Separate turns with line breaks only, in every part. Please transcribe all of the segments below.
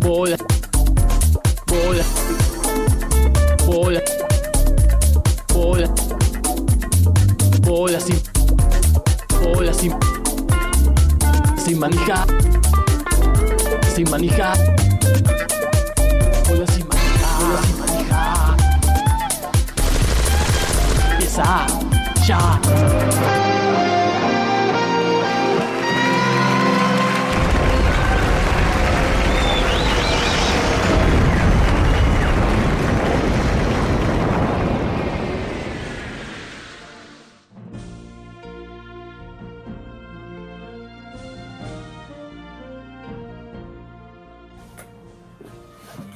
Bola. Bola. Bola. Bola. Bola sin. Bola sin. Sin manija. Sin manija. Bola sin manija. Bola sin manija. Empieza ya.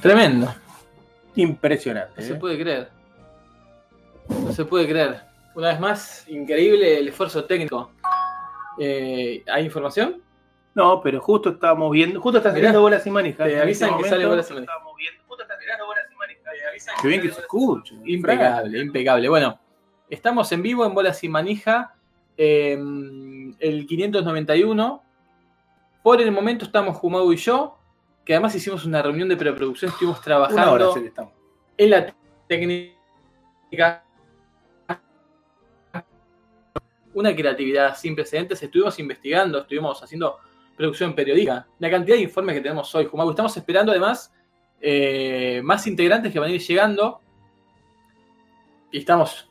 Tremendo.
Impresionante.
No se
¿eh?
puede creer. No se puede creer. Una vez más, increíble el esfuerzo técnico. Eh, ¿Hay información?
No, pero justo estábamos viendo. Justo estás
Mirá,
tirando bolas sin manija.
te
En este
avisan que
momento
sale bola sin manija.
estábamos viendo- Justo estás tirando bolas sin manija. Te avisan que sale bola sin
escucha. Impecable, impecable. Bueno, estamos en vivo en Bola Sin Manija, eh, el 591. Por el momento estamos Jumau y yo, que además hicimos una reunión de preproducción, estuvimos
manija. Una hora
trabajando
se le estamos.
en la técnica. Una creatividad sin precedentes. Estuvimos investigando, estuvimos haciendo producción periodística. La cantidad de informes que tenemos hoy, Jumago. Estamos esperando además eh, más integrantes que van a ir llegando. Y estamos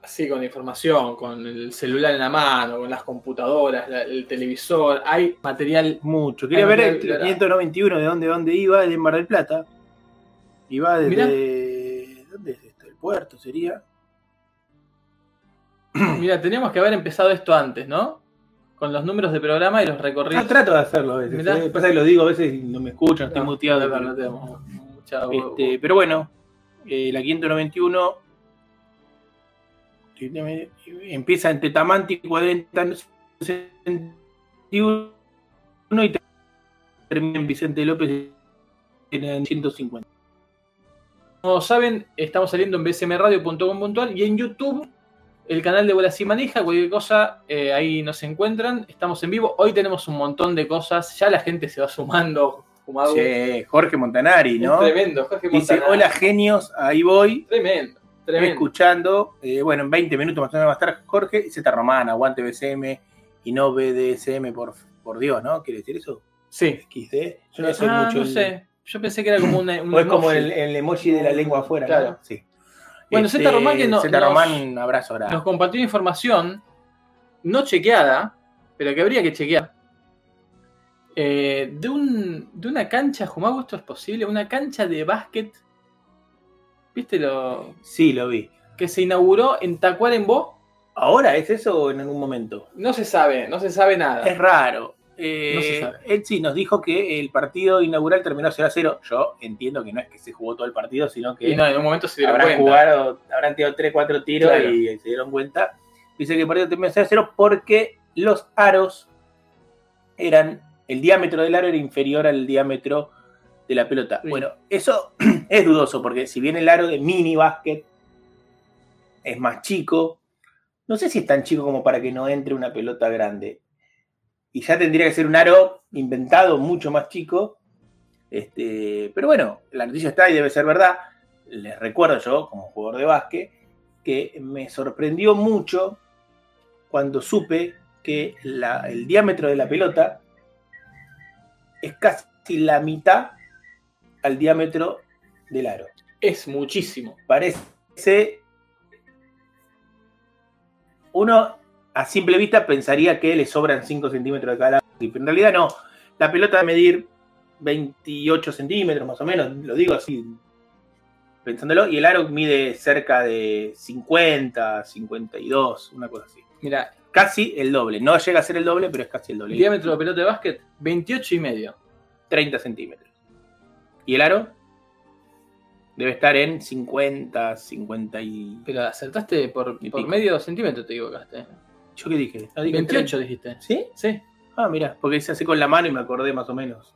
así con la información, con el celular en la mano, con las computadoras, la- el televisor. Hay material.
Mucho. Quería
Ay,
ver
mirá,
el
mirá.
591 de dónde, dónde iba, de Mar del Plata. Iba desde.
Mirá.
¿Dónde es esto? El puerto sería.
Mira, teníamos que haber empezado esto antes, ¿no? Con los números de programa y los recorridos.
Ah, trato de hacerlo a veces.
Mirá.
¿eh? Pasa que lo digo a veces y no me escuchan, estoy
No,
muteado.
es verdad, no tenemos mucha-
Este, pero bueno, eh, la 591 tiene- empieza en Tetamanti 4061 y termina en Vicente López en 150.
Como saben, estamos saliendo en bsmradio.com.ar y en YouTube, el canal de Bolas y Manija, cualquier cosa, eh, ahí nos encuentran. Estamos en vivo. Hoy tenemos un montón de cosas. Ya la gente se va sumando. Fumado.
Sí, Jorge Montanari,
Es
¿no?
Ah, Tremendo, Jorge
Dice,
Montanar.
hola genios, ahí voy.
Tremendo, tremendo.
Escuchando, Eh, bueno, en 20 minutos más o menos va a estar Jorge y Z Romana, aguante BCM y no BDSM, por, por Dios, ¿no? ¿Quiere decir eso?
Sí.
XD. Yo no soy
Ah,
mucho.
no
el-
sé. Yo pensé que era como una, un
O es como el,
emoji.
el emoji de la lengua afuera. ¿no?
Claro.
Sí. Este,
Bueno, Zeta Román que no-
Zeta
nos-
Román, un abrazo grande.
Nos compartió información no chequeada, pero que habría que chequear. eh, de, un, de una cancha, Jumago, esto es posible, una cancha de básquet. ¿Viste lo
Sí, lo vi.
que se inauguró en Tacuarembó?
¿Ahora es eso o en algún momento?
No se sabe, no se sabe nada.
Es raro. Eh,
No se sabe.
Él sí nos dijo que el partido inaugural terminó 0 a 0. Yo entiendo que no es que se jugó todo el partido, sino que
y no, en un momento se dieron
habrán
cuenta.
jugado, habrán tirado 3, 4 tiros
Claro.
y se dieron cuenta. Dice que el partido terminó 0 a 0 porque los aros eran, el diámetro del aro era inferior al diámetro de la pelota.
Sí.
Bueno, eso es dudoso porque si bien el aro de mini básquet es más chico, no sé si es tan chico como para que no entre una pelota grande. Y ya tendría que ser un aro inventado mucho más chico. Este, pero bueno, la noticia está y debe ser verdad. Les recuerdo yo, como jugador de básquet, que me sorprendió mucho cuando supe que la- el diámetro de la pelota es casi la mitad al diámetro del aro.
Es muchísimo.
Parece. Uno a simple vista pensaría que le sobran 5 centímetros de cada lado, pero en realidad no. La pelota va a medir 28 centímetros más o menos, lo digo así pensándolo, y el aro mide cerca de 50, 52, una cosa así.
Mira,
Casi el doble, no llega a ser el doble, pero es casi el
el
doble,
diámetro de pelota de básquet, 28 y medio.
30 centímetros. Y el aro debe estar en 50, 50 y...
Pero acertaste por,
Y
por
pico.
medio centímetro, te equivocaste.
¿Yo qué dije? No, dije
28 dijiste.
¿Sí?
Sí.
Ah, mira, porque se hace con la mano y me acordé más o menos.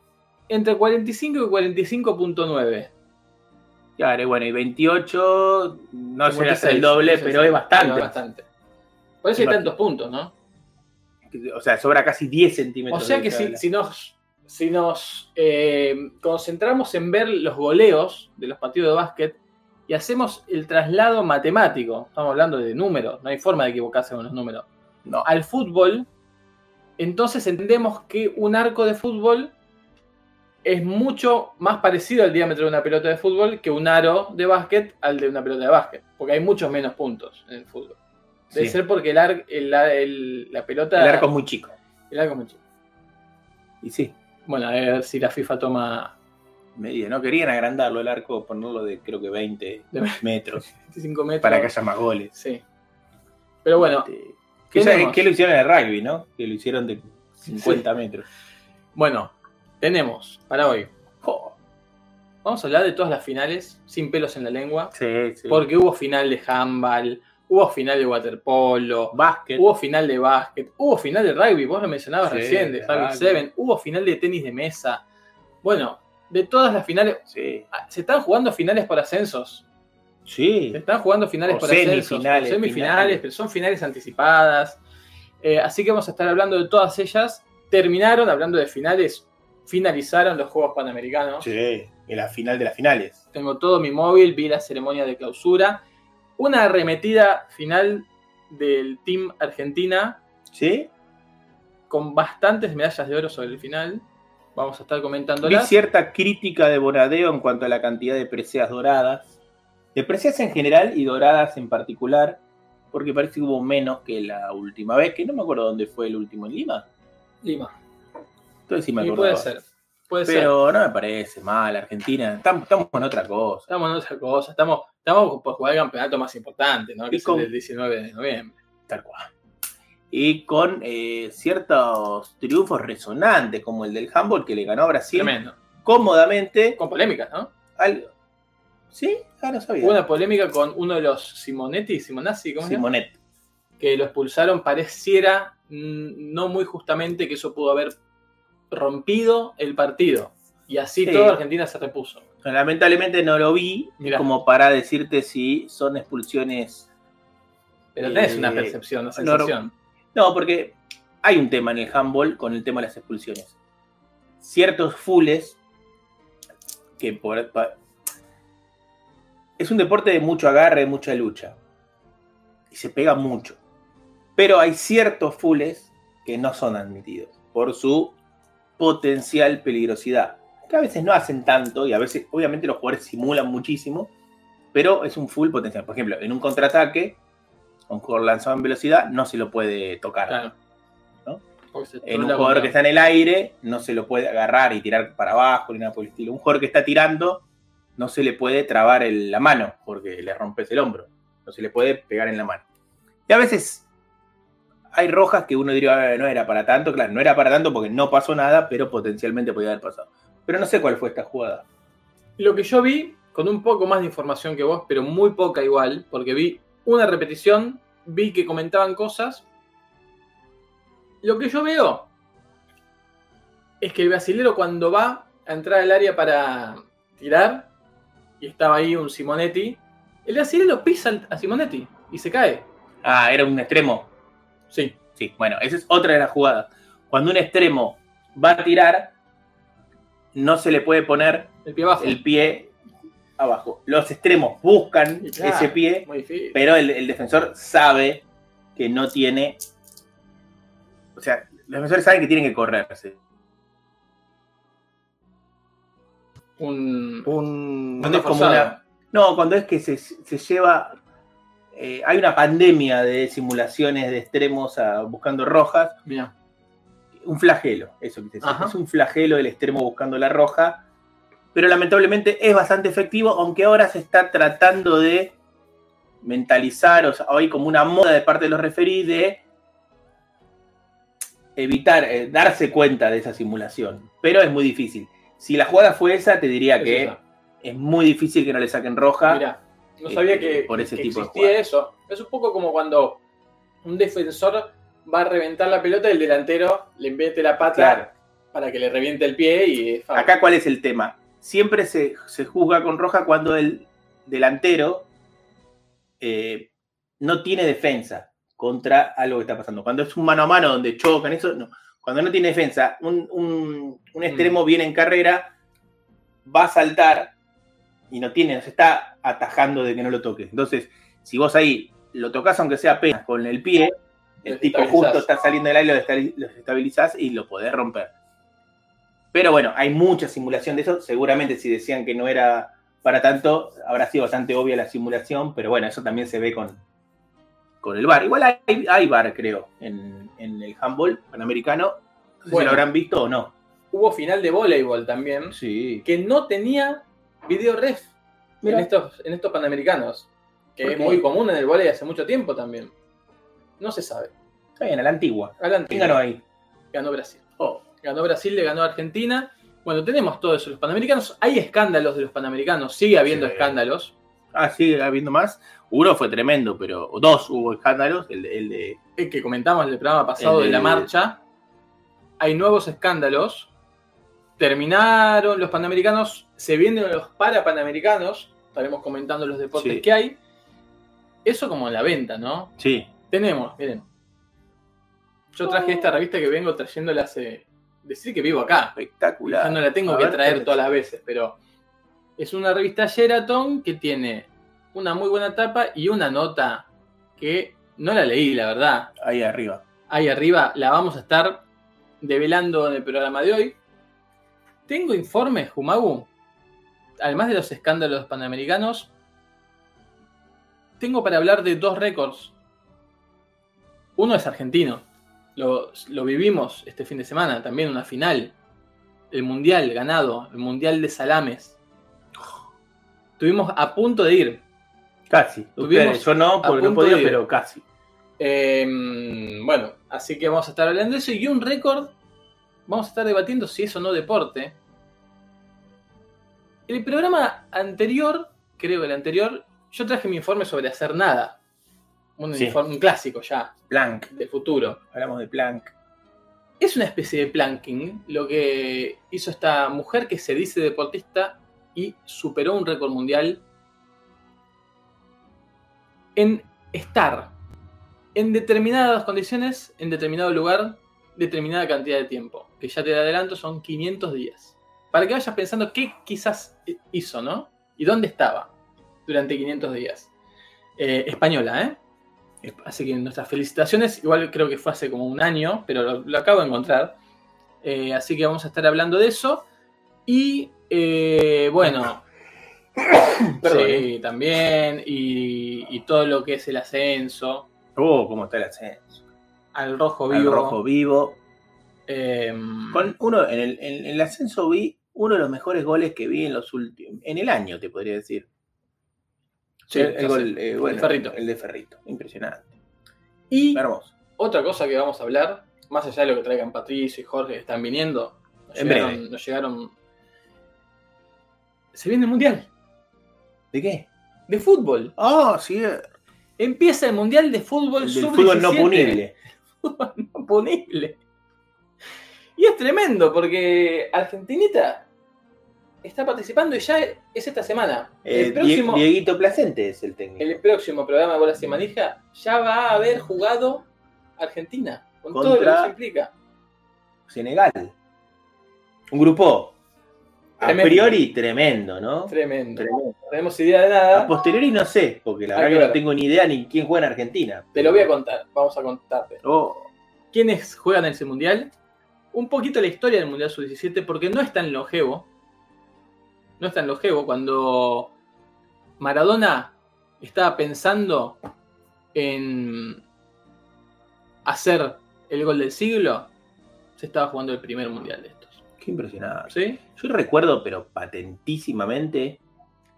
Entre 45 y 45.9.
Claro, y bueno, y 28 no llega a ser
56,
el doble, pero
56.
es bastante.
Pero bastante. Por eso hay
Es
tantos puntos, ¿no?
O sea, sobra casi 10
O
centímetros.
sea
de
que
cada
si,
lado.
si nos si nos eh, concentramos en ver los goleos de los partidos de básquet y hacemos el traslado matemático, estamos hablando de números, no hay forma de equivocarse con los números,
No.
al fútbol, entonces entendemos que un arco de fútbol es mucho más parecido al diámetro de una pelota de fútbol que un aro de básquet al de una pelota de básquet, porque hay muchos menos puntos en el fútbol. Debe
Sí.
ser porque el ar- el- la, el- la pelota...
El arco es muy chico.
el arco es muy chico.
Y sí,
Bueno, a ver si la FIFA toma
medida. No querían agrandarlo el arco, ponerlo de creo que 20
De-
metros
25 metros.
para que haya más goles.
Sí. Pero bueno,
Este, que, ya-
tenemos.
que lo hicieron en el rugby, ¿no? Que lo hicieron de 50 metros.
bueno, tenemos para hoy.
Jo.
Vamos a hablar de todas las finales, sin pelos en la lengua,
Sí, sí.
porque hubo final de handball, hubo final de waterpolo,
básquet.
hubo final de básquet, hubo final de rugby, vos lo mencionabas
Sí,
recién, de
de
Final
rugby.
Seven, hubo final de tenis de mesa. Bueno, de todas las finales,
Sí.
ah, se están jugando finales por ascensos.
Sí.
Se están jugando finales
O
por
semifinales,
ascensos, o semifinales,
finales.
pero son finales anticipadas. Eh, así que vamos a estar hablando de todas ellas. Terminaron hablando de finales, finalizaron los Juegos Panamericanos.
Sí. En la final de las finales.
Tengo todo mi móvil, vi la ceremonia de clausura. Una arremetida final del Team Argentina
¿Sí?
con bastantes medallas de oro sobre el final. Vamos a estar
Vi
comentándolas.
cierta crítica de Bonadeo en cuanto a la cantidad de preseas doradas. De preseas en general y doradas en particular. Porque parece que hubo menos que la última vez, que no me acuerdo dónde fue el último en Lima.
Lima.
Entonces sí me
Y
acuerdo.
puede ser. Puede ser.
Pero no me parece mal, Argentina. Estamos, estamos con otra cosa.
Estamos en otra cosa. Estamos, estamos por jugar el campeonato más importante, ¿no? Que
Y
es
con-
el del 19 de noviembre.
Tal cual. Y con eh, ciertos triunfos resonantes, como el del handball que le ganó a Brasil
Tremendo.
cómodamente.
Con polémicas, ¿no?
Al... ¿Sí? Ah, no sabía.
Hubo una polémica con uno de los Simonetti, Simonazzi, ¿cómo se llama?
Simonet.
Que lo expulsaron, pareciera mm, no muy justamente que eso pudo haber rompido el partido. Y así
Sí.
toda Argentina se repuso.
Lamentablemente no lo vi
Mirá.
como para decirte si son expulsiones.
Pero tenés
Eh,
una percepción, una
no,
sensación.
No, porque hay un tema en el handball con el tema de las expulsiones. Ciertos fules que por- pa- es un deporte de mucho agarre, de mucha lucha. Y se pega mucho. Pero hay ciertos fules que no son admitidos por su potencial peligrosidad. Que a veces no hacen tanto y a veces, obviamente, los jugadores simulan muchísimo, pero es un full potencial. Por ejemplo, en un contraataque, un jugador lanzado en velocidad no se lo puede tocar.
Claro.
¿No?
Porque se
En un
trola
jugador
con-
que está en el aire no se lo puede agarrar y tirar para abajo ni nada por el estilo. Un jugador que está tirando no se le puede trabar el- la mano porque le rompes el hombro. No se le puede pegar en la mano. Y a veces hay rojas que uno diría, "Ah, no era para tanto. Claro, no era para tanto porque no pasó nada, pero potencialmente podía haber pasado. Pero no sé cuál fue esta jugada.
Lo que yo vi, con un poco más de información que vos, pero muy poca igual, porque vi una repetición, vi que comentaban cosas. Lo que yo veo es que el brasilero cuando va a entrar al área para tirar, y estaba ahí un Simonetti, el brasilero pisa al- a Simonetti y se cae.
Ah, era un extremo.
Sí.
Sí, bueno, esa es otra de las jugadas. Cuando un extremo va a tirar, no se le puede poner
El pie abajo.
el pie abajo. Los extremos buscan
Y claro,
ese pie,
Muy difícil.
pero el, el defensor sabe que no tiene. O sea, los defensores saben que tienen que correrse.
Un,
Un,
una
cuando es como
forzada.
una- no, cuando es que se, se lleva. eh, hay una pandemia de simulaciones de extremos a- buscando rojas.
Mirá,
un flagelo, eso que te decía.
Ajá.
Es un flagelo el extremo buscando la roja, pero lamentablemente es bastante efectivo, aunque ahora se está tratando de mentalizar, o sea, hay como una moda de parte de los referees de evitar, eh, darse cuenta de esa simulación, pero es muy difícil. Si la jugada fue esa, te diría
es
que
esa.
es muy difícil que no le saquen roja.
Mirá, no
eh,
sabía que,
por ese
que
tipo de
existía
jugadas.
eso. Es un poco como cuando un defensor va a reventar la pelota y el delantero le mete la pata
Claro.
para que le reviente el pie y eh, es foul.
Acá cuál es el tema. Siempre se, se juzga con roja cuando el delantero eh, no tiene defensa contra algo que está pasando. Cuando es un mano a mano donde chocan, eso no. cuando no tiene defensa, un, un- un extremo viene en carrera, va a saltar y no tiene, se está atajando de que no lo toque. Entonces, si vos ahí lo tocas aunque sea apenas con el pie, el tipo
Desestabilizás.
justo está saliendo del aire, lo destabil- lo estabilizás y lo podés romper. Pero bueno, hay mucha simulación de eso. Seguramente si decían que no era para tanto, habrá sido bastante obvia la simulación, pero bueno, eso también se ve con, con el bar. Igual hay, hay bar, creo, en, en el handball panamericano. No sé si
Bueno.
lo habrán visto o no.
Hubo final de voleibol también,
Sí.
que no tenía video ref en
Mira.
estos, en estos panamericanos, que
¿Por
es
qué?
muy común en el voleibol hace mucho tiempo también. No se sabe.
Está bien, a la antigua.
Adelante.
¿Quién ganó ahí?
ganó Brasil.
Oh,
Ganó Brasil, le ganó a Argentina. Bueno, tenemos todo eso. Los panamericanos, hay escándalos de los panamericanos, sigue habiendo
Sí.
escándalos.
ah, sigue habiendo más. Uno fue tremendo, pero o dos hubo escándalos. El, de- el de.
El eh, que comentamos en el programa pasado
El
de la
de-
marcha, hay nuevos escándalos. Terminaron los panamericanos, se vienen los parapanamericanos. Estaremos comentando los deportes
Sí.
que hay. Eso como en la venta, ¿no?
Sí.
Tenemos, miren. Yo traje esta revista que vengo trayéndola hace. Decir que vivo acá. Ya
Espectacular.
no la tengo
A
que
ver,
traer
¿cuál es?
todas las veces, pero es una revista Sheraton que tiene una muy buena tapa y una nota que no la leí, la verdad.
Ahí arriba.
Ahí arriba la vamos a estar develando en el programa de hoy. Tengo informes, Jumagu. Además de los escándalos panamericanos, tengo para hablar de dos récords. Uno es argentino. Lo, lo vivimos este fin de semana, también una final. El mundial ganado, el mundial de salames. Estuvimos a punto de ir.
Casi. Ustedes, yo no,
a
porque no
punto
podía,
de-
pero casi.
Eh, bueno, así que vamos a estar hablando de eso y un récord. Vamos a estar debatiendo si es o no deporte. El programa anterior, creo que el anterior, yo traje mi informe sobre hacer nada. Un,
Sí.
informe, un clásico ya,
Plank.
de futuro.
Hablamos de Plank.
Es una especie de planking lo que hizo esta mujer que se dice deportista y superó un récord mundial en estar en determinadas condiciones, en determinado lugar, determinada cantidad de tiempo. Que ya te adelanto, son 500 días. Para que vayas pensando qué quizás hizo, ¿no? Y dónde estaba durante 500 días. Eh, española, ¿eh? Así que nuestras felicitaciones. Igual creo que fue hace como un año, pero lo, lo acabo de encontrar. Eh, así que vamos a estar hablando de eso. Y eh, bueno,
Perdón, ¿eh?
sí, también. Y, y todo lo que es el ascenso
Oh, cómo está el ascenso.
al rojo
Al
vivo.
rojo vivo.
em,
Con uno, en el, en el ascenso vi uno de los mejores goles que vi en los últimos. En el año, te podría decir.
sí,
el, el
ya
gol,
sé.
eh, bueno,
El Ferrito.
El de Ferrito. Impresionante.
Y
Hermoso.
otra cosa que vamos a hablar, más allá de lo que traigan Patricio y Jorge que están viniendo, nos
En
llegaron-
breve.
nos llegaron. Se viene el mundial
¿De qué?
de fútbol.
Oh, sí. El
Empieza el Mundial de Fútbol
del
Sub-17.
fútbol no punible.
No punible. Y es tremendo porque Argentinita está participando y ya es esta semana.
Eh,
el, próximo,
Die- Dieguito Placente es el técnico.
el próximo programa de Bolas y Manija ya va a haber jugado Argentina. Con todo lo que
Contra-
eso implica.
Senegal. Un grupo. A
Tremendo.
priori tremendo, ¿no?
Tremendo.
Tremendo.
No tenemos idea de
A
nada.
posteriori no sé, porque la
Hay
verdad
que
que no
ver.
tengo ni idea ni quién juega en Argentina.
Ah, Te lo voy a contar. Vamos a contarte.
Oh,
quiénes juegan en ese mundial, un poquito la historia del mundial sub-17, porque no es tan longevo. No es tan longevo. Cuando Maradona estaba pensando en hacer el gol del siglo, se estaba jugando el primer mundial de estos.
qué impresionante.
¿Sí?
Yo recuerdo, pero patentísimamente,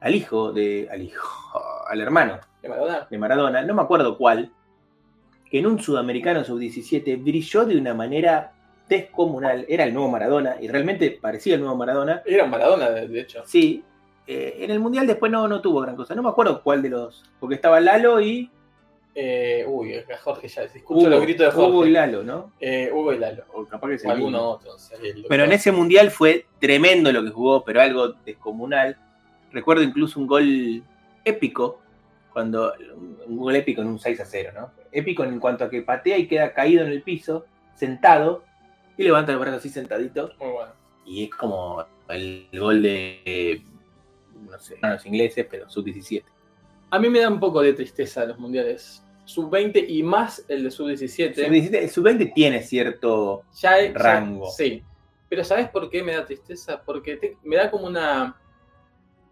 al hijo de. al hijo. al hermano
De Maradona.
de Maradona, no me acuerdo cuál, que en un sudamericano sub-17 brilló de una manera descomunal. Era el nuevo Maradona y realmente parecía el nuevo Maradona.
Era un Maradona, de de hecho.
Sí, eh, en el mundial después no, no tuvo gran cosa. No me acuerdo cuál de los. porque estaba Lalo y.
Eh, uy, acá Jorge ya. Escucho los gritos de Jorge.
Hugo y Lalo, ¿no?
Eh, Hugo y Lalo.
O capaz que
O alguno otro. o sea, el
Pero en
doctor.
ese mundial fue tremendo lo que jugó, pero algo descomunal. Recuerdo incluso un gol épico, cuando un gol épico en un 6 a 0, ¿no? Épico en cuanto a que patea y queda caído en el piso, sentado,
y levanta el brazo así sentadito.
Muy bueno.
Y es como el gol de, eh, no sé, no los ingleses, pero sub-17.
A mí me da un poco de tristeza los mundiales. Sub-20 y más el de sub-17.
Sub-17, El sub-20 tiene cierto...
ya es-
rango.
sí. Pero ¿sabes por qué me da tristeza? Porque te- me da como una,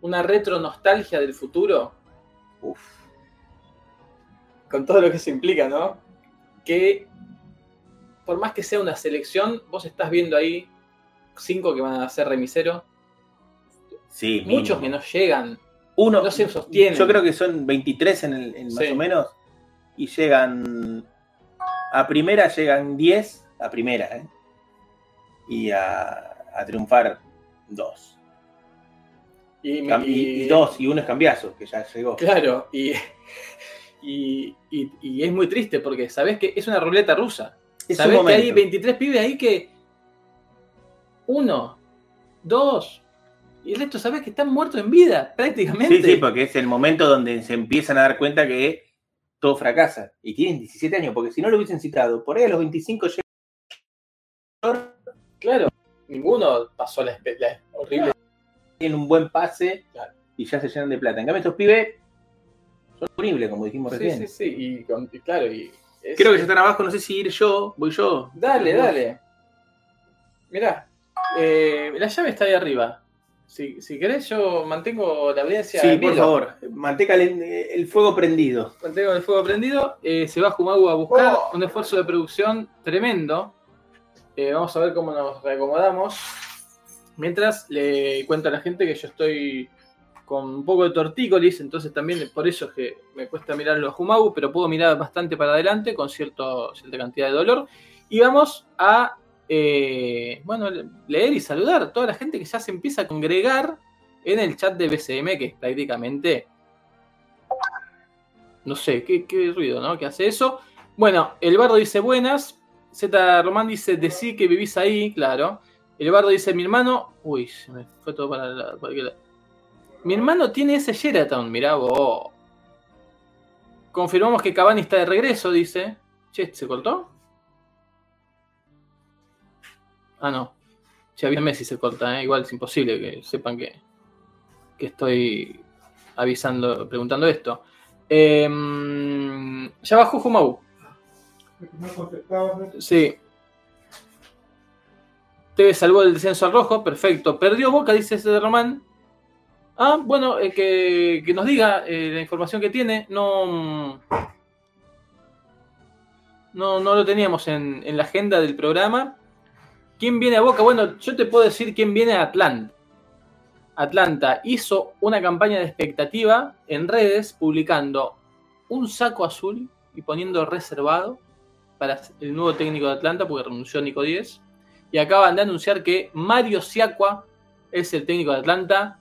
una retro nostalgia del futuro.
Uf,
con todo lo que eso implica, ¿no? Que por más que sea una selección, vos estás viendo ahí cinco que van a ser remiseros,
sí, mínimo.
muchos que no llegan.
Uno,
no se sostienen.
Yo creo que son 23 en el, en más
Sí.
o menos. Y llegan. A primera llegan 10. A primera, ¿eh? Y a, a triunfar 2.
Y, eh,
Y,
me-
y dos, y uno es cambiazo, que ya llegó.
Claro, y, y, y- y es muy triste porque sabés que es una ruleta rusa.
Es un
sabés que
momento.
hay 23 pibes ahí que. Uno, dos, y el resto sabés que están muertos en vida, prácticamente.
Sí, sí, porque es el momento donde se empiezan a dar cuenta que todo fracasa. Y tienen 17 años, porque si no lo hubiesen citado, por ahí a los 25 llega.
Claro, ninguno pasó la, espe- la horrible
tienen un buen pase y ya se llenan de plata. En cambio, estos pibes son horribles, como dijimos
Sí,
recién.
sí, sí, y, con- y claro, y es-
Creo que ya están abajo, no sé si ir yo, voy yo.
Dale, dale. Mirá, eh, la llave está ahí arriba. Si, si querés, yo mantengo la audiencia.
Sí,
en
por
vilo.
favor, manteca el, el fuego prendido.
Mantengo el fuego prendido. Eh, se va Jumagu a buscar
Oh.
un esfuerzo de producción tremendo. Eh, vamos a ver cómo nos reacomodamos. Mientras le cuento a la gente que yo estoy con un poco de tortícolis, entonces también por eso es que me cuesta mirar los Jumagu, pero puedo mirar bastante para adelante con cierto, cierta cantidad de dolor. Y vamos a eh, bueno, leer y saludar a toda la gente que ya se empieza a congregar en el chat de BCM, que es prácticamente. No sé, qué, qué ruido, ¿no? Que hace eso. Bueno, el bardo dice buenas. Z Román dice, decí que vivís ahí, claro. El bardo dice, mi hermano. Uy, se me fue todo para la. para aquel lado. Mi hermano tiene ese Sheraton, mirá vos. Confirmamos que Cavani está de regreso, dice. Che, ¿se cortó? Ah, no. Ya bien Messi se corta, ¿eh? igual es imposible que sepan que, que estoy avisando, preguntando esto. Em, ya bajó Jumau.
No contestaba. ¿no?
Sí. Teve salvó del descenso al rojo, perfecto. Perdió Boca, dice ese de Román. Ah, bueno, eh, que, que nos diga eh, la información que tiene. No, mm, no, no lo teníamos en, en la agenda del programa. ¿Quién viene a Boca? Bueno, yo te puedo decir quién viene a Atlanta. Atlanta hizo una campaña de expectativa en redes publicando un saco azul y poniendo reservado para el nuevo técnico de Atlanta, porque renunció Nico 10. Y acaban de anunciar que Mario Siacua es el técnico de Atlanta.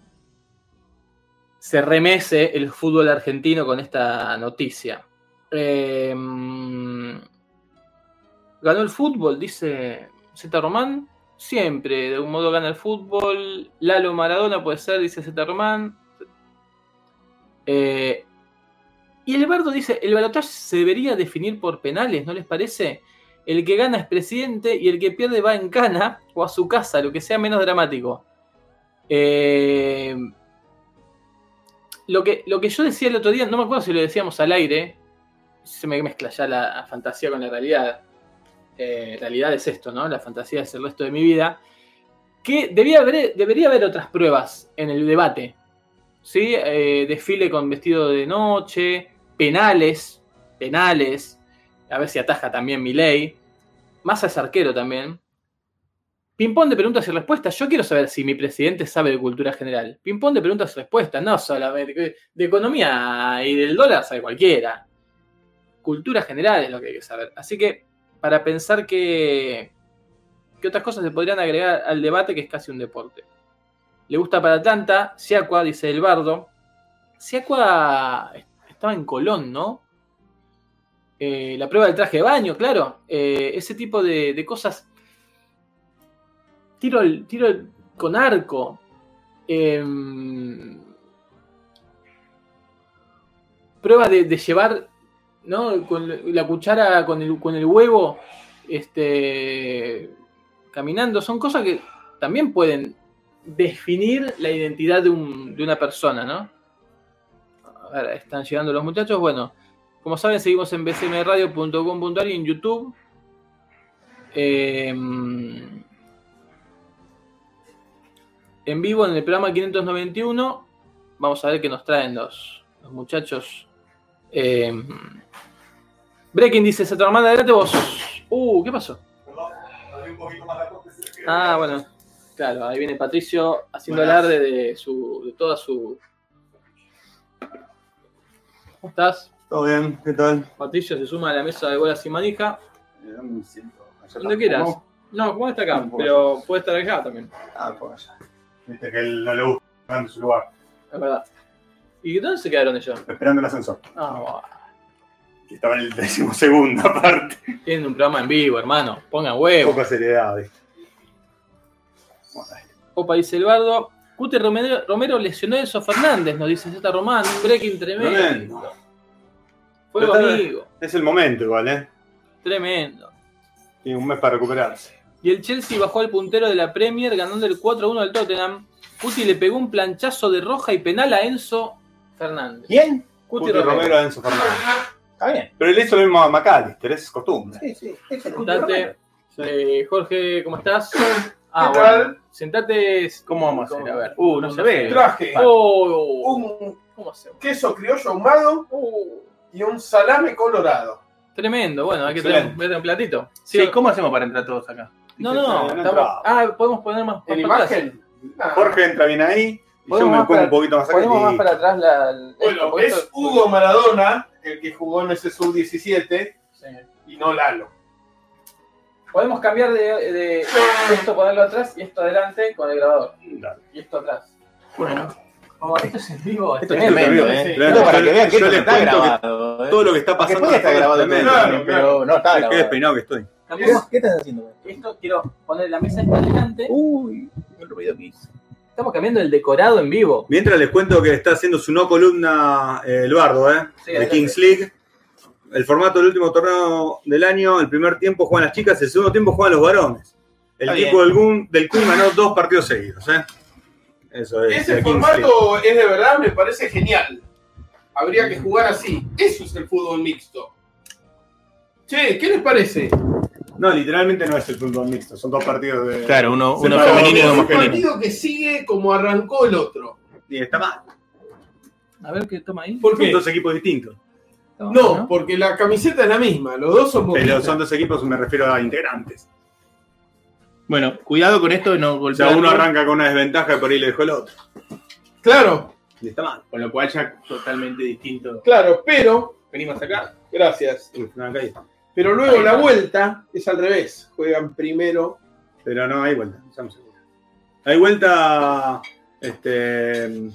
Se remece el fútbol argentino con esta noticia. Eh, ganó el fútbol, dice Z Román. Siempre, de algún modo, gana el fútbol. Lalo Maradona puede ser, dice Z Román. Eh, y el bardo dice, el balotaje se debería definir por penales, ¿no les parece? El que gana es presidente y el que pierde va en cana o a su casa, lo que sea menos dramático. Eh, lo, que, lo que yo decía el otro día, no me acuerdo si lo decíamos al aire, se me mezcla ya la fantasía con la realidad. Eh, realidad es esto, ¿no? La fantasía es el resto de mi vida. Que debía haber, debería haber otras pruebas en el debate. ¿sí? Eh, desfile con vestido de noche, penales, penales, a ver si ataja también Milei, Massa es arquero también. Ping-pong de preguntas y respuestas. Yo quiero saber si mi presidente sabe de cultura general. Ping-pong de preguntas y respuestas, no solamente. De economía y del dólar sabe cualquiera. Cultura general es lo que hay que saber. Así que, para pensar que. ¿Qué otras cosas se podrían agregar al debate que es casi un deporte? Le gusta para Atlanta. Siacua, dice el bardo. Siacua estaba en Colón, ¿no? Eh, la prueba del traje de baño, claro. Eh, ese tipo de, de cosas. Tiro, al- tiro al- con arco. Em, prueba de, de llevar ¿no? con la cuchara, con el, con el huevo. Este, caminando, son cosas que también pueden definir la identidad de, un- de una persona, ¿no? A ver, están llegando los muchachos. Bueno, como saben, seguimos en bcmradio.com.ar y en YouTube. Eh, en vivo en el programa 591. Vamos a ver qué nos traen los, los muchachos. Eh, Breaking dice, Saturman, adelante vos. Uh, ¿qué pasó? Ah, bueno. Claro, ahí viene Patricio haciendo
Buenas.
alarde de, su, de toda su... ¿Cómo estás?
Todo bien, ¿qué tal?
Patricio se suma a la mesa de bolas y manija.
¿Dónde me siento? Allá
Donde
tampoco.
quieras. No, Juan está acá,
No puedo.
pero puede estar acá también.
Ah, por allá. Viste que él no le gusta en su lugar.
Es verdad. ¿Y dónde se quedaron ellos?
Esperando el ascensor.
Ah, bueno.
Que estaba en el decimosegundo, aparte.
tienen un programa en vivo, hermano. Pongan huevo.
Poca seriedad, ¿viste? Bueno, ahí.
Opa dice el bardo. Cute Romero, Romero lesionó a Enzo Fernández, nos dice Z Román. Un breaking tremendo.
Tremendo.
Fuego
Pero está bien.
amigo.
Es el momento, igual, ¿eh?
Tremendo.
Tiene un mes para recuperarse.
Y el Chelsea bajó al puntero de la Premier ganando el 4-1 al Tottenham. Cuti le pegó un planchazo de roja y penal a Enzo Fernández.
¿Quién?
Cuti,
Cuti
Romero.
Romero a Enzo Fernández.
Está bien.
Pero él hizo lo mismo a McAllister, es costumbre.
Sí, sí. Es el Cuti Romero.
Sentate. Eh, Jorge, ¿cómo estás? Ah,
¿Qué
bueno.
tal?
Sentate.
¿Cómo vamos a
¿Cómo?
hacer? A ver. Uh, no se ve.
Traje
Oh,
un
¿Cómo hacemos?
queso criollo ahumado
Oh,
y un salame colorado.
tremendo, bueno, hay que tener,
Excelente.
voy a tener un platito.
Sí, ¿cómo hacemos para entrar todos acá?
No, no,
Sí, sí,
no.
sí,
estamos-
no.
ah, podemos poner más, más
¿En
para atrás.
imagen? Ah.
Jorge entra bien ahí y yo
Podemos
me
más
pongo
para-
un poquito más acá.
Ponemos más
y-
para atrás la. el- esto,
Bueno,
porque
es
esto-
Hugo Maradona el que jugó en ese sub-17
Sí.
y no Lalo.
Podemos cambiar de, de esto, ponerlo atrás y esto adelante con el grabador.
Dale.
Y esto atrás. Bueno. esto es en vivo. este
Esto es
Tremendo,
tremendo,
sí.
¿eh?
Tremendo.
No, para que vean que esto
Yo
no
les
está
cuento que
grabado. ¿eh?
Todo lo que está
Porque
pasando.
puede estar
acá
grabado
tremendo.
también,
pero no está
Che, Qué
grabado.
despeinado que estoy.
Cambiamos
¿Qué estás haciendo?
esto, quiero poner la mesa esta adelante.
Uy, el ruido que hice.
Estamos cambiando el decorado en vivo.
Mientras les cuento que está haciendo su no columna eh, el Bardo, ¿eh?
Sí,
de
adelante.
Kings League. El formato del último torneo del año, el primer tiempo juegan las chicas, el segundo tiempo juegan los varones. El
Está
equipo del Kun, del Kun ganó dos partidos seguidos, ¿eh? Eso es.
Ese
la Kings League.
formato es de verdad, me parece genial. Habría que jugar así. Eso es el fútbol mixto. Che, ¿qué les parece?
No, literalmente no es el fútbol mixto, son dos partidos de.
Claro, uno, uno
Separado,
femenino y
es
uno
un
masculino.
partido que sigue como arrancó el otro.
Y está mal.
A ver qué toma ahí.
¿Por
Son
qué?
dos equipos distintos.
Toma,
No, porque la camiseta es la misma. Los dos son
Pero
boquistas.
son dos equipos, me refiero a integrantes.
Bueno, cuidado con esto de no
O sea,
golpear.
uno arranca con una desventaja y por ahí le dejó el otro.
Claro,
Y está mal.
Con lo cual ya totalmente distinto.
claro, pero.
Venimos acá.
Gracias.
Y acá ahí está.
Pero luego la vuelta es al revés. Juegan primero.
Pero no, hay vuelta, estamos seguros. Hay vuelta, este,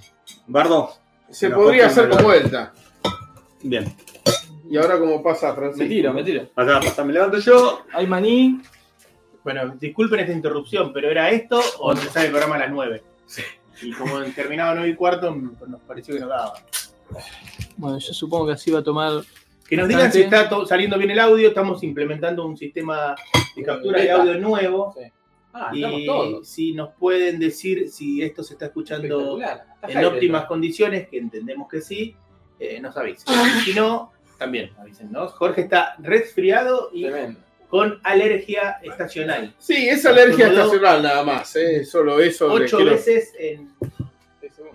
Bardo.
Se
Pero
podría
Jorge
hacer
no
con
lo-
vuelta.
Bien.
¿Y ahora cómo pasa, Francisco?
Me tiro, me tiro.
O sea, pasa, me levanto yo.
Hay maní.
Bueno, disculpen esta interrupción, pero ¿era esto o empezaba el programa a las 9? Y como terminaba 9 y cuarto, nos pareció que nos daba.
Bueno, yo supongo que así va a tomar.
Que nos digan
Bastante.
si está to- saliendo bien el audio. Estamos implementando un sistema de captura de
Beta.
audio nuevo.
Ah, estamos
Y
todos.
si nos pueden decir si esto se está escuchando
Espectacular.
en óptimas condiciones, que entendemos que sí, eh, nos avisen. Si no, también avísennos. Jorge está resfriado y
Tremendo.
con alergia estacional.
Sí, es alergia
Como no-
estacional nada más, ¿eh? solo eso. Les
Ocho
quiero,
veces en,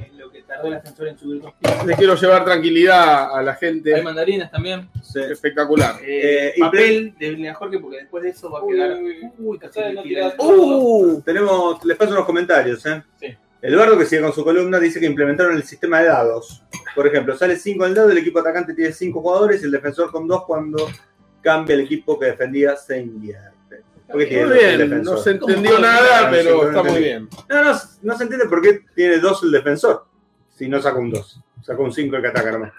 en lo que tardó el ascensor en subir dos
les quiero llevar tranquilidad a la
Hay
gente.
mandarinas también.
Sí.
Espectacular.
eh,
Eh,
papel de Belén Jorge, porque después de eso va a
Uy,
quedar.
uy, uy.
Uy, casi
Acá
me
no
tira.
tiras.
Uh, tenemos, les paso unos comentarios, ¿eh?
Sí.
Eduardo, que sigue con su columna, dice que implementaron el sistema de dados. Por ejemplo, sale 5 al dado, el equipo atacante tiene 5 jugadores y el defensor con 2 cuando cambia el equipo que defendía se invierte. Porque tiene
Muy
dos el
bien, no
defensor.
se entendió nada, pero está muy bien.
No, no, no se entiende por qué tiene 2 el defensor. Si no saca un 2, saca un 5 el que ataca nomás.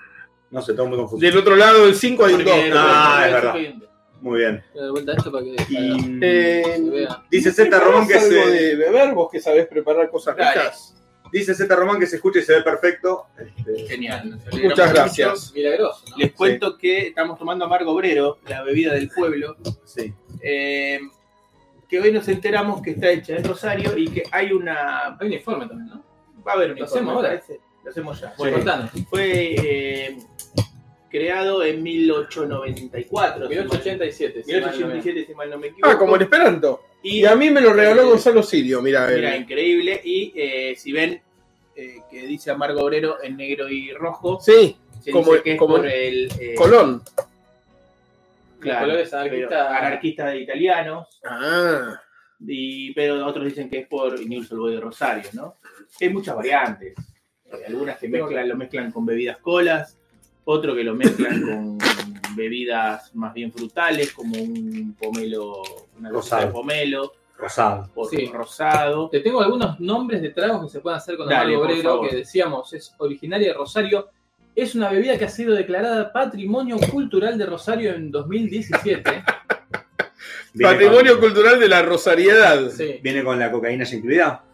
No sé, todo muy confuso.
Del otro lado del 5 hay un
Porque-
2.
Ah, es verdad. Muy bien.
Voy a dar vuelta a esto para que
Y
para que se
Eh,
vea.
dice Z Román que se.
de beber, vos que sabés preparar cosas
este Dale.
ricas.
Dice Z Román que se escucha y se ve perfecto. Este,
Genial. nos alegramos
Muchas
mucho.
gracias.
Milagroso, ¿no?
Les cuento que estamos tomando amargo obrero, la bebida del pueblo,
sí.
eh, que hoy nos enteramos que está hecha en Rosario y que hay una.
Hay un informe también, ¿no?
Va a haber un
Lo
informe,
hacemos ahora.
me parece. Lo hacemos ya.
Bueno, contanos.
Fue eh, creado en 1894. si mal-
1887. si mal no me-
1887, si mal no me equivoco.
Ah, como el Esperanto.
y,
Y a mí me lo regaló
eh,
Gonzalo Sirio, mira,
Mira, increíble. Y eh, si ven eh, que dice Amargo Obrero en negro y rojo,
Sí,
se
como-
dice que es
como
por el. eh,
Colón.
claro,
Los colores
pero
anarquistas.
anarquista de italianos.
Ah,
Y, pero otros dicen que es por Inul Boy de Rosario, ¿no? Hay muchas variantes. Eh, Algunas que mezclan, lo mezclan con bebidas colas, otro que lo mezclan con bebidas más bien frutales, como un pomelo, una cosa de
Rosado.
pomelo,
Rosado.
o
Sí.
rosado.
Te tengo algunos nombres de tragos que se pueden hacer con
Dale,
amargo
por
obrero,
favor.
que decíamos es originaria de Rosario. Es una bebida que ha sido declarada Patrimonio Cultural de Rosario en 2017.
Viene
Patrimonio
con-
cultural de la rosariedad.
Sí.
¿Viene con la cocaína ya incluida?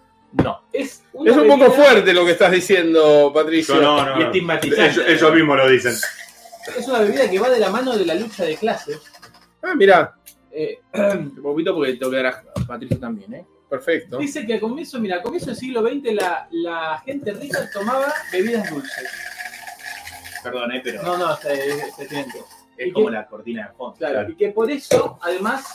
No.
Es, una
Es un poco
bebida-
fuerte lo que estás diciendo, Patricio.
Y estigmatizante.
Ellos, ellos mismos lo dicen.
Es una bebida que va de la mano de la lucha de clases.
Ah, mira,
Eh,
Un poquito porque tengo que dar a Patricio también, ¿eh?
perfecto.
dice que a comienzo, mira, a comienzo del siglo XX la, la gente rica tomaba bebidas dulces.
Perdón, ¿eh? Pero
No, no, se, se siente.
es como la cortina de fondo.
Claro,
Claro.
Y que por eso, además,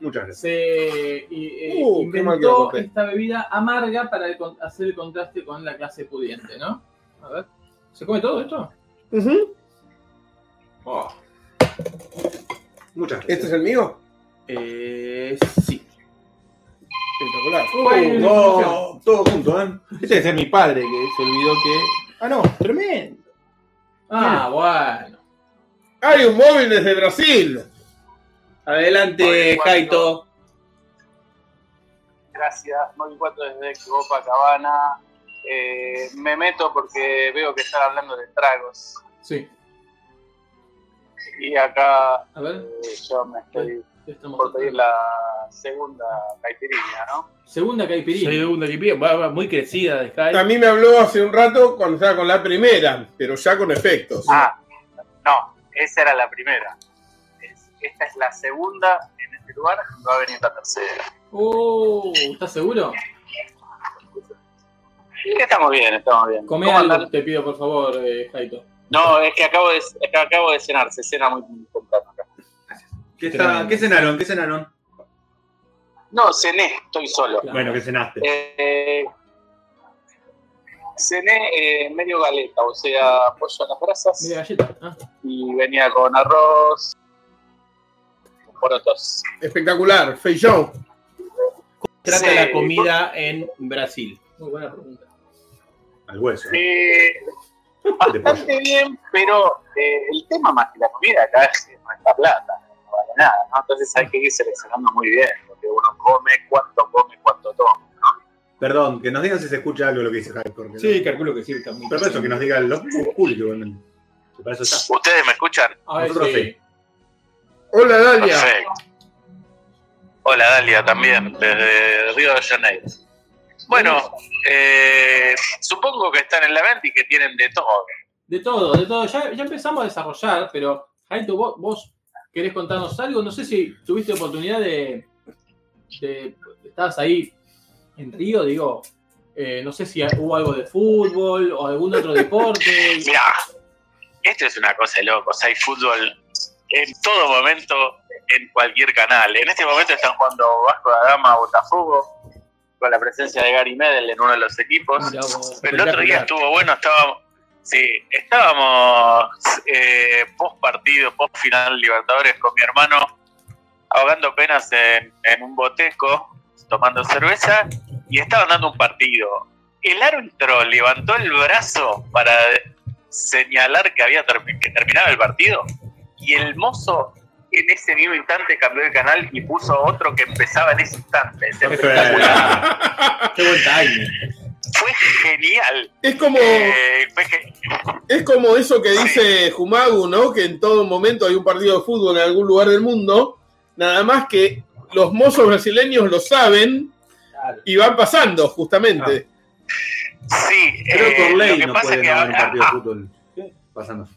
Muchas gracias.
se y, eh,
Uh, qué mal que lo
inventó
conté.
esta bebida amarga para el con- hacer el contraste con la clase pudiente, ¿no? A ver. ¿Se come todo esto?
Ujú.
Oh.
Muchas gracias.
¿Este es el mío?
Eh, sí.
Espectacular.
Bueno,
no.
Todo junto, ¿eh?
Este debe ser mi padre que se olvidó que. Ah, no, tremendo.
Ah, bueno.
Hay un móvil desde Brasil.
Adelante,
Oye, cuando-
Jaito.
Gracias, Móvil 4 desde Copacabana. Eh, me meto porque veo que están hablando de tragos.
Sí.
Y acá
A ver.
eh, yo me estoy
estamos-
por pedir la segunda caipirinha, ¿no?
Segunda caipirinha.
Segunda que pide, va- va muy crecida de Jaito.
A mí me habló hace un rato cuando estaba con la primera, pero ya con efectos.
Ah, no, esa era la primera. Es- Esta es la segunda en este lugar, va a venir la tercera.
Oh, ¿estás seguro?
Estamos bien, estamos bien.
Come
¿Cómo
algo,
andan?
te pido por favor, eh, Jaito.
No, es que acabo de, es que acabo de cenar, se cena muy temprano acá.
¿Qué, está- ¿Qué cenaron? ¿Qué cenaron?
No, cené, estoy solo.
Claro.
Bueno, ¿qué cenaste?
Eh, cené eh, medio galeta, o sea, pollo a las brasas
Mira galleta. Ah,
y venía con arroz, porotos.
Espectacular, feijão.
Trata
Sí.
la comida en Brasil.
muy buena pregunta.
Al hueso. ¿eh?
Eh,
De pollo.
bastante bien, pero eh, el tema más que la comida acá es que no está plata, no vale nada, ¿no? Entonces hay que ir seleccionando muy bien, porque uno come, cuánto come, cuánto toma.
Perdón, que nos digan si se escucha algo de lo que dice Hype. porque-
calculo que sí, está muy
Pero para eso, que nos diga el público. bueno, que Para eso está.
¿Ustedes me escuchan?
A ver,
Nosotros
sí.
Hola, Dalia.
Ah, Hola Dalia también, desde Río de Janeiro. Bueno, eh, supongo que están en la venta y que tienen de todo.
De todo, de todo. Ya, ya empezamos a desarrollar, pero Jaito, vos, vos querés contarnos algo. No sé si tuviste oportunidad de. de- estabas ahí en Río, digo. eh, no sé si hubo algo de fútbol o algún otro deporte.
Mirá, esto es una cosa de locos. Hay fútbol en todo momento, en cualquier canal. En este momento están jugando Vasco da Gama, Botafogo, con la presencia de Gary Medel en uno de los equipos.
Mirá vos.
El otro día estuvo bueno, estábamos, sí, estábamos eh, post partido, post final Libertadores con mi hermano, ahogando penas en, en un boteco, tomando cerveza, y estaban dando un partido. El árbitro levantó el brazo para señalar que había termi- que terminaba el partido, y el mozo en ese mismo instante cambió de canal y puso otro que empezaba en ese instante. Es espectacular.
Qué buen timing.
Fue genial.
Es como,
Eh, fue ge-
es como eso que dice Jumagu, ¿no? Que en todo momento hay un partido de fútbol en algún lugar del mundo. Nada más que los mozos brasileños lo saben y van pasando, justamente.
Sí,
Creo que
eh,
por ley
lo que
no
pasa es
pueden
que
haber un
ahora-
partido de
ah,
fútbol. Pasando.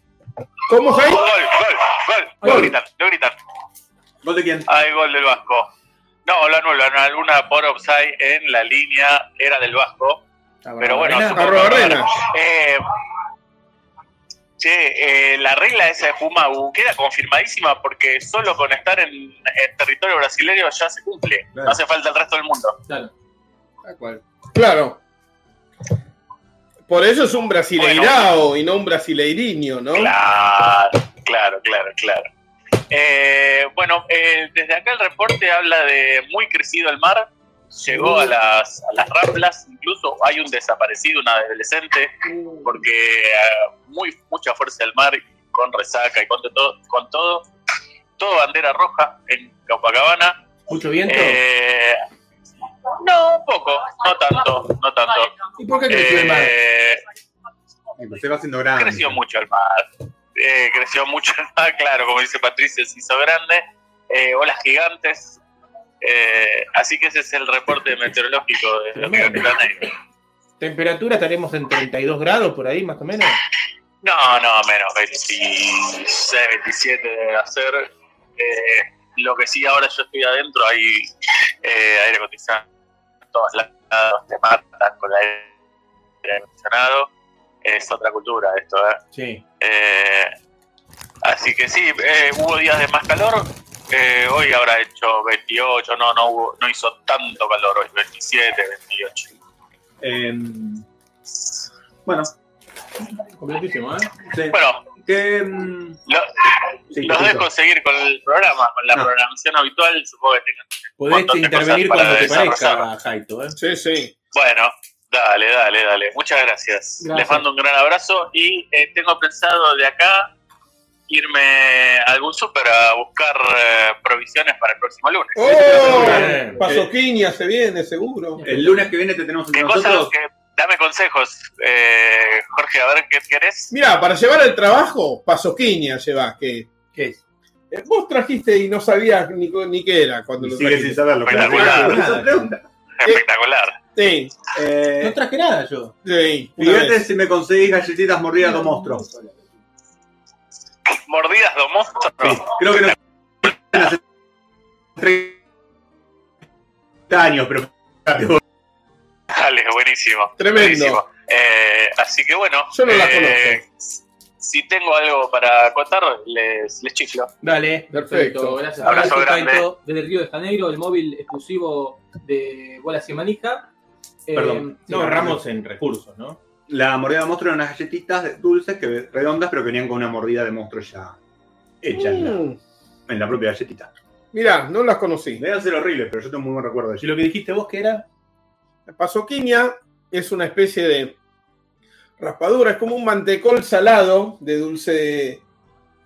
¿Cómo, Jaime?
Gol, gol, gol,
Gol.
lo gritan, lo gritan.
¿Vos de quién?
Ay, gol del Vasco. No, lo anulan. Alguna por offside en la línea era del Vasco. Pero bueno,
Arena.
supongo
Arroba
que-
Arena.
Eh, che, eh, la regla esa de Fumagu queda confirmadísima porque solo con estar en, en territorio brasileño ya se cumple.
Claro.
No hace falta el resto del mundo.
Claro.
Tal cual.
Claro. Por eso es un brasileirao y no un brasileirinho, ¿no?
Claro, claro, claro, claro. Eh, bueno, eh, desde acá el reporte habla de muy crecido el mar. Llegó a las, a las ramblas, incluso hay un desaparecido, un adolescente, porque eh, muy mucha fuerza del mar, con resaca y con de todo, con todo, todo bandera roja en Copacabana.
Mucho viento.
Eh, no, un poco, no tanto, no tanto.
¿Y por qué creció el mar?
Eh,
Se va haciendo grande.
Creció mucho el mar. Eh, creció mucho el mar, claro, como dice Patricia, se hizo grande. Eh, olas gigantes. Eh, así que ese es el reporte meteorológico de los
Tremendo.
Gigantes.
Temperatura estaremos en 32 grados por ahí, más o menos.
No, no, menos 26, 27 debe hacer. Eh, lo que sí, ahora yo estoy adentro, hay eh, aire acondicionado en todos lados, te matan con el aire acondicionado. Es otra cultura esto, ¿eh?
Sí.
Eh, así que sí, eh, hubo días de más calor. Eh, hoy habrá hecho 28, no, no, hubo, no hizo tanto calor hoy, 27, 28.
Em, bueno,
Completísimo, ¿eh?
sí.
Bueno,
Que, em,
lo-
sí,
los
sí,
dejo seguir con el programa, con la
Ah.
programación habitual, supongo que tengan.
Podés
Montón de
intervenir
cosas
cuando
para
te parezca,
desarrollar.
Jaito. ¿eh?
Sí, sí.
Bueno, dale, dale, dale. Muchas gracias.
Gracias.
Les mando un gran abrazo y eh, tengo pensado de acá irme a algún súper a buscar eh, provisiones para el próximo lunes.
¡Oh!
Bien.
Pasoquiña se viene, seguro.
El lunes que viene te tenemos
¿Qué
entre
cosas?
nosotros.
Que, dame consejos, eh, Jorge, a ver qué querés.
Mira, para llevar al trabajo, pasoquiña llevas, que
¿Qué es?
eh, vos trajiste y no sabías ni, co- ni qué era cuando
Y
lo
sigue sin
trajiste.
saberlo. pero-
Espectacular.
Por eso pregunta.
Espectacular.
Sí,
Eh,
No traje nada yo.
sí. una
Fíjate
vez.
si me conseguís galletitas mordidas con monstruo.
Mordidas de monstruo.
Sí, creo que no hace 30 años, pero fíjate vos.
Dale, buenísimo.
Tremendo.
buenísimo. Eh, así que bueno.
Yo no la
eh, Si tengo algo para contar, les, les chiflo.
Dale, perfecto.
Perfecto.
Gracias.
Abrazo grande.
Taito, desde Río de Janeiro, el móvil exclusivo de Bolas y Manija. Eh,
Perdón.
No ahorramos en recursos, ¿no?
La mordida de monstruo eran unas galletitas dulces que redondas, pero que venían con una mordida de monstruo ya hecha en, la,
Mm,
en la propia galletita.
Mirá, no las conocí.
Deben ser horribles, pero yo tengo muy buen recuerdo de
Si
ello.
lo que dijiste vos que era,
La pasoquiña es una especie de raspadura, es como un mantecol salado de dulce.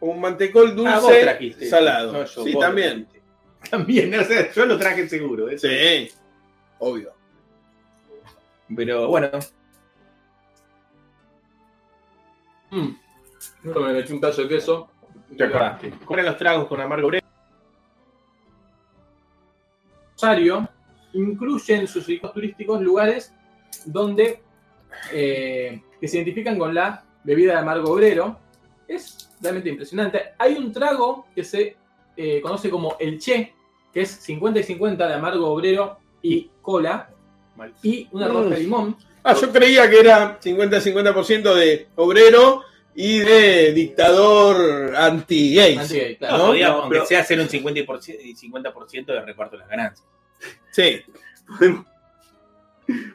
Un mantecol
Ah, vos
dulce
trajiste.
salado.
No, yo,
sí,
vos
también.
también, o sea, yo lo traje seguro. ¿eh?
Sí, obvio.
Pero bueno,
mm. Yo me eché un pedazo de queso.
te acordaste. ¿Cómo eran los tragos con amargo Bre-
Rosario incluye en sus circuitos turísticos lugares donde eh, que se identifican con la bebida de amargo obrero. Es realmente impresionante. Hay un trago que se eh, conoce como el Che, que es 50 y 50 de amargo obrero y cola,
Mal.
y una
Mm.
roja de limón.
Ah, yo creía que era 50-50% de obrero y de dictador anti-gay.
Anti-gay, claro.
No, podíamos,
no,
aunque
pero-
sea hacer un 50%, y 50 de reparto de las ganancias.
Sí,
Podemos,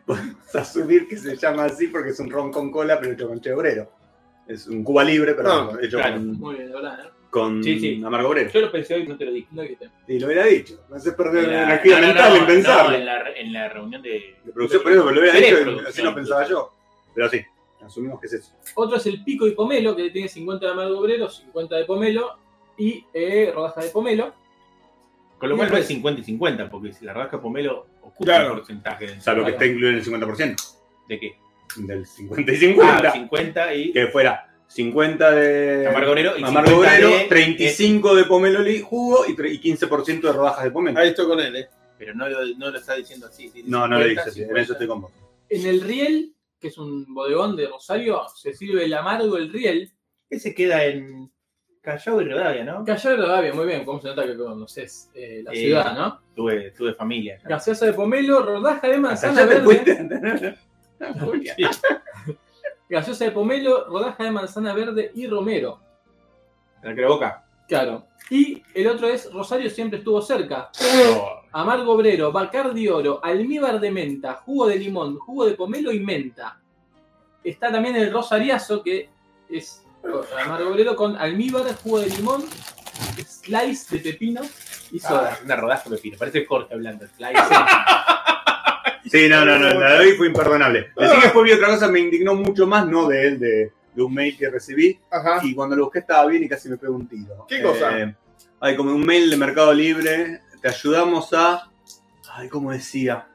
podemos asumir que se llama así porque es un ron con cola, pero hecho con che obrero. Es un Cuba libre, pero
Ah,
hecho
claro.
con,
Muy bien, la verdad. ¿eh?
con
Sí, sí.
amargo obrero.
Yo lo pensé hoy y no te lo dije.
No hay que tener.
Y lo hubiera dicho. Me hace perder
La-
energía
no, no,
mental
no,
en pensarlo.
no, en, la, en la reunión de.
de producción, por eso me lo hubiera
Tres
dicho,
producciones.
así lo pensaba yo. Pero sí, asumimos que es eso.
Otro es el pico y pomelo, que tiene 50 de amargo obrero, 50 de pomelo y eh, rodaja de pomelo.
Con lo cual no es 50 y 50, porque si la rasca pomelo ocupa
Claro.
un porcentaje del-
Salvo que
Claro.
esté incluido en el 50%,
de qué?
del 50
Ah,
y 50,
50 y.
que fuera 50 de
Amargo Obrero y
Amargo
50
Obrero,
de- este.
35 de pomelo li- jugo y tre- y 15% de rodajas de pomelo.
ahí estoy con él. eh.
Pero no lo, no lo está diciendo así. dice
no, no lo
50,
dices así, en
50.
eso estoy con vos.
En el riel, que es un bodegón de Rosario, se sirve el amargo el riel.
Ese queda en. Callao y Rivadavia, ¿no?
Cayó de Rivadavia, muy bien, cómo se nota que conoces eh, la
Eh,
ciudad, ¿no?
Tuve, tuve familia. acá.
Gaseosa de pomelo, rodaja de manzana
Allá te
verde.
fuiste.
Sí.
Gaseosa de pomelo, rodaja de manzana verde y romero.
La Creboca.
Claro. Y el otro es Rosario siempre estuvo cerca. Amargo obrero, bacardi oro, almíbar de menta, jugo de limón, jugo de pomelo y menta. Está también el rosariazo que es amargo obrero con almíbar, jugo de limón, slice de pepino y soda.
Ah, una rodaja de pepino. Parece Jorge hablando.
Sí, no, no, no, la de hoy fue imperdonable. Así que después vi otra cosa, me indignó mucho más, no de él, de, de un mail que recibí.
Ajá.
Y cuando lo busqué estaba bien y casi me pegó un tiro.
Ah. ¿Qué cosa?
Eh, hay como un mail de Mercado Libre, te ayudamos a... Ay, ¿cómo decía?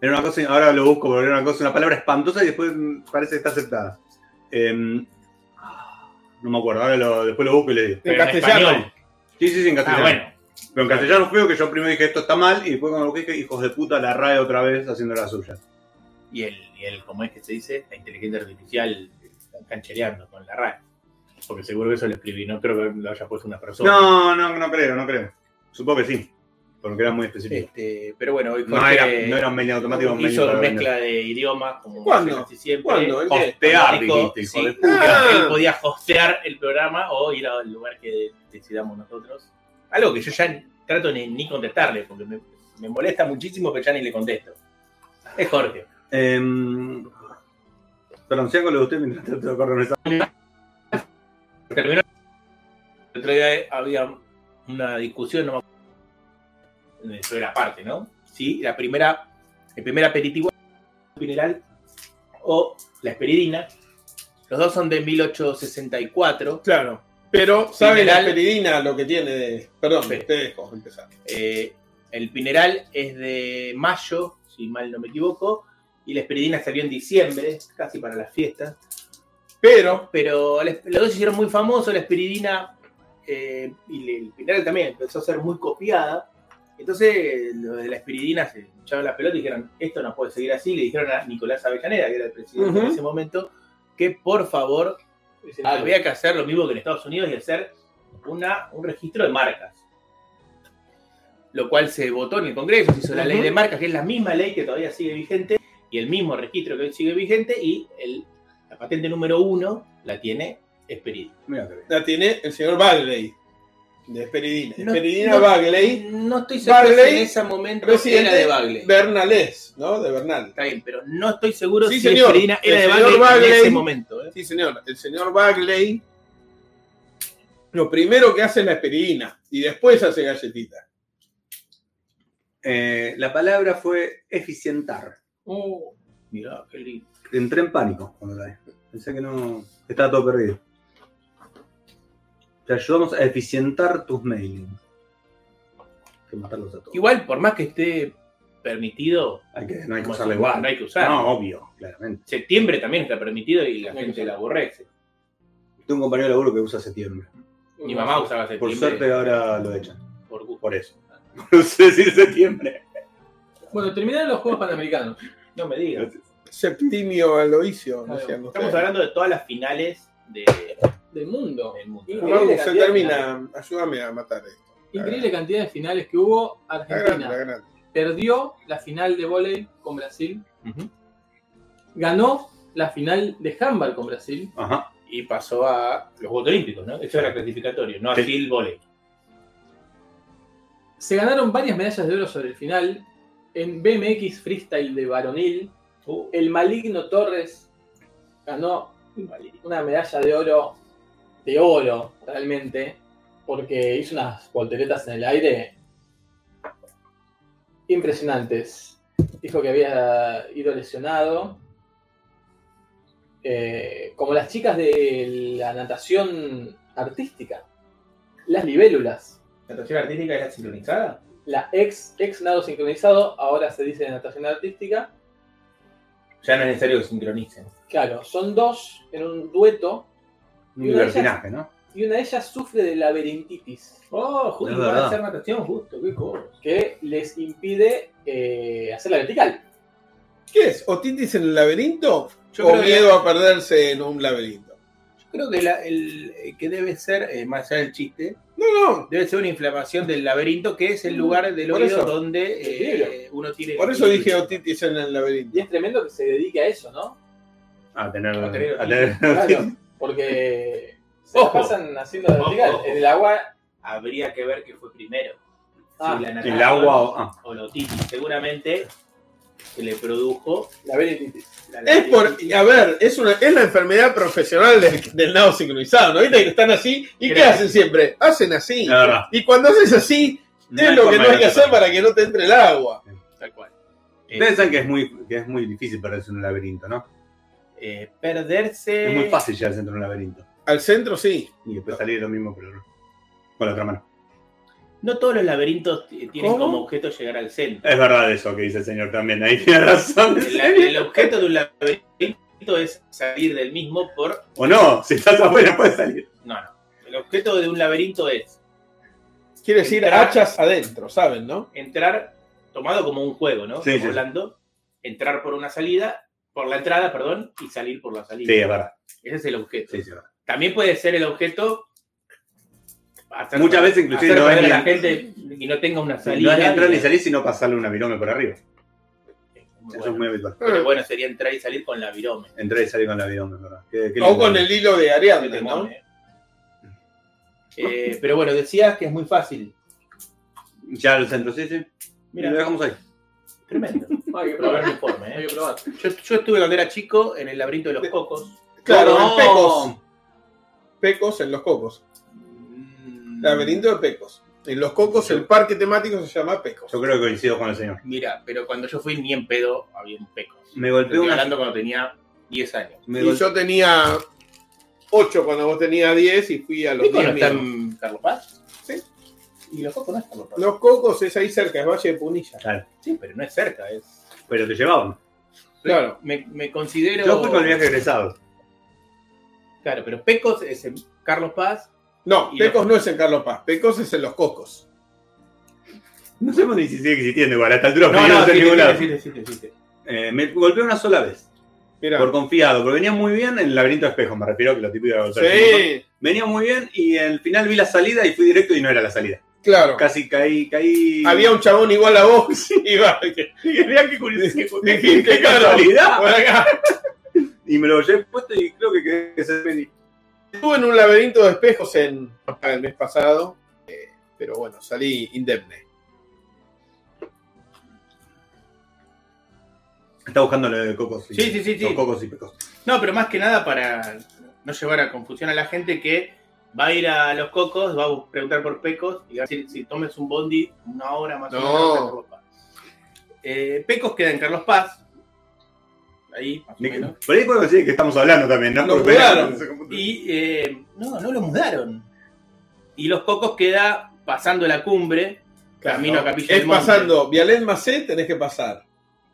Era una cosa, ahora lo busco, porque era una cosa, una palabra espantosa y después mm, parece que está aceptada. Em, ah, no me acuerdo, ahora lo- después lo busco y le digo.
En castellano.
Sí, sí, sí, en
Ah,
castellano.
bueno.
Pero en castellano feo que yo primero dije esto está mal y después cuando lo busqué dije, hijos de puta, la RAE otra vez haciendo la suya.
Y el, y el, como es que se dice, la inteligencia artificial están canchereando con la RAE. Porque seguro que eso lo escribí, no creo que lo haya puesto una persona.
No, no, no creo, no creo. Supongo que sí, porque era muy específico.
Este, pero bueno, hoy
no,
Jorge
era, no era un mail automático, era un mail
hizo
para vender.
mezcla de idiomas, como
¿Cuándo?
hace casi siempre.
¿Cuándo? ¿El qué?
Hostear,
Dijo,
dijiste, hijo
sí,
de puta.
que él podía hostear el programa o ir al lugar que decidamos nosotros. Algo que yo ya trato ni, ni contestarle, porque me, me molesta muchísimo, pero ya ni le contesto. Es Jorge.
Em, perdón, sigan con lo de usted mientras trato de acordarme esa-
Terminó. El otro día había una discusión, no me acuerdo, sobre la parte, ¿no? Sí, la primera, el primer aperitivo mineral o la esperidina. Los dos son de 1864.
Claro. Pero, ¿sabe
Mineral.
la peridina lo que tiene de.? Perdón,
Sí.
te dejo empezar.
Eh, el Pineral es de mayo, si mal no me equivoco, y la Esperidina salió en diciembre, casi para las fiestas.
Pero,
Pero la- los dos se hicieron muy famosos, la Esperidina eh, y el Pineral también empezó a ser muy copiada. Entonces, los de la Esperidina se echaron la pelota y dijeron: Esto no puede seguir así. Le dijeron a Nicolás Avellaneda, que era el presidente en
Ujú.
ese momento, que por favor había que hacer lo mismo que en Estados Unidos y hacer una, un registro de marcas. Lo cual se votó en el Congreso, se hizo la ley de marcas, que es la misma ley que todavía sigue vigente, y el mismo registro que hoy sigue vigente, y el, la patente número uno la tiene Esperid.
Mira que bien.
la tiene el señor Bagley. De Peridina.
No,
Peridina
no.
Bagley.
No estoy seguro
Bagley,
si en ese momento
Presidente
era de Bagley.
Bernalés, ¿no? De Bernal.
Está bien, pero no estoy seguro
Sí,
si
señor.
Esperidina era
El
de
señor
Bagley, en ese
Bagley.
momento. ¿eh?
Sí, señor. El señor Bagley. Lo primero que hace es la Peridina. Y después hace galletita.
Eh, la palabra fue eficientar.
Oh,
Mirá, qué lindo.
Entré en pánico cuando la vi. Pensé que no. que Estaba todo perdido. Te ayudamos a eficientar tus mailings. Hay que matarlos a todos.
Igual, por más que esté permitido,
Hay que, no hay que
como
usarlo
es-
igual.
no hay que usarlo.
No, obvio, claramente.
septiembre también está permitido y la
No hay que
gente
usar.
la aborrece.
Tengo un compañero de laburo que usa septiembre.
Mi mamá usaba
Por
septiembre.
suerte ahora lo echan.
Por gusto.
Por eso. No sé decir septiembre.
Bueno, terminaron los Juegos Panamericanos.
No me digas.
Septimio Aloisio.
Claro,
decían
Estamos
ustedes.
hablando de todas las finales de-
Del mundo.
del mundo.
Increíble
Vamos, se
cantidad de finales.
termina. Ayúdame a matar esto.
Increíble cantidad de finales que hubo.
La grande, la
Argentina
grande.
perdió la final de vóley con Brasil.
Ujú.
Ganó la final de handball con Brasil.
Ajá.
Y pasó a los Juegos Olímpicos, ¿no? Eso era clasificatorio, no así el volei.
Se ganaron varias medallas de oro sobre el final. En BMX Freestyle de Varonil,
Uh,
el maligno Torres ganó una medalla de oro, de oro realmente, porque hizo unas volteretas en el aire impresionantes. Dijo que había ido lesionado. Eh, como las chicas de la natación artística, las libélulas.
¿Natación artística era sincronizada?
La ex, ex nado sincronizado, ahora se dice natación artística.
Ya no es necesario que sincronicen.
Claro, son dos en un dueto
Un
Y una de ellas-
libertinaje, ¿no?
y una de ellas sufre de laberintitis,
Oh, justo
Es
van a
verdad.
hacer natación, justo, qué cosa.
que les impide eh, hacer la vertical.
¿Qué es? ¿Otitis en el laberinto?
Yo
¿O
creo que-
miedo a perderse en un laberinto?
Yo creo que la- el, eh, que debe ser, eh, más allá del chiste,
No, no.
debe ser una inflamación del laberinto, que es el lugar del
Por
oído
eso.
donde eh,
Equilibrio.
uno tiene.
Por eso dije otitis en el laberinto.
Y es tremendo que se dedique a eso, ¿no?
A tener.
A tener-
Ah, a tener-
Claro, porque se la
Ojo.
pasan haciendo la
Ojo,
vertical.
ojo.
En el agua.
Habría que ver qué fue primero.
Ah,
la
el agua o. ah,
o la otitis. Seguramente se le produjo
la verititis.
la
Es por,
laberintitis.
a ver, es, una, es la enfermedad profesional del, del nado sincronizado, ¿no? ¿Viste que están así? ¿Y qué hacen siempre? Hacen así.
La verdad.
Y cuando haces así, es
hay
lo que
forma
no
de
hay que hacer para que no te entre el agua.
Tal cual. Eh,
Ustedes saben que es muy, que es muy difícil perderse en un laberinto, ¿no?
eh, perderse.
Eh.
Es muy fácil llegar al centro de un laberinto.
Al centro sí.
Y después salir lo mismo, pero no. Con la otra mano.
No todos los laberintos t- tienen
¿Cómo?
como objeto llegar al centro.
Es verdad eso que dice el señor también. Ahí tiene razón.
El, la- el objeto de un laberinto es salir del mismo por.
O no, si estás afuera puedes salir.
No, no. El objeto de un laberinto es
Quiere decir
Entrar.
hachas adentro, ¿saben, no?
entrar, tomado como un juego, ¿no?
Sí,
Estamos
sí.
hablando, entrar por una salida, por la entrada, perdón, y salir por la salida.
Sí, es verdad.
Ese es el objeto.
Sí, sí, es verdad.
También puede ser el objeto. hacer-
Muchas veces inclusive
hacer
no es
perder a la
ni-
gente y no tenga una
no
salida.
es ni entrar ni
y-
salir, sino pasarle una virome por arriba.
Muy
Eso es
bueno.
muy habitual.
Pero bueno, sería entrar y salir con la virome.
Entrar y salir con la virome, es ¿verdad? Qué- qué
O
lindo.
con el hilo de Ariadne, ¿no?
Eh, pero bueno, decías que es muy fácil.
Ya al centro, sí, sí.
Mira.
Y lo dejamos ahí.
Tremendo.
Hay que
Voy a ver
probar.
mi informe,
Hay
¿eh?
que probar.
Yo, yo estuve cuando era chico en el laberinto de los cocos.
Claro,
No.
en pecos. Pecos en los cocos. Mm, Laberinto de pecos. En los cocos el parque temático se llama pecos.
Yo creo que coincido con el señor.
Mira, pero cuando yo fui ni en pedo había un peco.
Me golpeó
Estoy
una.
hablando cuando tenía 10 años.
Me
Y
golpeó.
yo tenía 8 cuando vos tenías 10 y fui a los
¿Los
10
no está
mismos.
en Carlos Paz?
Sí.
Y los cocos no es Carlos Paz.
Los cocos es ahí cerca, es Valle de Punilla.
Sí, pero no es cerca. Es...
Pero te llevaban.
Claro.
Me, me considero.
Yo fui con el viaje egresado.
Claro, pero Pecos es en Carlos Paz.
No,
Y
Pecos no es en Carlos Paz, Pecos es en los cocos.
No sabemos ni si sigue existiendo igual. A esta altura
No,
no,
no,
sé
sí,
en
sí,
ningún lado.
sí, sí, sí, sí, sí.
Eh, me golpeó una sola vez.
Mira.
Por confiado. Porque venía muy bien en el laberinto de espejos. Me refiero que lo típico era golpear el mundo.
Sí,
Venía muy bien y al final vi la salida y fui directo y no era la salida.
claro.
Casi caí, caí.
Había un chabón igual a vos. Iba, que,
Mirá qué curioso.
que- que- que-
Qué casualidad.
por acá.
Y me lo llevé puesto y creo que quedé que se me-
Estuve en un laberinto de espejos en el mes pasado, eh, pero bueno, salí indemne.
Está buscando lo de cocos. y-
Sí, sí, sí, sí.
los Cocos y pecos.
No, pero más que nada para no llevar a confusión a la gente que va a ir a los cocos, va a preguntar por pecos y va a decir si tomes un bondi una hora más
No.
o menos. a Carlos Paz. Eh, pecos queda en Carlos Paz. Ahí, más o menos.
Por ahí podemos decir que estamos hablando también, ¿no?
Nos
Porque-
mudaron.
Y eh, no, no lo mudaron. Y los cocos queda pasando la cumbre, camino a Capilla
Es
del Monte.
pasando, Vialet Macé tenés que pasar,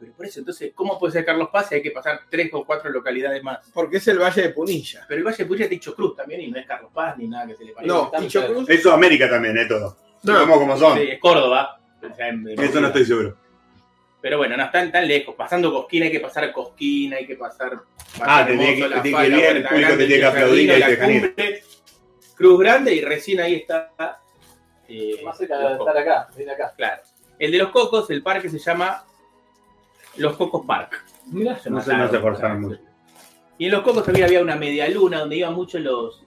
Pero por eso, entonces, ¿cómo puede ser Carlos Paz si hay que pasar tres o cuatro localidades más?
porque es el Valle de Punilla.
Pero el Valle de Puya es Dicho Cruz también y no es Carlos Paz ni nada que se le parezca.
No,
Está-
Dicho Cruz.
Es Sudamérica también, ¿eh? Todo.
No.
Como, como son.
Sí, es Córdoba. O sea, en- en-
Eso no estoy seguro.
Pero bueno, no están tan lejos. Pasando Cosquín hay que pasar Cosquín, hay que pasar. Valle
Ah, te tiene
Hermoso,
que-
La
te tiene
Fala,
que leer, el
Huerta
público te
Grande,
tiene que
Villa
aplaudir y
Jardino,
te
La
dejan ir.
Cumbre, Cruz Grande y recién ahí está. eh,
Más cerca
Los
de
Cocos.
estar acá, de acá.
Claro. El de los Cocos, el parque se llama Los Cocos Park.
Mirá,
No se, no se forzaron mucho.
Y en Los Cocos también había una media luna donde iban muchos los,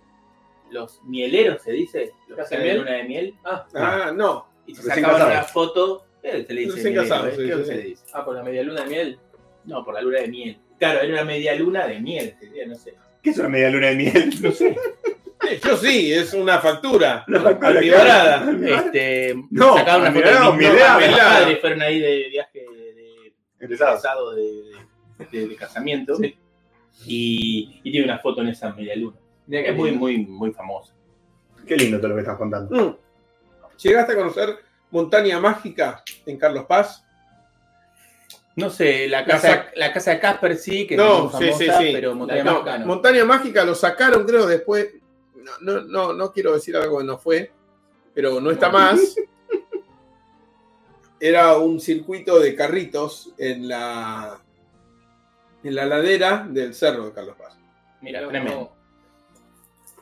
los mieleros, se dice. Los que
¿Hacen
hacen la
miel?
luna de miel.
Ah, no.
Y se
Recién
sacaban
casados.
una foto. eh, Se le dice.
Recién
mielero,
casados,
eh,
sí,
creo
sí,
que se
sí.
le dice.
Ah, por la media luna de miel.
No, por la luna de miel. Claro, era una media luna de miel, sería, no sé.
¿Qué es una media luna de miel?
No sé.
Eh, Yo sí, es una factura.
Una factura,
Almibarada.
Este,
No,
sacaron una foto de
mirá,
mis-
mirá,
no, mis
mirá.
Ah, padres fueron ahí de viaje de
Egresados.
casado, de, de- de- de casamiento. Y, y tiene una foto en esa media luna.
Mirá que
Es muy, muy, muy famosa.
Qué lindo todo lo que estás contando.
Mm. ¿Llegaste a conocer Montaña Mágica en Carlos Paz?
No sé, la
casa-
casa, la casa de Casper sí, que
No,
es muy
sí,
famosa,
sí, sí.
pero Montaña
No,
Mágica no.
Montaña Mágica lo sacaron, creo, después. No, no, no, no quiero decir algo que no fue, pero no está más. Era un circuito de carritos en la, en la ladera del cerro de Carlos Paz.
Mira,
Mirá,
tremendo.
como-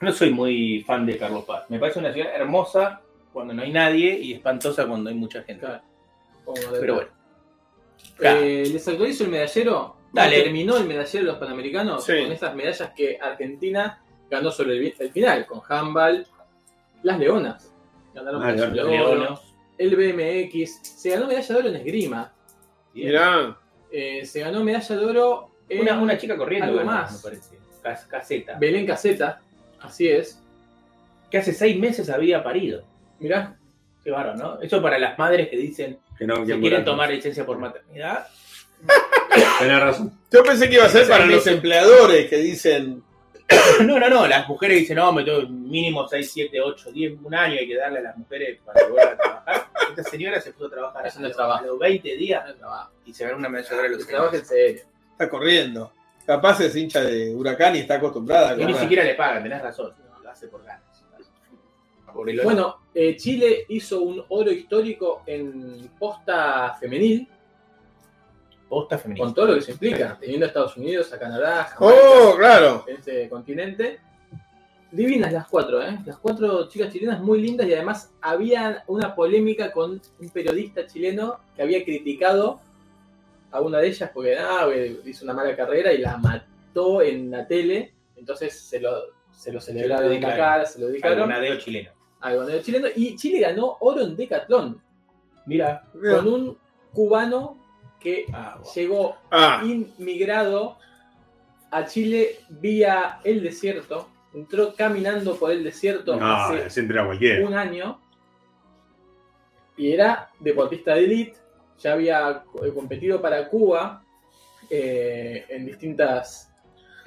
no soy muy fan de Carlos Paz. Me parece una ciudad hermosa cuando no hay nadie y espantosa cuando hay mucha gente.
Claro. Como de-
Pero bueno.
Eh, les actualizo el medallero.
Dale.
Terminó el medallero de los Panamericanos
Sí.
con estas medallas que Argentina ganó sobre el, el final, con handball, las leonas. Ganaron
Ah,
medalla
Leonas.
de oro,
Leonos.
el BMX, se ganó medalla de oro en esgrima,
Mirá,
eh, se ganó medalla de oro en
Una, una chica corriendo.
Algo
ganó,
más.
Me parece. Cas- Caseta.
Belén Caseta, así es.
Que hace seis meses había parido.
Mirá,
Qué bárbaro, ¿no? Eso para las madres que dicen
Que no,
que quieren tomar licencia por maternidad.
Tenés razón.
yo pensé que iba a ser para los empleadores que dicen.
No, no, no. Las mujeres dicen, no, me tengo mínimo 6, 7, 8, 10, un año hay que darle a las mujeres para que vuelvan a trabajar. Esta señora se puso a trabajar
Eso no es
a
trabajo.
los 20 días
el trabajo.
y se ganó una medalla de oro a los
El
6
trabajo en serio.
Está corriendo. Capaz es hincha de huracán y está acostumbrada a
Y ni
ganar.
siquiera le pagan, tenés razón. Lo hace por ganas. Por el honor.
Bueno, eh, Chile hizo un oro histórico en posta femenil,
posta feminista.
con todo lo que se implica, teniendo a Estados Unidos, a Canadá,
Oh,
Jamaica,
claro.
en este continente. Divinas las cuatro, ¿eh? Las cuatro chicas chilenas muy lindas y además había una polémica con un periodista chileno que había criticado a una de ellas porque ah, eh, hizo una mala carrera y la mató en la tele, entonces se lo, se lo celebraron en la
dedicaron.
cara, se lo dedicaron
Algonadeo chileno.
al bandero chileno y Chile ganó oro en decatlón
Mira.
con un cubano que
Ah, bueno.
llegó
Ah,
inmigrado a Chile vía el desierto. Entró caminando por el desierto
No,
hace
se entera cualquiera.
un año y era deportista de elite. Ya había eh, competido para Cuba eh, en distintas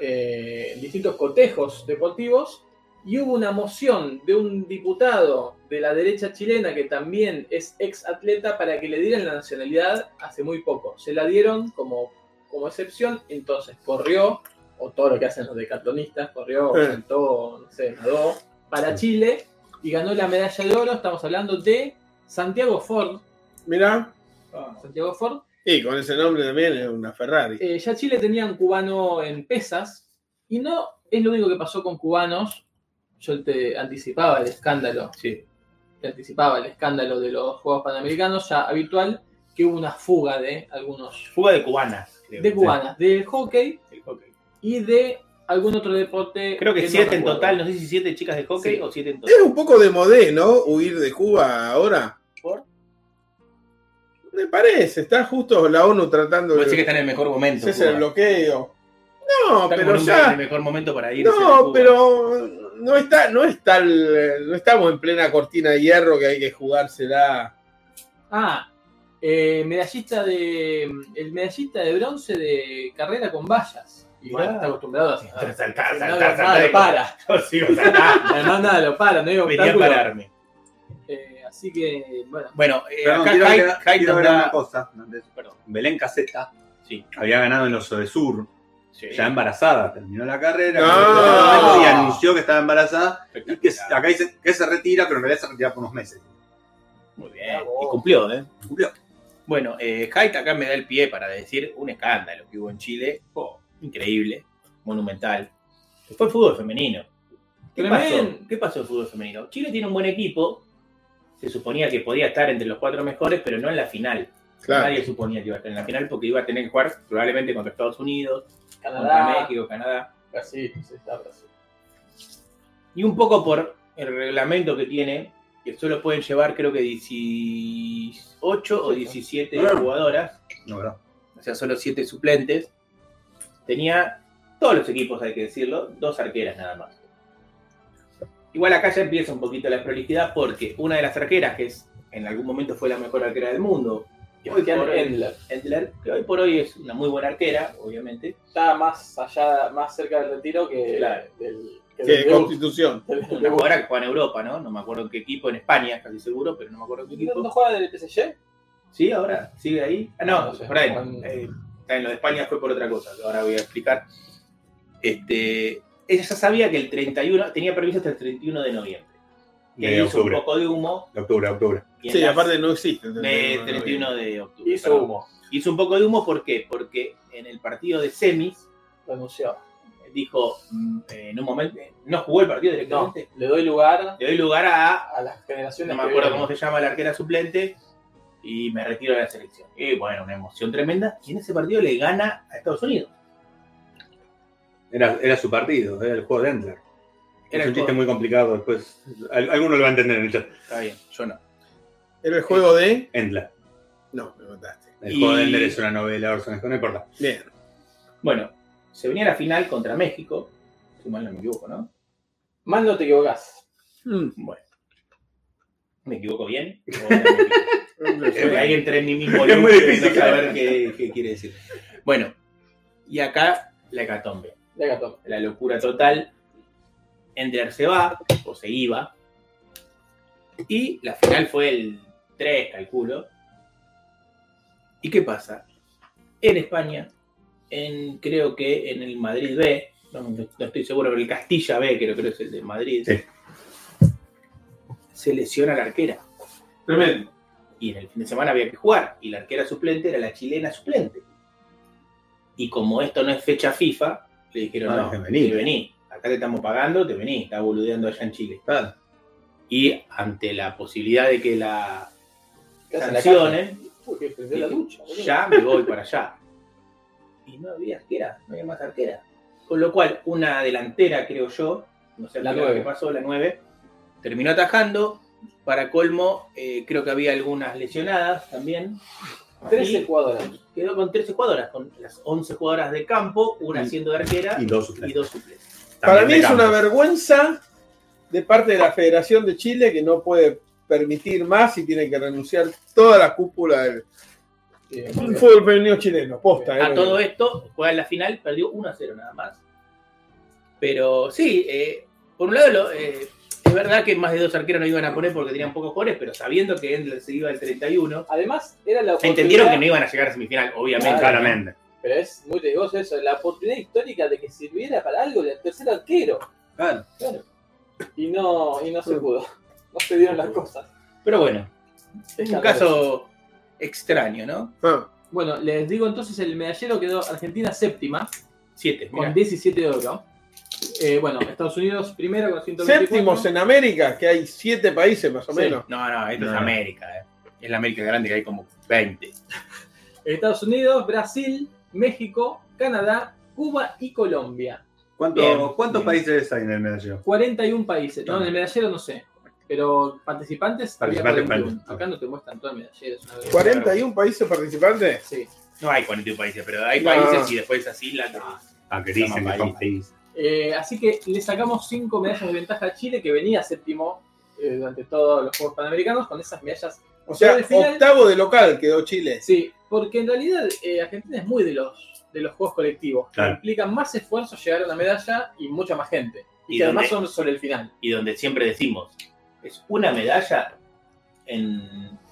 eh, en distintos cotejos deportivos y hubo una moción de un diputado de la derecha chilena que también es ex atleta para que le dieran la nacionalidad hace muy poco. Se la dieron como, como excepción, entonces corrió, o todo lo que hacen los decatlonistas, corrió,
Sí.
saltó, no sé, nadó, para Chile y ganó la medalla de oro. Estamos hablando de Santiago Ford.
mirá.
Santiago Ford.
Y con ese nombre también es una Ferrari.
Eh, ya Chile tenía un cubano en pesas y no es lo único que pasó con cubanos. Yo te anticipaba el escándalo. Sí. Te anticipaba el escándalo de los Juegos Panamericanos, ya habitual, que hubo una fuga de algunos.
Fuga de cubanas. creo.
de cubanas, del hockey
Sí, el hockey.
y de algún otro deporte.
Creo que,
no
siete en
recuerdo.
total, no sé si siete chicas de hockey
Sí.
o siete en total.
Es un poco de modé, ¿no? Huir de Cuba ahora.
¿Por?
Me parece, está justo la ONU tratando
Puede ser que
de
está en el mejor momento.
hacerse el
Cuba.
bloqueo. No,
Está como
pero
nunca en el
ya.
mejor momento para ir.
No, pero no está, no está el- no estamos en plena cortina de hierro que hay que jugársela.
Ah, eh, medallista de. El medallista de bronce de carrera con vallas. Igual
Mirá.
está acostumbrado a. a-
Saltar, saltar,
nada-
saltar,
nada lo
saltar.
para.
Yo sigo saltando.
Además, nada lo para, no hay
Venía a
obstáculo.
pararme.
Eh, así que, bueno,
Bueno, eh,
Perdón,
acá
quiero,
Hyde-
agregar-
Hyde
quiero
nos
agregar
da-
una cosa. antes.
Perdón.
Belén Caseta
Sí.
había ganado en los Sur,
Sí.
ya embarazada. Terminó la carrera
No.
comenzó el y anunció que estaba embarazada. Y que
Espectacular.
acá dice que se retira, pero en realidad se retira por unos meses.
Muy bien. Y cumplió, ¿eh?
Cumplió.
Bueno, eh, Haidt acá me da el pie para decir un escándalo que hubo en Chile. Oh, increíble, monumental. Que Fue el fútbol femenino. ¿Qué pasó?
Tremendo.
¿Qué pasó en el fútbol femenino? Chile tiene un buen equipo. Se suponía que podía estar entre los cuatro mejores, pero no en la final.
Claro.
Nadie suponía que iba a estar en la final porque iba a tener que jugar probablemente contra Estados Unidos, contra
Canadá,
México, Canadá.
Brasil, sí, está Brasil.
Y un poco por el reglamento que tiene, que solo pueden llevar creo que 18 o 17 jugadoras,
No, ¿verdad?
o sea, solo 7 suplentes. Tenía todos los equipos, hay que decirlo, dos arqueras nada más. Igual acá ya empieza un poquito la prolijidad porque una de las arqueras, que es, en algún momento fue la mejor arquera del mundo, que hoy
Christian
por hoy,
Endler.
Endler, que hoy por hoy es una muy buena arquera, obviamente,
Está más allá, más cerca del retiro que
Claro.
del, que del
Que
debut.
constitución.
Del
una
debut.
jugadora que juega en Europa, ¿no? No me acuerdo en qué equipo, en España casi seguro, pero no me acuerdo en qué equipo.
¿No, no juega del PSG?
Sí, ahora sigue ahí. Ah,
No,
no,
se
por ahí no.
fue en-
Eh, está en lo de España fue por otra cosa, que ahora voy a explicar. Este, ella ya sabía que el 31, tenía permiso hasta el 31 de noviembre. Que
De
hizo
octubre.
un poco de humo.
De octubre, de octubre.
y en
Sí,
las-
aparte no existe.
De 31 de octubre.
Hizo
perdón.
humo.
Hizo un poco de humo, ¿por qué? Porque en el partido de semis
Renunció.
eh, dijo mm, eh, en un momento, eh, no jugó el partido
No,
directamente.
le doy lugar
Le doy lugar a,
a las generaciones.
no me
que
acuerdo
vienen.
cómo se llama la arquera suplente, y me retiro de la selección. Y bueno, una emoción tremenda. Y en ese partido le gana a Estados Unidos.
Era, era su partido, era el juego de Endler.
Era
es
el
un chiste
juego.
muy complicado después. Al- alguno lo va a entender en el chat.
Está bien, yo no.
Era el juego de.
Endler.
No, me mataste.
El
Y-
juego de Endler es una novela, Orson Scott, no importa.
Bien.
Bueno, se venía la final contra México. Si mal no me equivoco, ¿no?
Mal no te equivocás.
Mm.
Bueno. ¿Me equivoco bien? ¿O me equivoco? Porque hay entre mí mismo
Es muy
lujo de
difícil,
no saber qué, qué quiere decir. Bueno, y acá la hecatombe,
Ya gató.
la locura total. Endler se va, o se iba, y la final fue el 3, calculo. ¿Y qué pasa? En España, en, creo que en el Madrid B, no, no- no estoy seguro, pero el Castilla B, creo, creo que es el de Madrid,
Sí.
se lesiona la arquera.
Tremendo.
y en el fin de semana había que jugar. Y la arquera suplente era la chilena suplente. Y como esto no es fecha FIFA, le dijeron,
Ah,
no,
que vení".
vení. te vení. Acá te estamos pagando, te vení. Está boludeando allá en Chile.
Ah,
Y ante la posibilidad de que la
¿Qué hacen en la
sancionen,
Porque prendió la ducha. boludo.
ya me voy para allá. Y no había arquera, no había más arquera. Con lo cual, una delantera, creo yo, no sé
La
qué era lo
nueve.
que pasó, la 9, terminó atajando. Para colmo, eh, creo que había algunas lesionadas también.
13
Y-
jugadoras.
quedó con 13 jugadoras, con las 11 jugadoras de campo, una
Y-
siendo de arquera
y
y,
dos suplentes.
dos suplentes.
Para
También
mí
de
es
campo.
una vergüenza de parte de la Federación de Chile que no puede permitir más y tiene que renunciar toda la cúpula del
Sí,
fútbol femenino chileno. Posta, eh,
A
lo
todo
digo.
esto, juega en la final, perdió 1 a 0 nada más. Pero sí, eh, por un lado, lo- eh, es verdad que más de dos arqueros no iban a poner porque tenían pocos jugadores, pero sabiendo que Endler se iba el 31,
Además, era la oportunidad.
entendieron que no iban a llegar a semifinal, obviamente.
Claro.
Claramente.
Pero es muy riesgoso eso. La oportunidad histórica de que sirviera para algo el tercer arquero.
Claro.
Claro. Y no, y no se pudo. No se dieron las cosas.
Pero bueno,
Es
un caso extraño, ¿no?
Ah,
Bueno, les digo entonces, el medallero quedó Argentina séptima,
7.
con 17 de oro. Eh, bueno, Estados Unidos primero con 124.
Séptimos en América, que hay siete países más o
Sí.
menos.
No, no, esto
No,
es
no.
América, eh. Es la América grande que hay como 20.
Estados Unidos, Brasil, México, Canadá, Cuba y Colombia.
¿Cuánto-
Bien,
¿Cuántos
bien.
países hay en el medallero?
41 países. No, en el medallero no sé. Pero participantes, había
Participantes,
41.
cuarenta.
Acá no te muestran todo el medallero. es una vergüenza.
41 países participantes.
Sí.
No hay 41 países, pero hay
No.
países y después así la que
Ah, que dicen que son países.
Eh, así que le sacamos 5 medallas de ventaja a Chile, que venía séptimo eh, durante todos los Juegos Panamericanos, con esas medallas
O sea,
Pero al final-
octavo de local quedó Chile.
Sí, porque en realidad eh, Argentina es muy de los de los juegos colectivos, que
Claro.
implican más esfuerzo llegar a una medalla y mucha más gente. Y,
¿Y
que además
dónde?
son sobre el final.
Y donde siempre decimos, ¿es una medalla en,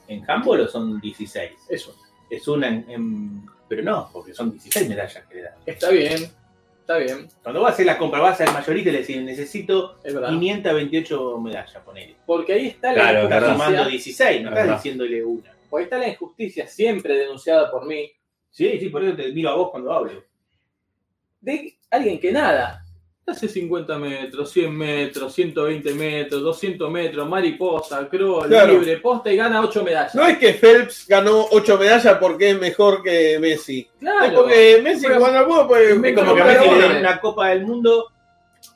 en handball o son 16?
Eso.
Es una en, en- Pero no, porque son 16 medallas que le dan.
Está bien, está bien,
Cuando vas a hacer la compra, vas al mayorista y le decís, necesito
es verdad.
528 medallas, ponele.
Porque ahí está la
Claro,
Estás
Verdad.
sumando
injusticia.
16, no estás
Verdad.
diciéndole una.
Porque está la injusticia siempre denunciada por mí
Sí, sí, por eso te miro a vos cuando hablo.
de alguien que nada. Hace 50 metros, 100 metros, 120 metros, 200 metros, mariposa, crawl,
Claro.
libre, posta y gana 8 medallas.
No es que Phelps ganó ocho medallas porque es mejor que Messi. Es
claro.
porque Messi
Pero-
jugando al fútbol, pues.
Me-
Es como que a
Pero
Messi le
bueno.
den una Copa del Mundo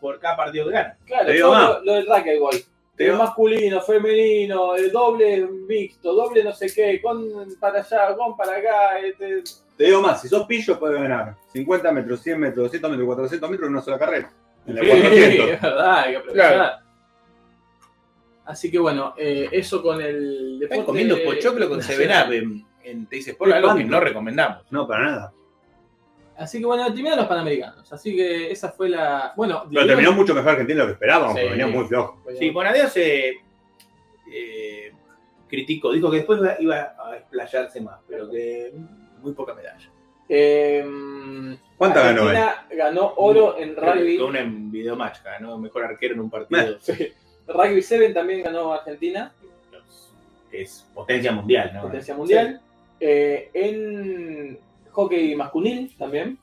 por cada partido que gana.
Claro,
Te digo
todo
más.
lo, lo del racquetball.
Te
El
digo-
masculino, femenino, el doble mixto, doble no sé qué, con para allá, con para acá. Este,
Te digo más, si sos pillo puedes ganar 50 metros, 100 metros, 200 metros, 400 metros en una sola carrera. En la
Sí,
400.
es verdad, hay que aprovechar.
Claro.
Así que bueno, eh, eso con el deporte.
Están comiendo pochoclo con
nacional.
Sevenap en, en Te dice por algo que
¿Cuánto?
no recomendamos.
No, para nada.
Así que bueno, terminaron los panamericanos. Así que esa fue la. Bueno,
Pero terminó mucho mejor Argentina de lo que esperábamos,
Sí.
porque venía muy flojo.
Sí, Bonadeo se eh, criticó, dijo que después iba- iba a explayarse más, pero que muy poca medalla.
Eh,
¿Cuánta ganó él?
Argentina ganó oro en
Creo que
rugby.
Con una en videomatch, ganó mejor arquero en un partido,
Sí. Rugby 7 también ganó Argentina,
que es potencia mundial, ¿no?
potencia mundial. Eh, en hockey masculino también.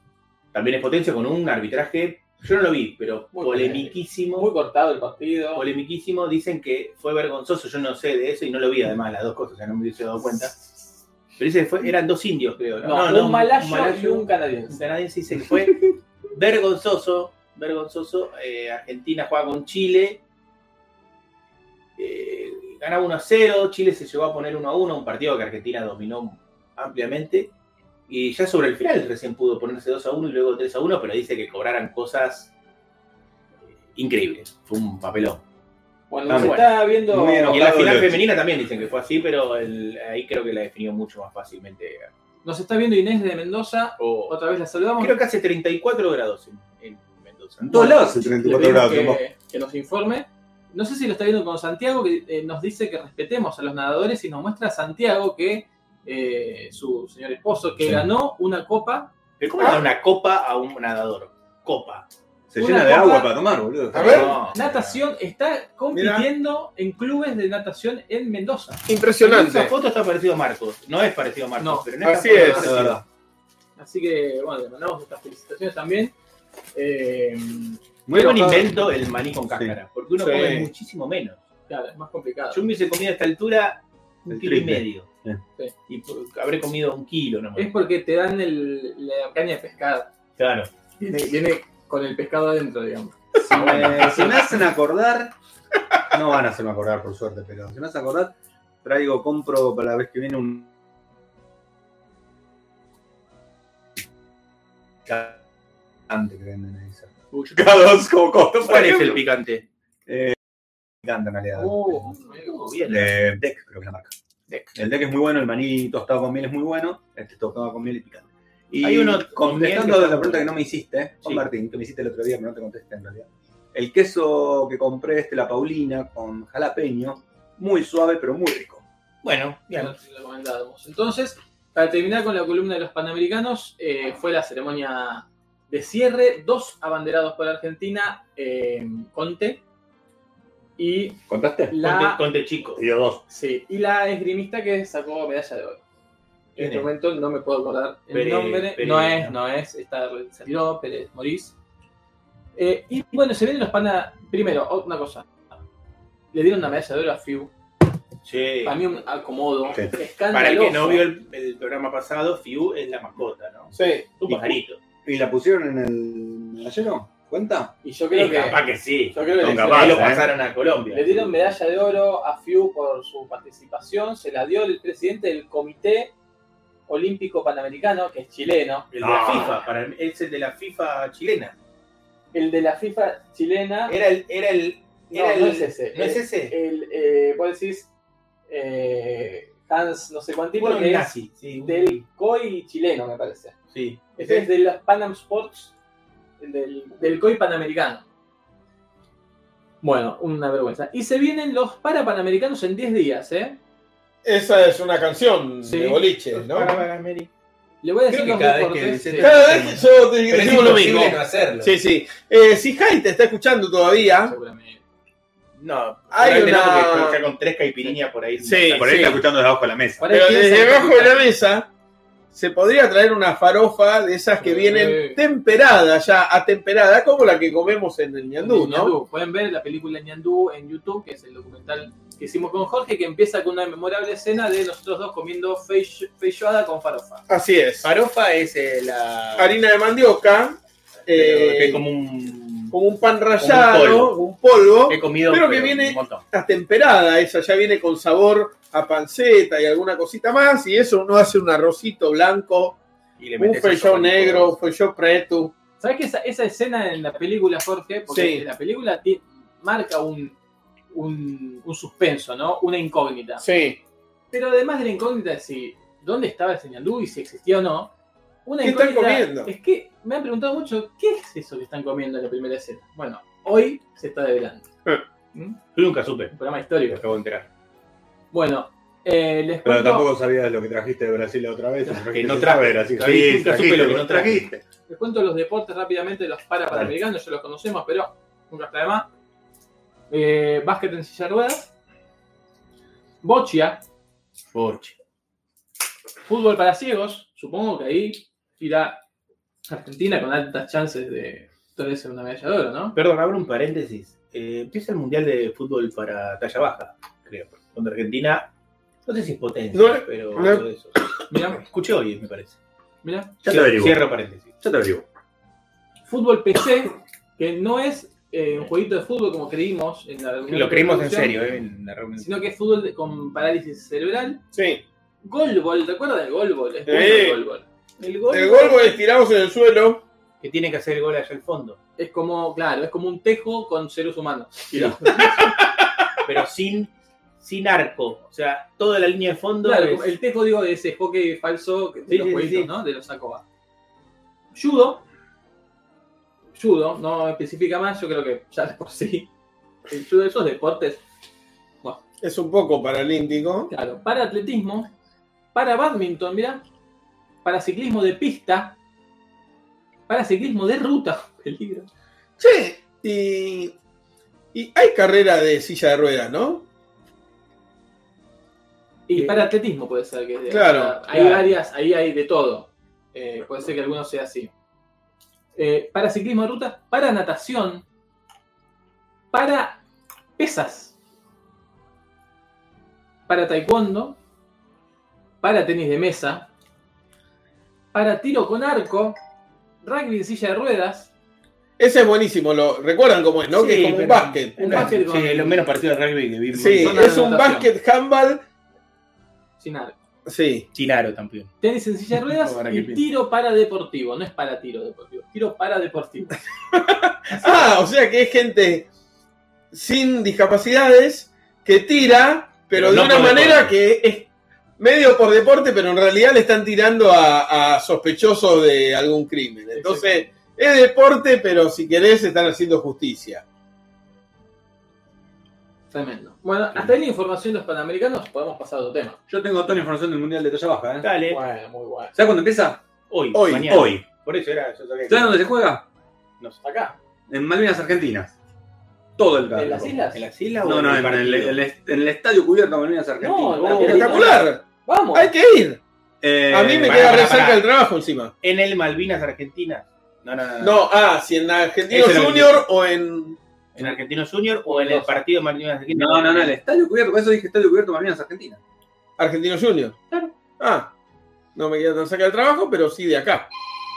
También es potencia con un arbitraje Yo no lo vi, pero
Muy
polemiquísimo.
Muy cortado el partido.
polemiquísimo, dicen que fue vergonzoso, yo no sé de eso y no lo vi además las dos cosas, o sea, no me hubiese dado cuenta. Pero dice que fue, eran dos indios, creo.
No, un, malayo y un canadiense.
canadiense dice que fue vergonzoso, vergonzoso. Eh, Argentina juega con Chile, eh, ganaba 1 a 0, Chile se llegó a poner 1 a 1, un partido que Argentina dominó ampliamente. Y ya sobre el final recién pudo ponerse 2 a 1 y luego 3 a 1, pero dice que cobraran cosas eh, increíbles. Fue un papelón.
Cuando
Ah,
se
bueno.
está viendo.
Muy enojado.
Y en la final
Pablo.
femenina también dicen que fue así, pero el- ahí creo que la definió mucho más fácilmente.
Nos está viendo Inés de Mendoza.
O-
Otra vez la saludamos.
creo que hace 34 grados en, en Mendoza.
En todos lados el
Le
34
pedimos
grados. ¿no?
que, que nos informe. No sé si lo está viendo con Santiago, que eh, nos dice que respetemos a los nadadores y nos muestra a Santiago que eh, su señor esposo, que
Sí.
ganó una copa.
Pero ¿cómo le da una copa a un nadador? Copa.
Se
Una
llena de
copa-
agua para tomar, boludo.
A ver.
No,
Natación está compitiendo en clubes de natación en Mendoza.
En
Impresionante.
esa foto está parecido a Marcos. No es parecido a Marcos,
No.
pero en esta
Así
foto
es.
está
La
parecido.
verdad.
Así que, bueno, le mandamos nuestras felicitaciones también. Eh,
Muy buen
enojado.
invento el maní con cáscara, porque uno
Sí.
come muchísimo menos.
claro, es más complicado.
Yo me hubiese comido a esta altura un
El
kilo y
triple.
medio.
Sí.
Y pues, habré comido un kilo nomás.
Es porque te dan el- la caña de pescado.
Claro.
Viene, viene con el pescado adentro, digamos.
Si me, si me hacen acordar, no van a hacerme acordar por suerte, pero si me hacen acordar, traigo, compro para la vez que viene un. Picante que venden ahí cerca.
Uy, yo-
Picados como costo,
¿Cuál es el picante?
Picante en realidad.
Oh,
bien.
Eh, Deck, creo que es la marca.
Deck.
El deck es muy bueno, el maní tostado con miel es muy bueno, este tostado con miel y picante. Y
Hay uno con miel que
contestando
está
la
muy
pregunta que
bueno.
no me hiciste, eh, Juan
Sí.
Martín, que me hiciste el otro día, pero no te contesté en realidad. El queso que compré, este, la Paulina, con jalapeño, muy suave, pero muy rico.
Bueno, bien.
Bien, lo comentábamos. Entonces, para terminar con la columna de los Panamericanos, eh, fue la ceremonia de cierre, dos abanderados por Argentina, eh, Conte y
¿Contaste?
Conte,
la,
conte chico.
Yo dos.
sí, y la esgrimista que sacó medalla de oro. En este
Bien.
momento no me puedo acordar el
Pérez-
nombre,
Pérez,
no es,
¿no?
no es, está salió Pérez Morís. Eh, y bueno, se vienen los Panamericanos, primero, una cosa, le dieron una medalla de oro a Fiu,
Sí.
para mí un acomodo,
Sí.
escandaloso.
Para el que no vio el, el programa pasado, Fiu es la mascota, ¿no?
Sí.
Un pajarito.
¿Y la pusieron en el medallero? ¿Cuenta?
Y yo creo
Y
que.
capaz que sí.
Yo creo que
Son
le-
capaz,
Ahí lo
¿eh?
pasaron a Colombia.
le dieron medalla de oro a Fiu por su participación. Se la dio el presidente del Comité Olímpico Panamericano, que es chileno.
El de la
Ah.
FIFA, para mí, es el de la FIFA chilena.
El de la FIFA chilena.
Era el. Era el
no,
era
no
el-
es ese.
¿No es
Eh,
ese?
El, eh, vos decís eh, Hans, no sé cuántito,
Bueno,
que es
nazi, sí.
del COI chileno, me parece.
Sí.
Este es de los Panam Sports, el del, del COI Panamericano. Bueno, una vergüenza. Y se vienen los para Panamericanos en 10 días, ¿eh?
Esa es una canción
Sí.
de boliche, ¿no?
Para, para, Mary.
Le voy a decir
Creo que
los
cada vez que
deportes. este,
dice-
sí.
Cada vez que yo te
Pero es
digo lo mismo.
imposible no hacerlo.
Sí, sí. Eh, si Jai te está escuchando todavía,
Seguramente.
No,
Hay
realmente
una-
no, porque ya con tres caipirinhas por ahí.
Sí.
Por ahí está escuchando desde abajo de la mesa.
Ahora
pero
piensa
desde
en
abajo de la
Capitán.
mesa se podría traer una farofa de esas que
Sí.
vienen temperada, ya atemperada, como la que comemos en el ñandú, ¿no?
Ñandú. Pueden ver la película Ñandú en YouTube, que es el documental que hicimos con Jorge, que empieza con una memorable escena de nosotros dos comiendo feijo- feijoada con farofa.
Así es.
Farofa es eh, la.
Harina de mandioca,
pero que
eh,
es como un.
como un pan rallado,
polvo.
como un polvo,
He comido
Pero que
pero,
viene-
un montón.
está temperada, esa ya viene con sabor a panceta y alguna cosita más, y eso uno hace un arrocito blanco,
Y le
un
metes
feijón
esos
negro, un feijón preto,
¿Sabes que esa, esa escena en la película, Jorge? Porque
Sí.
la película ti- marca un, un, un suspenso, ¿no? Una incógnita.
Sí.
Pero además de la incógnita de si dónde estaba ese ñandú y si existía o no, una
¿Qué están
incógnita
comiendo?
Es que me han preguntado mucho, ¿qué es eso que están comiendo en la primera escena? Bueno, hoy se está develando.
Yo nunca supe.
Un programa
Me
histórico.
acabo de enterar.
Bueno, eh, les
Pero
cuento-
tampoco sabías lo que trajiste de Brasil la otra vez.
Que no
traje
traje.
Brasil.
Ahí nunca supe lo que no traje.
Les cuento los deportes rápidamente, los para panamericanos, ya los conocemos, pero nunca está de más. Eh, básquet en silla de ruedas. Bochia,
Porche.
fútbol para ciegos. Supongo que ahí irá Argentina con altas chances de, Tres en una medalla de oro, ¿no?
Perdón, abro un paréntesis. Eh, empieza el Mundial de Fútbol para talla baja, creo. Contra Argentina, no sé si es potencia,
No,
pero
no.
algo de eso.
Mirá,
Escuché hoy, me parece.
mirá.
Ya te
Cierro-
averiguo.
Cierro paréntesis.
Ya te averiguo.
Fútbol PC, que no es eh, un jueguito de fútbol como creímos en la
Lo creímos en serio, eh, en la reunión.
Sino que es fútbol de- con parálisis cerebral.
Sí.
Golbol, ¿recuerdan el golbol? Es bueno
Sí.
el golbol.
El gol,
El golbo estiramos en el suelo.
que tiene que hacer el gol allá al fondo,
Es como, claro, es como un tejo con seres humanos.
pero sin, sin arco. O sea, toda la línea de fondo.
Claro,
es-
el tejo, digo, de ese hockey falso que- de
Sí,
los
sí,
jueguitos,
sí.
¿no? De los Sacoba. Judo. Judo, no especifica más, yo creo que ya de por sí. El judo, esos deportes,
Es un poco paralímpico.
claro. Para atletismo, para badminton, mirá. Para ciclismo de pista. Para ciclismo de ruta. Peligro.
Che, y, y hay carrera de silla de ruedas, ¿no?
Y
Sí.
para atletismo puede ser que
Claro,
o sea, hay
claro.
varias, ahí hay de todo. Eh, puede ser que alguno sea así. Eh, para ciclismo de ruta, para natación, para pesas, para taekwondo, para tenis de mesa, para tiro con arco, rugby en silla de ruedas,
Ese es buenísimo, lo recuerdan cómo es, ¿no? que
Sí,
es como un
pero-
básquet.
un básquet con-
Sí, los menos partidos de rugby que vimos.
Sí,
zona de
es un
anotación.
básquet handball.
sin arco.
Sí.
Chinaro también.
Tenis en silla de ruedas
Ahora que
y
pienso.
tiro para deportivo, no es para tiro deportivo, tiro para deportivo.
Ah, o sea que es gente sin discapacidades que tira, pero,
Pero
de
no
una
por
manera
deporte.
que es medio por deporte, pero en realidad le están tirando a, a sospechosos de algún crimen. Entonces, es deporte, pero si querés están haciendo justicia.
Tremendo. Bueno, hasta ahí la información de los panamericanos, podemos pasar a otro tema.
Yo tengo toda la información del Mundial de talla baja, ¿eh?
Dale.
Bueno, muy bueno.
¿Sabes cuándo empieza?
Hoy,
Hoy,
mañana.
Hoy.
Por eso era, yo sabía que-
¿Sabes dónde se juega?
No sé, acá.
En Malvinas, Argentina. Todo el
¿En las
caso.
islas?
¿En las islas o
No, no, en el,
partido?
en el- en el estadio cubierto de Malvinas, Argentina.
No, en la
Oh,
Argentina.
¡Espectacular!
Vamos.
Hay que ir.
Eh,
A mí me
pará,
queda
pará,
re cerca
pará.
el trabajo encima.
En el Malvinas, Argentina. No, no, no. no.
No, ah, si en Argentino
Ese lo
Junior o en...
En Argentinos Junior o en el partido de Malvinas, Argentina.
No, no, no, el estadio cubierto, por eso dije estadio cubierto de Malvinas, Argentina.
Argentino Junior. Ah, no me queda tan cerca del trabajo, pero sí de acá.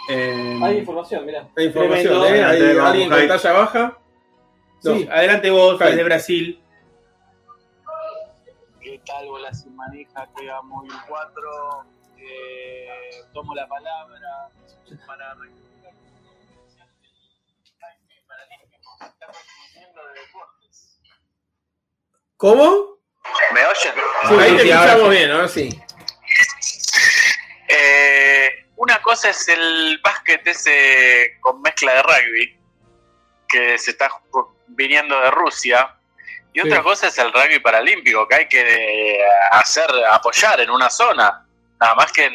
Eh,
Hay información, mirá.
Hay información,
Tremendo.
¿eh? Hay
Adelante, vamos,
alguien con
Jaime.
talla baja. No.
Sí, adelante vos,
Jaime.
desde Brasil.
¿Qué tal? Bola sin manija, queda muy 4. Eh, tomo la palabra para rectificar
¿Cómo?
¿Me oyen?
Sí, ahí te
sí, ahora
escuchamos bien, ahora sí.
Eh, una cosa es el básquet ese con mezcla de rugby, que se está ju- viniendo de Rusia, y otra cosa es el rugby paralímpico, que hay que eh, hacer, apoyar en una zona, nada más que en,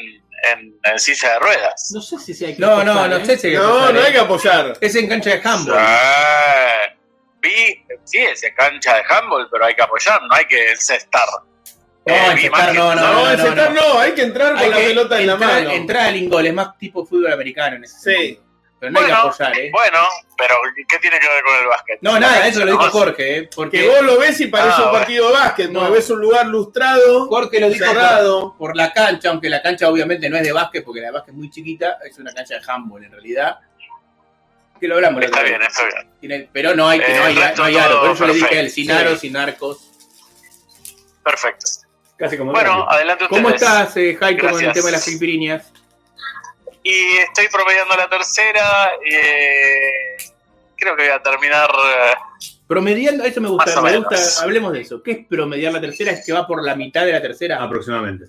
en- en silla de ruedas.
No sé si se hay que
No, no,
apostar,
no
¿eh?
sé si.
No, no hay que apoyar.
Es en cancha de handball.
Eh, vi, sí, es en cancha de handball, pero hay que apoyar, no hay que encestar.
No,
Eh, vi más
encestar
que-
no, no,
No,
no,
en
no,
setar
no.
no, hay que entrar con
Hay
la
que
pelota en la
entrar-
mano.
Entrar al ingol, es más tipo fútbol americano en ese
Sí.
sentido. Pero no hay que
Bueno.
apoyar, ¿eh?
Bueno, pero ¿qué tiene que ver con el básquet?
No, nada, eso lo dijo
No,
Jorge, ¿eh?
Que
Porque
vos lo ves y parece
Ah,
un
bueno.
partido de básquet, no.
No.
ves un lugar lustrado,
Jorge lo dijo por,
cerrado.
por la cancha, aunque la cancha obviamente no es de básquet, porque la de básquet es muy chiquita, es una cancha de handball en realidad. Que lo hablamos la
Está
otra
bien,
vez.
está bien.
Tiene- Pero no hay, que
Eh,
no hay,
el resto
no hay aro,
todo
por eso le dije
perfecto.
a él, sin aros, sin arcos.
Perfecto.
casi como
Bueno, adelante ustedes.
¿Cómo estás, eh, Jaito, con el
Gracias.
tema de las filpiriñas?
Y estoy promediando la tercera. eh, creo que voy a terminar. eh,
Promediando, eso me
Más
gusta,
o
me
menos.
gusta, hablemos de eso. ¿Qué es promediar la tercera? ¿Es que va por la mitad de la tercera?
aproximadamente.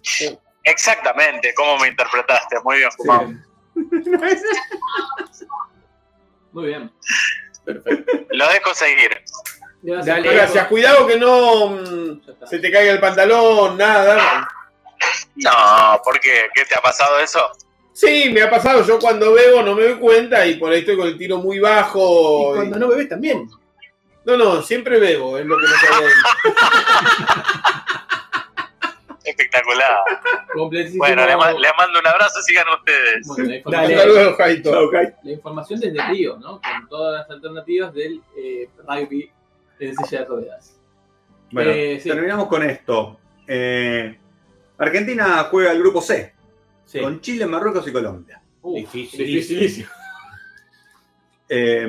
exactamente, ¿cómo me interpretaste? Muy bien, Jumau.
Muy bien.
Perfecto.
Lo dejo seguir.
Gracias.
Dale,
Paco.
Gracias, cuidado que no mm,
Ya está.
se te caiga el pantalón, nada.
No, ¿por qué? ¿Qué te ha pasado eso?
Sí, me ha pasado, yo cuando bebo no me doy cuenta y por ahí estoy con el tiro muy bajo.
Y
y-
cuando no bebés también.
No, no, siempre bebo, es lo que no sabía.
espectacular.
Completísimo.
Bueno, le, ma- le mando un abrazo, sigan ustedes.
Bueno, la
Dale.
información,
Hasta luego, Jaito.
la información desde Río, ¿no? Con todas las alternativas del eh, rugby en silla de ruedas.
Bueno,
Eh, sí.
terminamos con esto. Eh, Argentina juega el grupo C,
Sí.
con Chile, Marruecos y Colombia.
Uh,
Difícil.
dificilísimo.
Eh,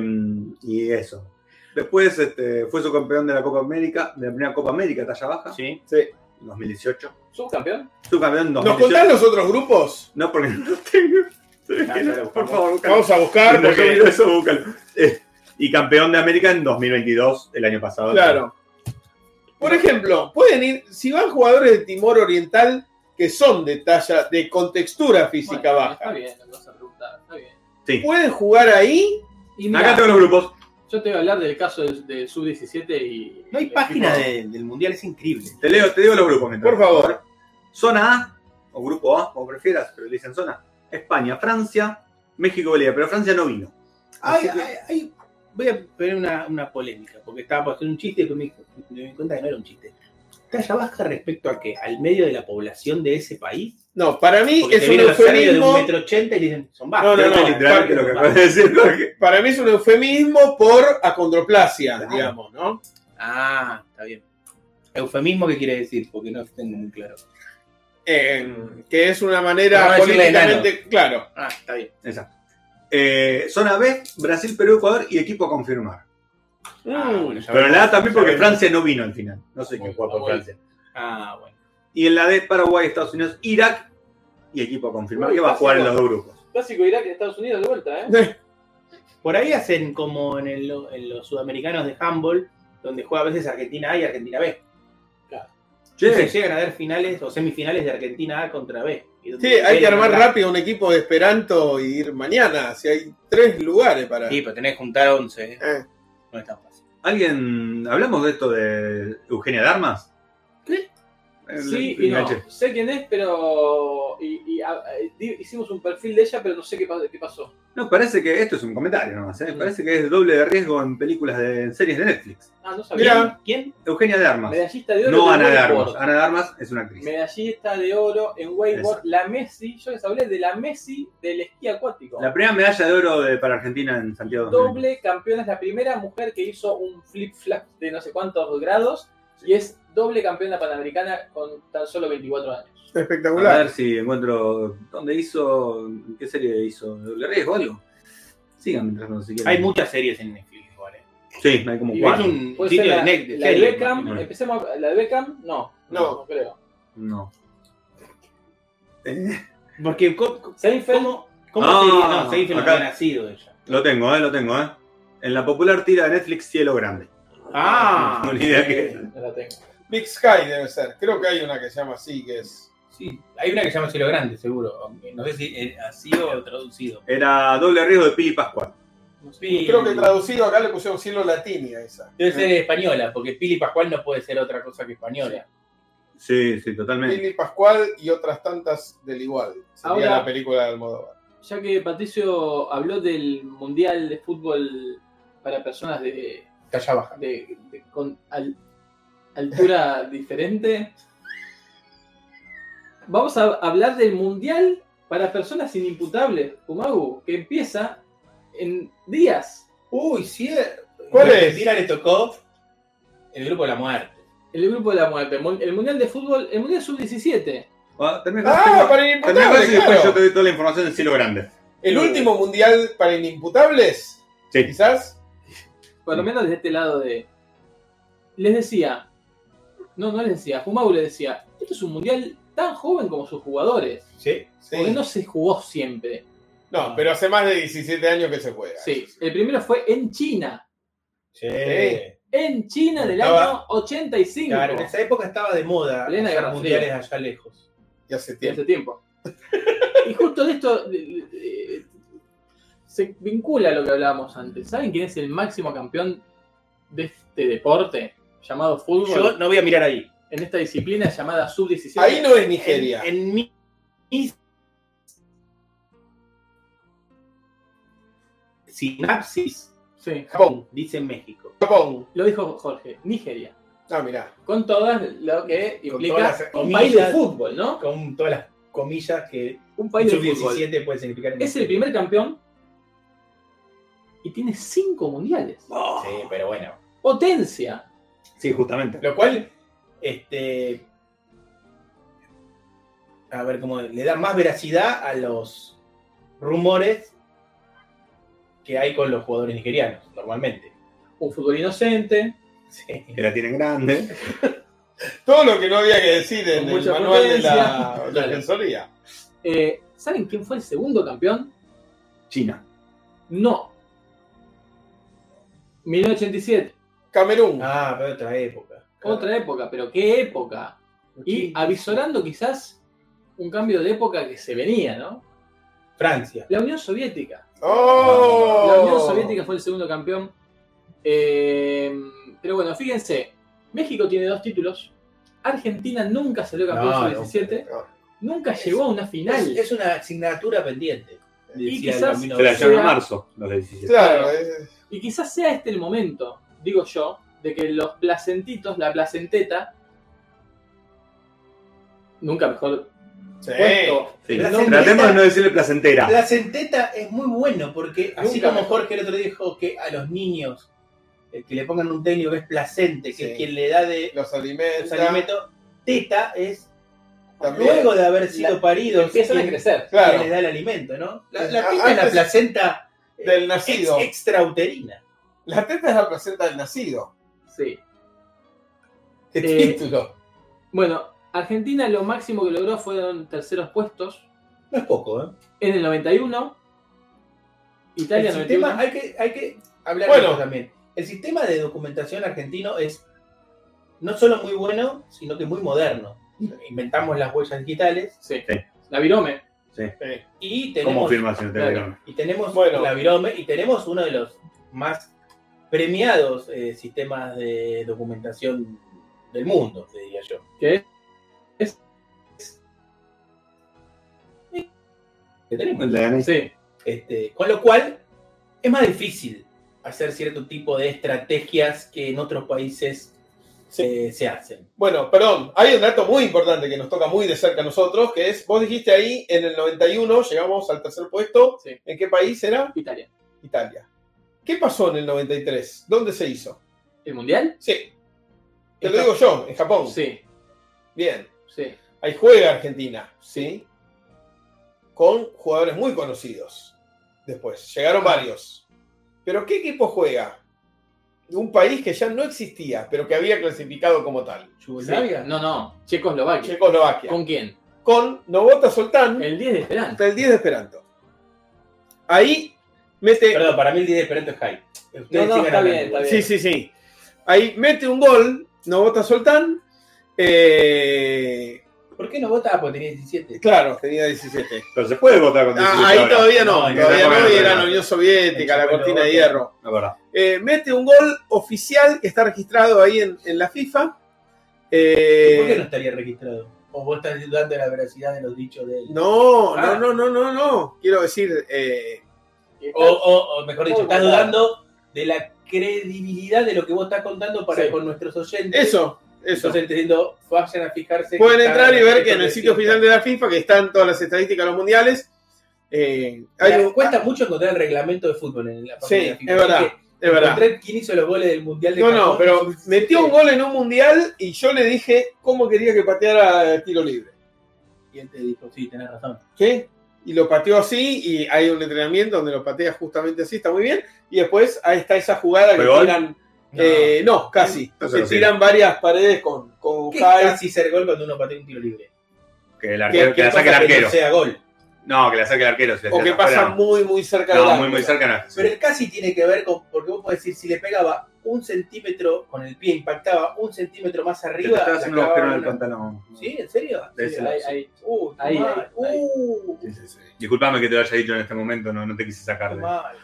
y eso. Después este, fue su campeón de la Copa América, de la primera Copa América, talla baja,
Sí.
2018.
¿Subcampeón?
Subcampeón en
¿Nos contás
2018.
los otros grupos?
No, porque no tengo.
Ah, ya lo buscamos.
Por favor, buscalo.
Vamos a buscar
Mientras yo
porque.
miro eso, búscalo. Eh, y campeón de América en 2022, el año pasado.
Claro. Por ejemplo, pueden ir, si van jugadores de Timor Oriental que son de talla, de contextura física
Bueno, Está
baja,
bien, no vas a preguntar, está bien.
pueden jugar ahí.
Y mirá,
Acá tengo los grupos.
yo te voy a hablar del caso del, del Sub-17 y...
No hay
el
página
equipo-
de- del mundial, es increíble.
Te, leo, te digo los grupos. mientras.
Por favor.
Zona A, o grupo A, como prefieras, pero le dicen zona. España, Francia, México, Bolivia. Pero Francia no vino.
Ay,
Así que-
ay, ay, voy a poner una, una polémica, porque estaba por hacer un chiste que me, me di cuenta que no era un chiste. ¿Talla baja respecto a qué? ¿Al medio de la población de ese país?
No, para mí
Porque
es
te
un
viene los salarios de un
eufemismo.
metro ochenta y le dicen, son
No,
bajos.
no,
Creo que
no.
literalmente
claro,
lo que
claro.
acabas de decir, Jorge.
Para mí es un eufemismo por acondroplasia, digamos, ¿no?
Ah, está bien. ¿Eufemismo qué quiere decir? Porque no tengo muy claro.
Eh, que es una manera
Vamos a decirle
políticamente. Claro.
Ah, está bien.
Exacto. Eh, zona B, Brasil, Perú, Ecuador y equipo a confirmar.
Ah, bueno, ya
Pero en la A
veremos.
también porque Francia no vino al final. No sé quién
Muy,
juega por
muy.
Francia.
Ah, bueno.
Y en la D, Paraguay, Estados Unidos, Irak y equipo a confirmar
Uy,
que va a
casi
jugar en
no.
los dos grupos.
Clásico Irak y Estados Unidos de vuelta, ¿eh?
Por ahí hacen como en, el- en los sudamericanos de handball, donde juega a veces Argentina A y Argentina B.
Che,
Se llegan a dar finales o semifinales de Argentina A contra B. Y donde
Sí, hay que
ven
armar
ganar.
rápido un equipo de Esperanto y ir mañana. Si hay tres lugares para.
Sí, pero tenés que juntar 11. ¿eh?
Eh.
No es tan fácil.
¿Alguien. ¿Hablamos de esto de Eugenia Darmas?
¿Qué?
El-
Sí
el
y no.
enganche.
Sé quién es, pero... Y, y, ah, eh, di- hicimos un perfil de ella, pero no sé qué, pa- qué pasó.
No, parece que esto es un comentario nomás, ¿eh? parece que es doble de riesgo en películas de en series de Netflix.
Ah, no sabía.
Mirá,
¿Quién?
Eugenia de Armas.
Medallista de oro
No
en
Ana de Armas.
wakeboard.
Ana de Armas es una actriz.
Medallista de oro en wakeboard.
Exacto.
La Messi, yo les hablé de la Messi del esquí acuático.
La primera medalla de oro de- para Argentina en Santiago. 2020.
doble campeona, es la primera mujer que hizo un flip-flap de no sé cuántos grados y es doble campeona panamericana con tan solo 24 años.
A
Espectacular.
ver si encuentro dónde hizo, en qué serie hizo, doble riesgo o algo. Sigan mientras no se quieren.
Hay muchas series en Netflix. igual, ¿eh?
Sí, hay como
Y
cuatro.
Es un
Puede
sitio
ser la,
de Netflix.
la de
series,
Beckham,
imagino.
empecemos la de Beckham, no, no,
No.
no creo.
No. Eh,
Porque co- co-
Seinfeld,
¿cómo, cómo
Ah,
sería? No, Seinfeld no
acá.
había nacido ella.
Lo tengo, eh, lo tengo, eh. En la popular tira de Netflix Cielo Grande.
Ah,
No, ni idea qué es.
no la tengo.
Big Sky debe ser. Creo que hay una que se llama así, que es.
Sí, hay una que se llama Cielo Grande, seguro. aunque No sé si eh, ha sido traducido.
Era doble riesgo de Pili Pascual.
No sé.
Creo que traducido acá le pusieron cielo latini a esa.
Debe ser española, porque Pili Pascual no puede ser otra cosa que española.
Sí, sí, totalmente.
Lili Pascual y otras tantas del igual. Sería
Ahora-
la película de Almodóvar.
Ya que Patricio habló del Mundial de Fútbol para personas de,
Calla baja.
de- de- con al- altura diferente, vamos a hablar del Mundial para personas inimputables, Kumagu, que empieza en días.
Uy, cierto.
¿Cuál es?
Argentina le tocó el grupo de la muerte.
El grupo de la muerte, Mon- el Mundial de Fútbol, el Mundial Sub-17.
Ah, termina con-
Ah, para
termina con eso
inimputables.
y después yo
Claro.
te doy toda la información del Cielo Grande.
El último mundial para inimputables,
Sí.
quizás.
Por lo menos desde este lado de. Les decía. No, no les decía. Fumau les decía. Esto es un mundial tan joven como sus jugadores.
Sí.
Porque
Sí.
no se jugó siempre.
No, pero hace más de 17 años que se juega.
Sí. El primero fue en China.
Sí.
En China del
Estaba-
año 85.
Claro, en esa época estaba de moda
Plena
hacer
Guerra
mundiales
Fría.
allá lejos.
Y hace
de
tiempo.
ese tiempo. y justo de esto de- de- eh, se vincula a lo que hablábamos antes. ¿Saben quién es el máximo campeón de este deporte llamado fútbol?
Yo no voy a mirar ahí.
En esta disciplina llamada sub-17.
Ahí no es
En,
Nigeria.
en mi. Sinapsis,
Sí.
Japón.
dice México.
Japón.
Lo dijo Jorge, Nigeria.
Ah, mirá.
Con todas lo que
Con
implica
todas las
un país de
comillas.
fútbol, ¿no?
Con todas las comillas que
Un país de fútbol.
sub-17 puede significar. en
Es el primer campeón y tiene cinco mundiales.
Oh.
Sí, pero bueno.
Potencia.
Sí, justamente.
Lo cual, este. A ver, como le da más veracidad a los rumores que hay con los jugadores nigerianos, normalmente.
Un fútbol inocente.
Sí.
Que la tienen grande.
Todo lo que no había que decir en
Con
el
mucha
manual de la
potencia. Claro.
defensoría.
Eh, ¿Saben quién fue el segundo campeón?
China.
No. 1987.
Camerún.
Ah, pero otra época.
Otra época, pero qué época. Y avisorando quizás un cambio de época que se venía, ¿no?
Francia.
La Unión Soviética.
¡Oh!
La Unión Soviética fue el segundo campeón. Eh, pero bueno, fíjense, México tiene dos títulos. Argentina nunca salió campeón
No,
en el 17. Nunca llegó a una final.
Es, es una asignatura pendiente.
Y
Decía el
quizás-
bambino
Se la
Brasil.
llevan a marzo, los 17.
Claro, es-
Y quizás sea este el momento, digo yo, de que los placentitos, la placenteta, nunca mejor
sí.
puesto.
Sí.
La
Tratemos
centena-
de no decirle placentera.
La centeta es muy bueno porque así
Nunca
como
me-
Jorge el otro día dijo que a los niños eh, que le pongan un técnico que es placente, que
Sí.
es quien le da de
Los alimentos.
los alimentos, teta es
También.
luego de haber sido
La-
paridos
Empiezan a
quien-
crecer.
quien
Claro.
les da el alimento, ¿no? La, la
Ah,
teta es la
antes-
placenta eh,
Del nacido.
ex- extrauterina.
La teta es la placenta del nacido.
Sí.
¿Qué
Eh,
título?
Bueno, Argentina lo máximo que logró fueron terceros puestos
No es poco, ¿eh?
en el 91. Italia
El
91.
sistema, hay que, hay que hablar
Bueno.
de eso también. El sistema de documentación argentino es no solo muy bueno, sino que muy moderno. Inventamos las huellas digitales
Sí.
Sí.
La virome.
y
¿Cómo
tenemos,
firmas en el
Claro.
Telegram?
y tenemos
Bueno.
la virome y tenemos uno de los más premiados eh, sistemas de documentación del mundo, te diría yo.
que
Que tenemos.
El de Dani.
es- Sí.
Este, con lo cual, es más difícil hacer cierto tipo de estrategias que en otros países eh, se hacen.
Bueno, perdón, hay un dato muy importante que nos toca muy de cerca a nosotros, que es, vos dijiste ahí, en el 91 llegamos al tercer puesto.
Sí.
¿En qué país era?
Italia.
Italia. ¿Qué pasó en el 93? ¿Dónde se hizo?
¿El mundial?
Sí, te
En
lo digo yo, en
Oh.
Japón.
Sí,
Bien.
sí.
Ahí juega Argentina, ¿sí? Con jugadores muy conocidos. Después, llegaron
Ah.
varios. Pero ¿qué equipo juega? Un país que ya no existía, pero que había clasificado como tal.
¿Yugoslavia? No, no. Checoslovaquia.
Checoslovaquia. Con,
¿Con quién?
Novota Soltán,
El 10 de Esperanza.
hasta el 10 de Esperanto. Ahí mete...
Perdón, para mí el día de Esperanto es high. Ustedes
No, no,
sigan
está
hablando.
bien, está bien.
Sí, sí, sí. Ahí mete un gol, Novota Soltán. eh,
¿Por qué no votaba? Porque tenía 17.
claro, tenía 17.
Pero se puede votar con 17
Ah, ahí
ahora.
todavía no,
en
todavía
esa época
no, y
todavía
era
no.
la Unión Soviética, la
Bueno,
cortina de
ok.
hierro.
La verdad.
Eh, mete un gol oficial que está registrado ahí en, en la FIFA. Eh,
¿Por qué no estaría registrado? ¿O vos estás dudando de la veracidad de los dichos de él?
no,
Ah.
no, no, no, no, no. Quiero decir, eh,
O, o- o mejor dicho,
Muy
estás
bueno.
dudando de la credibilidad de lo que vos estás contando para
Sí.
con nuestros oyentes.
eso, eso.
Entonces, entendiendo, vayan a fijarse.
Pueden
que
entrar
está
y ver que en el
respecto
sitio oficial de la FIFA, que están todas las estadísticas de los mundiales, eh, hay
Mira,
un-
Cuenta mucho encontrar el reglamento de fútbol en la página
Sí,
de la FIFA.
es verdad,
Así que
es verdad.
Encontré quién hizo los goles del Mundial de
No, no,
Japón.
pero metió un gol en un mundial y yo le dije cómo quería que pateara el tiro libre.
Y él te dijo, sí, tenés razón.
¿Qué? Y lo pateó así, y hay un entrenamiento donde lo patea justamente así, está muy bien. Y después ahí está esa jugada que
¿Fue gol?
tiran. eh, No, casi.
No se
que
lo
tiran varias paredes con, con
¿Qué es
high.
casi ser gol cuando uno patea un tiro libre?
Que, el
¿Qué-
arquero, que
qué
la saque el
Cosa que no
arquero.
sea gol.
No, que la saque el arquero. si la
O que
tiras
pasa
afuera,
muy, muy cerca
no.
del
No, muy, muy
ángulo.
cerca. no.
Pero el casi tiene que ver con, porque vos podés decir, si le pegaba un centímetro con el pie, impactaba un centímetro más
Te te
arriba.
estás
la
haciendo un agujero
clavaba
en el
una-
pantalón.
¿Sí? ¿En serio?
De
Sí,
ese
ahí,
lado.
Ahí, ahí.
Uh, qué
Ahí,
mal.
ahí, ahí.
Uh,
Sí, sí, sí. Disculpame que te lo haya dicho en este momento, no, no te quise sacar
qué
de.
mal.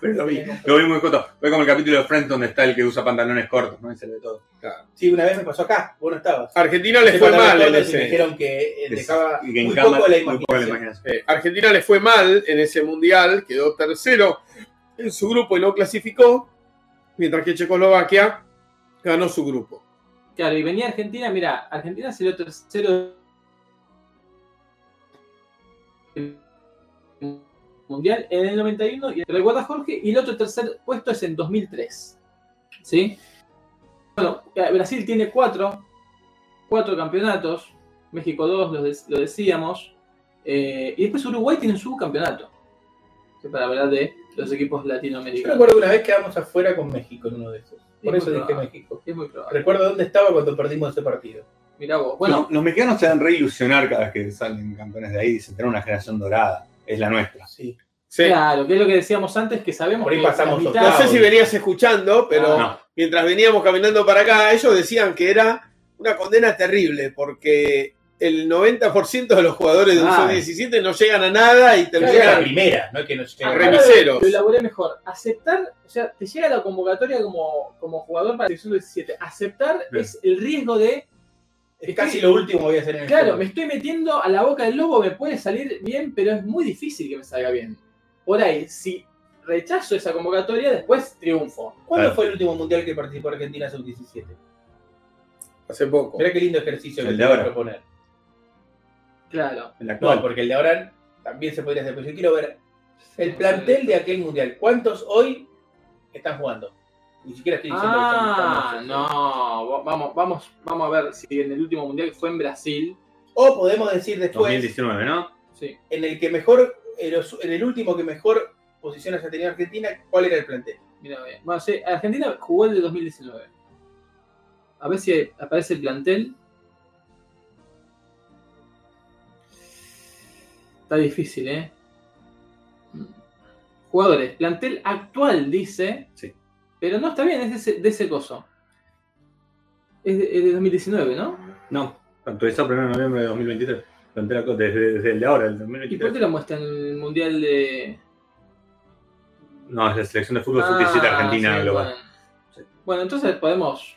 Pero lo vi, lo vi muy corto. Fue como el capítulo de Friends donde está el que usa pantalones cortos, ¿no? Y se le ve todo.
Sí, una vez me pasó acá, vos no estabas.
Argentina les
Te
fue
mandaron
mal en
fotos y me
ese.
dijeron que eh, dejaba
Y que en
muy
cámara-
poco la
muy poco la
imaginación.
imaginación.
Eh, Argentina le fue mal en ese mundial, quedó tercero en su grupo y no clasificó, mientras que Checoslovaquia ganó su grupo.
Claro, y venía Argentina, mira, Argentina salió tercero del mundial en el 91, y recuerda Jorge, y el otro tercer puesto es en 2003. ¿Sí? Bueno, eh, Brasil tiene cuatro, cuatro campeonatos, México dos, lo, de- lo decíamos, eh, y después Uruguay tiene su campeonato, que para hablar de los equipos
Yo
latinoamericanos.
recuerdo que una vez quedamos afuera con México en uno de esos. Por
Sí,
eso
muy
dije
probable.
México.
Es muy probable.
Recuerdo dónde estaba cuando perdimos ese partido.
Mirá vos. Bueno,
Los- los mexicanos se dan reilusionar cada vez que salen campeones de ahí. Dicen, tener una generación dorada. Es la nuestra.
Sí.
Sí.
claro, que es lo que decíamos antes, que sabemos
Por ahí
que
pasamos
la
No
mitad-
sé si venías escuchando, pero
No.
mientras veníamos caminando para acá, ellos decían que era una condena terrible porque el 90% de los jugadores de un
Ah.
sub-17 no llegan a nada y
Pero era la
terminan
primera, no es que nos llegara.
Remis-
remiseros.
Lo elaboré mejor. Aceptar, o sea, te llega la convocatoria como, como jugador para la selección 17. Aceptar
Bien.
es el riesgo de,
Es casi lo último que voy a hacer en el
claro,
fútbol.
me estoy metiendo a la boca del lobo, me puede salir bien, pero es muy difícil que me salga bien. Por ahí, si rechazo esa convocatoria, después triunfo.
¿Cuándo
Claro.
fue el último mundial que participó Argentina sub-17?
Hace poco.
Mirá qué lindo ejercicio que
El
te
de
voy a
ahora.
proponer.
Claro.
El actual.
No, porque el de ahora también se podría hacer. Pero yo quiero ver el plantel de aquel mundial. ¿Cuántos hoy están jugando? Ni siquiera estoy diciendo
Ah,
que son
no. va- Vamos, vamos, vamos a ver si en el último mundial que fue en Brasil.
O podemos decir después,
2019, ¿no?
Sí.
en el que mejor, en los- en el último que mejor posición haya tenido Argentina, ¿cuál era el plantel?
Mira, bien. bueno, sí, Argentina jugó el de 2019. A ver si aparece el plantel. Está difícil, ¿eh? Mm. Jugadores, plantel actual, dice.
Sí.
Pero no está bien, es de ese, de ese coso. Es de, es de 2019, ¿no?
No, actualizado primero de noviembre de 2023. Plantel actual, Desde, desde el de ahora, el
¿Y por qué
2023.
lo muestra en el Mundial de...
No, es la selección de fútbol sub-17
Ah,
argentina
sí,
global.
Bueno. Bueno, entonces podemos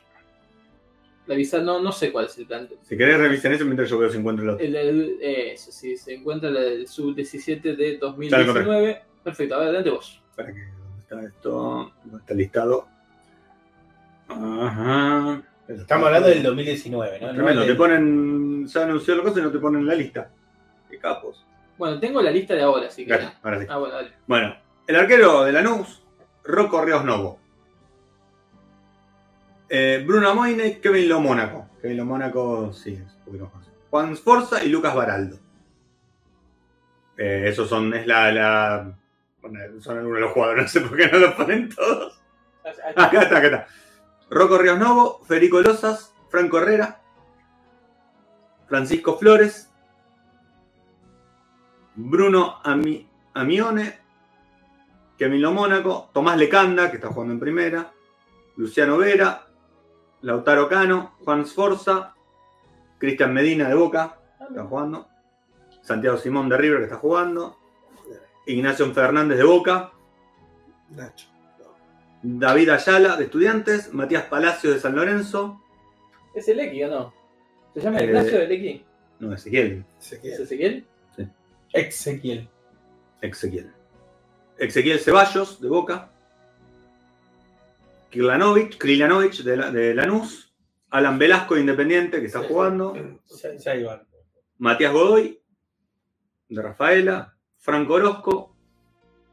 revisar, no, no sé cuál es el plantel.
Si querés, revisen eso mientras yo veo si encuentro el otro.
El, del- eh, eso, si se encuentra la del sub-17 de 2019. Perfecto, a ver, adelante vos.
Para que, ¿Dónde está esto? ¿Dónde está listado? Ajá.
Estamos hablando del 2019, ¿no?
Tremendo,
No
te
del-
ponen. Se anunció la cosa y no te ponen la lista. Qué capos.
Bueno, tengo la lista de ahora, así que.
Gracias, ahora sí.
Ah, bueno, dale.
Bueno, el arquero de Lanús, Rocco Ríos Novo. Eh, Bruno Moine, Kevin Lo Mónaco. Kevin Lo Mónaco, sí, es un poquito más conocido. Juan Sforza y Lucas Baraldo. Eh, esos son, es la, la- bueno, son algunos de los jugadores, no sé por qué no los ponen todos. Acá está, acá está. Rocco Ríos Novo, Federico Lozas, Franco Herrera, Francisco Flores, Bruno Ami- Amione, Camilo Mónaco, Tomás Lecanda, que está jugando en primera, Luciano Vera, Lautaro Cano, Juan Sforza, Cristian Medina de Boca, que está jugando, Santiago Simón de River, que está jugando, Ignacio Fernández de Boca,
Nacho.
David Ayala de Estudiantes, Matías Palacio de San Lorenzo,
¿Es el X o no? ¿Se llama
Eh,
Ignacio el X?
no, Ezequiel,
¿Es Ezequiel?
Ezequiel.
Ezequiel. Ezequiel Ceballos, de Boca. Krilanovic, Krilanovic de, la- de Lanús. Alan Velasco, de Independiente, que está jugando.
Ya, ya iba.
Matías Godoy, de Rafaela. Franco Orozco.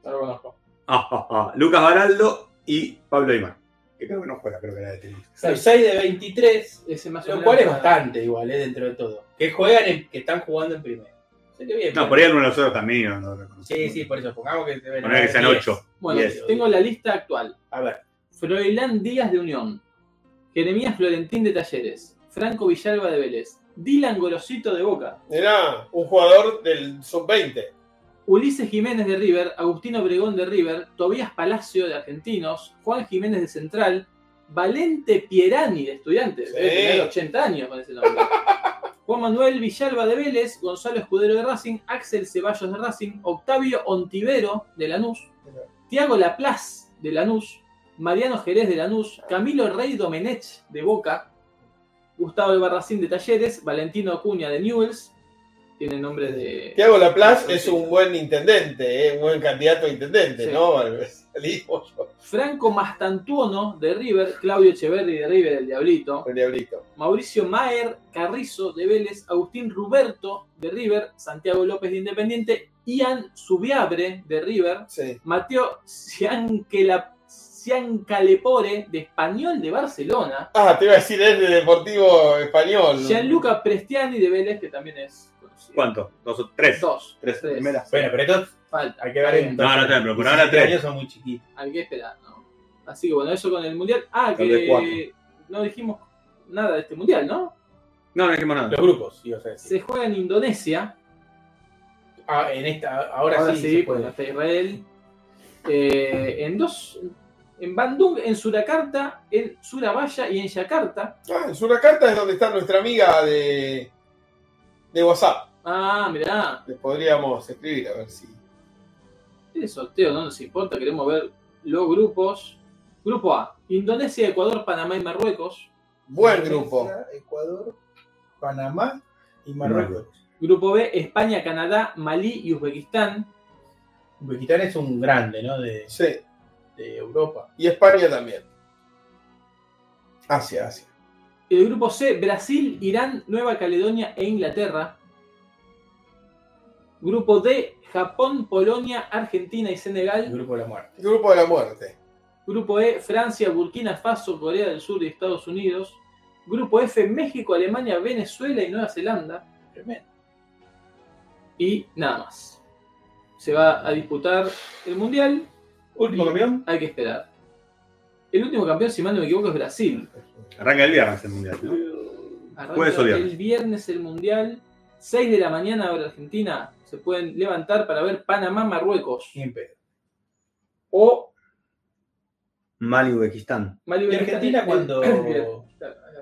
No lo conozco.
ah, ah, ah, Lucas Baraldo y Pablo Aymar. Que creo que no juega, creo que era de tenis.
Los 6 de 23
Ese más o
Lo
menos-
cual es bastante igual, eh, dentro de todo. Que juegan, en- que están jugando en primera. Sé que bien.
No,
pero-
por ahí algunos de los otros también. No, lo reconocen.
Sí, sí, por eso. Pongamos que, se ven
Poner que sean
diez.
ocho.
Bueno,
Yes.
tengo la lista actual.
A ver,
Froilán Díaz de Unión. Jeremías Florentín de Talleres. Franco Villalba de Vélez. Dylan Gorosito de Boca.
Era un jugador del sub-20.
Ulises Jiménez de River, Agustín Obregón de River, Tobías Palacio de Argentinos, Juan Jiménez de Central, Valente Pierani de Estudiantes,
Sí.
debe tener 80 años con ese nombre. Juan Manuel Villalba de Vélez, Gonzalo Escudero de Racing, Axel Ceballos de Racing, Octavio Ontivero de Lanús, Tiago Laplace de Lanús, Mariano Jerez de Lanús, Camilo Rey Domenech de Boca, Gustavo Albarracín de Talleres, Valentino Acuña de Newells, tiene nombre de.
Tiago Laplace es un buen intendente, eh, un buen candidato a intendente,
Sí.
¿no? Salimos
Franco Mastantuono de River, Claudio Echeverri de River, el Diablito,
el diablito.
Mauricio Maer Carrizo de Vélez, Agustín Ruberto de River, Santiago López de Independiente, Ian Subiabre de River,
Sí.
Mateo Cianquela- Ciancalepore de Español de Barcelona,
Ah, te iba a decir es de Deportivo Español.
Gianluca Prestiani de Vélez, que también es conocido.
¿Cuánto? Dos o tres.
Dos.
Tres
Tres.
primeras.
Bueno, pero estos
Falta.
hay que ver en
No, no, no, pero por ahora tres.
años son muy chiquitos.
Hay que esperar, ¿no? Así que bueno, eso con el Mundial. Ah,
Con el cuatro.
que no dijimos nada de este Mundial, ¿no?
No, no dijimos nada.
Los grupos, sí, o sea, sí.
Se juega en Indonesia.
Ah, en esta, ahora,
Ahora
sí,
sí,
se puede.
pues, hasta Israel. Eh, en dos. En Bandung, en Surakarta, en Surabaya y en Yakarta.
Ah, en Surakarta es donde está nuestra amiga de, de WhatsApp.
Ah, mirá.
Les podríamos escribir a ver si.
El sorteo no nos importa, queremos ver los grupos. Grupo A. Indonesia, Ecuador, Panamá y Marruecos.
Buen grupo.
Ecuador, Panamá y Marruecos.
Grupo B, España, Canadá, Malí y Uzbekistán.
Uzbekistán es un grande, ¿no? De,
Sí.
de Europa.
Y España también. Asia, Asia.
El grupo C, Brasil, Irán, Nueva Caledonia e Inglaterra. Grupo D, Japón, Polonia, Argentina y
El
Senegal.
grupo de la muerte.
Grupo de la muerte.
Grupo E, Francia, Burkina Faso, Corea del Sur y Estados Unidos. Grupo F, México, Alemania, Venezuela y Nueva Zelanda. Y nada más. Se va a disputar el Mundial.
Último campeón.
Hay que esperar. El último campeón, si mal no me equivoco, es Brasil.
Arranca el viernes el mundial, ¿no?
Arranca
Jueves o viernes.
el viernes el Mundial. 6 de la mañana hora Argentina. Se pueden levantar para ver Panamá-Marruecos.
Ni en pedo.
O
Mali, Uzbekistán.
Mali
¿Y Argentina
eh,
cuando
cuando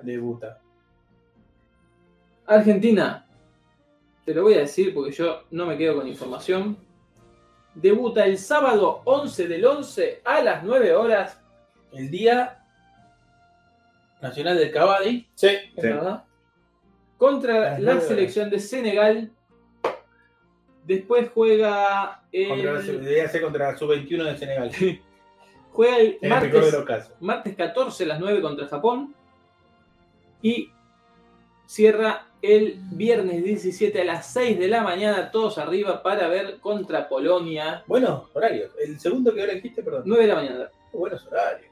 debuta?
Argentina. Te lo voy a decir porque yo no me quedo con información. Debuta el sábado 11 del 11 a las 9 horas.
El Día Nacional del Caballi.
Sí.
¿es
Sí.
verdad?
A
Contra
las
la
nueve
selección de Senegal. Después juega
Contra la sub-
el,
Debería ser contra la sub-21 de Senegal.
juega el
En el peor de
martes
los casos.
martes 14 a las 9 contra Japón y cierra el viernes 17 a las 6 de la mañana todos arriba para ver contra Polonia
Buenos horarios. El segundo que ahora dijiste, perdón.
9 de la mañana
Buenos horarios.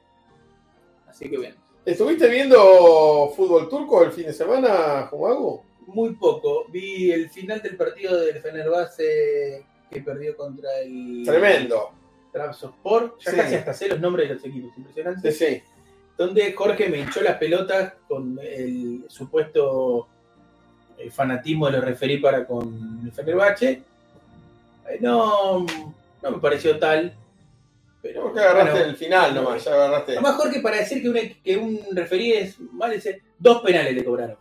así que bien
¿Estuviste viendo fútbol turco el fin de semana, Jumagu?
Muy poco. Vi el final del partido del Fenerbahce que perdió contra el.
Tremendo.
Trabzonspor. Ya
Sí.
casi hasta sé los nombres de los equipos. Impresionante.
Sí, sí.
donde Jorge me hinchó las pelotas con el supuesto eh, fanatismo de los referí para con el Fenerbahce. Eh, No, no me pareció tal. Pero
Creo que agarraste
bueno,
el final nomás, ya agarraste.
Además, Jorge, para decir que un, e-, que un referí es mal, dice, dos penales le cobraron.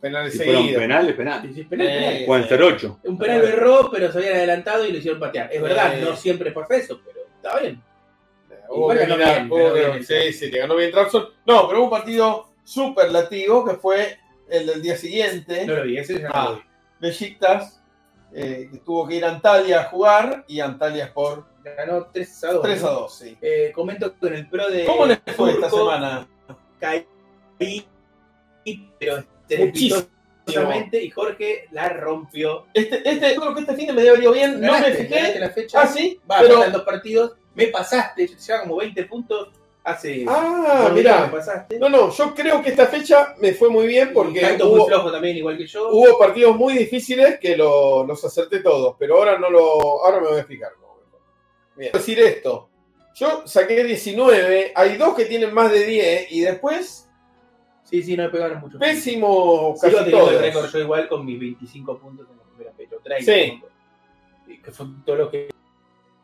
Penales
Si fueron
seguidos.
penales, penal.
Dice, penal,
Eh,
penal.
Pueden ser ocho.
Un penal lo erró, pero se habían adelantado y lo hicieron patear. Es verdad,
Eh.
no siempre pasa eso, pero está bien.
Hubo
Igual
que
ganó
mirar,
bien,
hubo
ganó
que-
bien el
sí, sí, le ganó bien Trabzon. No, pero hubo un partido superlativo que fue el del día siguiente.
No lo vi, ese ya no
Ah.
lo vi.
Bellitas, eh, que tuvo que ir a Antalya a jugar y Antalya por
Ganó 3 a 2.
3 a 2, sí.
Eh, comento con el pro de.
¿Cómo les fue esta
Turco,
semana?
caí, pero
Muchísimo.
estrepitosamente y Jorge la rompió.
Este, este, yo creo que este fin de me debería bien, no me
Ganaste, ganaste
fijé.
la fecha.
Ah, sí,
Va,
pero.
faltan dos partidos. Me pasaste, yo te llevaba como 20 puntos hace.
Ah,
dos días
mirá.
Me pasaste.
No, no, yo creo que esta fecha me fue muy bien
Porque
porque
muy
hubo,
flojo también, igual que yo.
hubo partidos muy difíciles que lo- los acerté todos, pero ahora no lo. Ahora me voy a explicar. cómo me fue. Bien. Voy a decir esto. Yo saqué 19, hay dos que tienen más de 10 y después
Sí, sí, no me pegaron mucho.
pésimo
Sigo
casi
teniendo
todos.
el récord yo igual con mis 25 puntos en la primera fecha. 30
Sí.
puntos. Y Que fue todo lo que.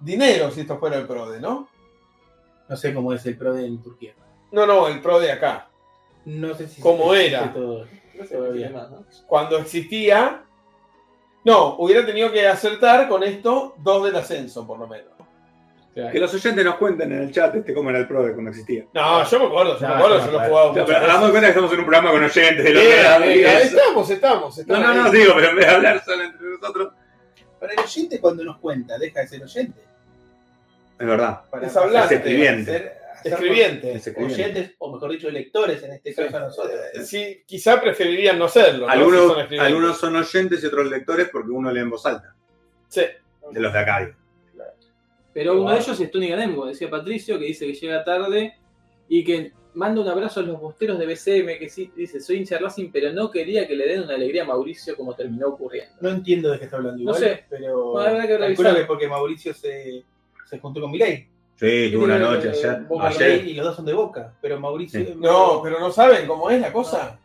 Dinero si esto fuera el PRODE, ¿no?
No sé cómo es el pro de en Turquía.
No, no, el PRODE acá.
No sé si.
¿Cómo
si-
era?
todo-
no
sé, no sé
más, ¿no?
Cuando existía. No, hubiera tenido que acertar con esto dos del ascenso, por lo menos.
Que los oyentes nos cuenten en el chat este cómo era el PRODE cuando existía.
No, yo me acuerdo, yo
No,
me acuerdo,
no,
yo lo
no,
jugaba
O sea,
mucho.
pero damos cuenta que estamos en un programa con oyentes del otro
Era,
lado,
era,
y eso.
Estamos, estamos,
No,
estamos.
no, no, digo, pero en vez de hablar solo entre nosotros.
Para el oyente, cuando nos cuenta, deja de ser oyente.
Es verdad.
Para
Es hablante,
pasar a
escribiente.
ser- a ser
Escribiente.
Es escribiente.
Oyentes, o mejor dicho, lectores en este caso a nosotros.
eh, Sí, quizá preferirían no serlo. ¿no? Si son
Algunos,
escribientes.
algunos son oyentes y otros lectores porque uno lee en voz alta.
Sí.
De los de acá, digo.
Pero uno de ellos es Tony Ganembo, decía Patricio, que dice que llega tarde y que manda un abrazo a los bosteros de BCM, que sí, dice, soy hincha de Racing, pero no quería que le den una alegría a Mauricio como terminó ocurriendo.
No entiendo de qué está hablando
No
igual,
sé.
pero
Bueno, habrá que
calculo
revisar.
que porque Mauricio se, se juntó con Milei.
Sí, tuve una noche
Eh,
ayer.
Boca
Ayer.
Milei Y los dos son de Boca, pero Mauricio...
Sí.
No, pero no saben cómo es la cosa.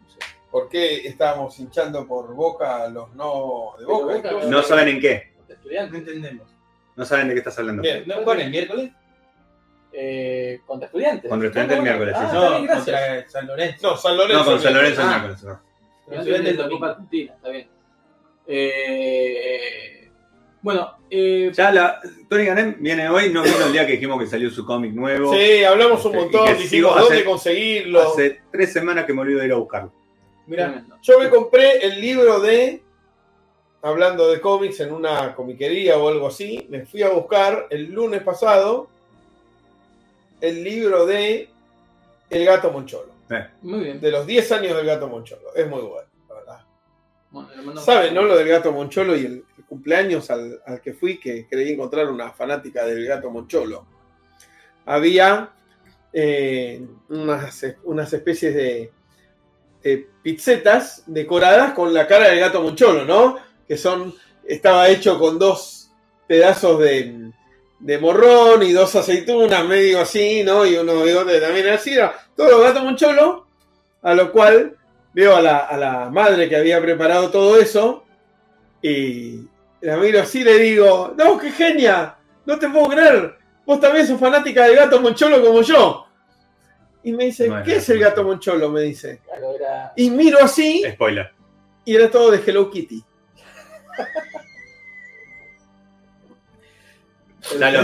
¿Por qué estábamos hinchando por boca a los no de boca?
Pero Boca-
No saben en qué.
Contra estudiantes.
No entendemos.
No saben de qué estás hablando.
Bien.
¿No juegan el miércoles?
Eh, contra estudiantes.
Contra Estudiantes el miércoles, sí.
Ah,
no,
está bien, gracias.
contra San Lorenzo.
No, San Lorenzo.
No, con San Lorenzo
Ah.
no, con San Lorenzo.
Pero estudiantes de la Copa Argentina, está bien. Eh, bueno, eh,
Ya la, Tony Ganem viene hoy, no vino el día que dijimos que salió su cómic nuevo.
Sí, hablamos un
Este, y
montón,
que sigo
dijimos
hace-
dónde conseguirlo.
Hace tres semanas que me olvido de ir a buscarlo.
Mira,
tremendo.
Yo me compré el libro de, hablando de cómics, en una comiquería o algo así. Me fui a buscar el lunes pasado el libro de El Gato Moncholo.
muy bien.
De los 10 años del Gato Moncholo. Es muy bueno, la verdad.
Bueno, le mando-
¿Saben, no? Lo del Gato Moncholo y el, el cumpleaños al, al que fui, que creí encontrar una fanática del Gato Moncholo. Había eh, unas, unas especies de eh, pizzetas decoradas con la cara del Gato Moncholo, ¿no? Que son, estaba hecho con dos pedazos de, de morrón y dos aceitunas, medio así, ¿no? Y uno bigote también así, era todo Gato Moncholo, a lo cual veo a la, a la madre que había preparado todo eso y la miro así y le digo, no, qué genia, no te puedo creer, vos también sos fanática del gato moncholo como yo. Y me dice,
Bueno.
¿qué es el gato moncholo? Me dice.
Claro, era-
Y miro así
Spoiler.
y era todo de Hello Kitty.
Ya lo,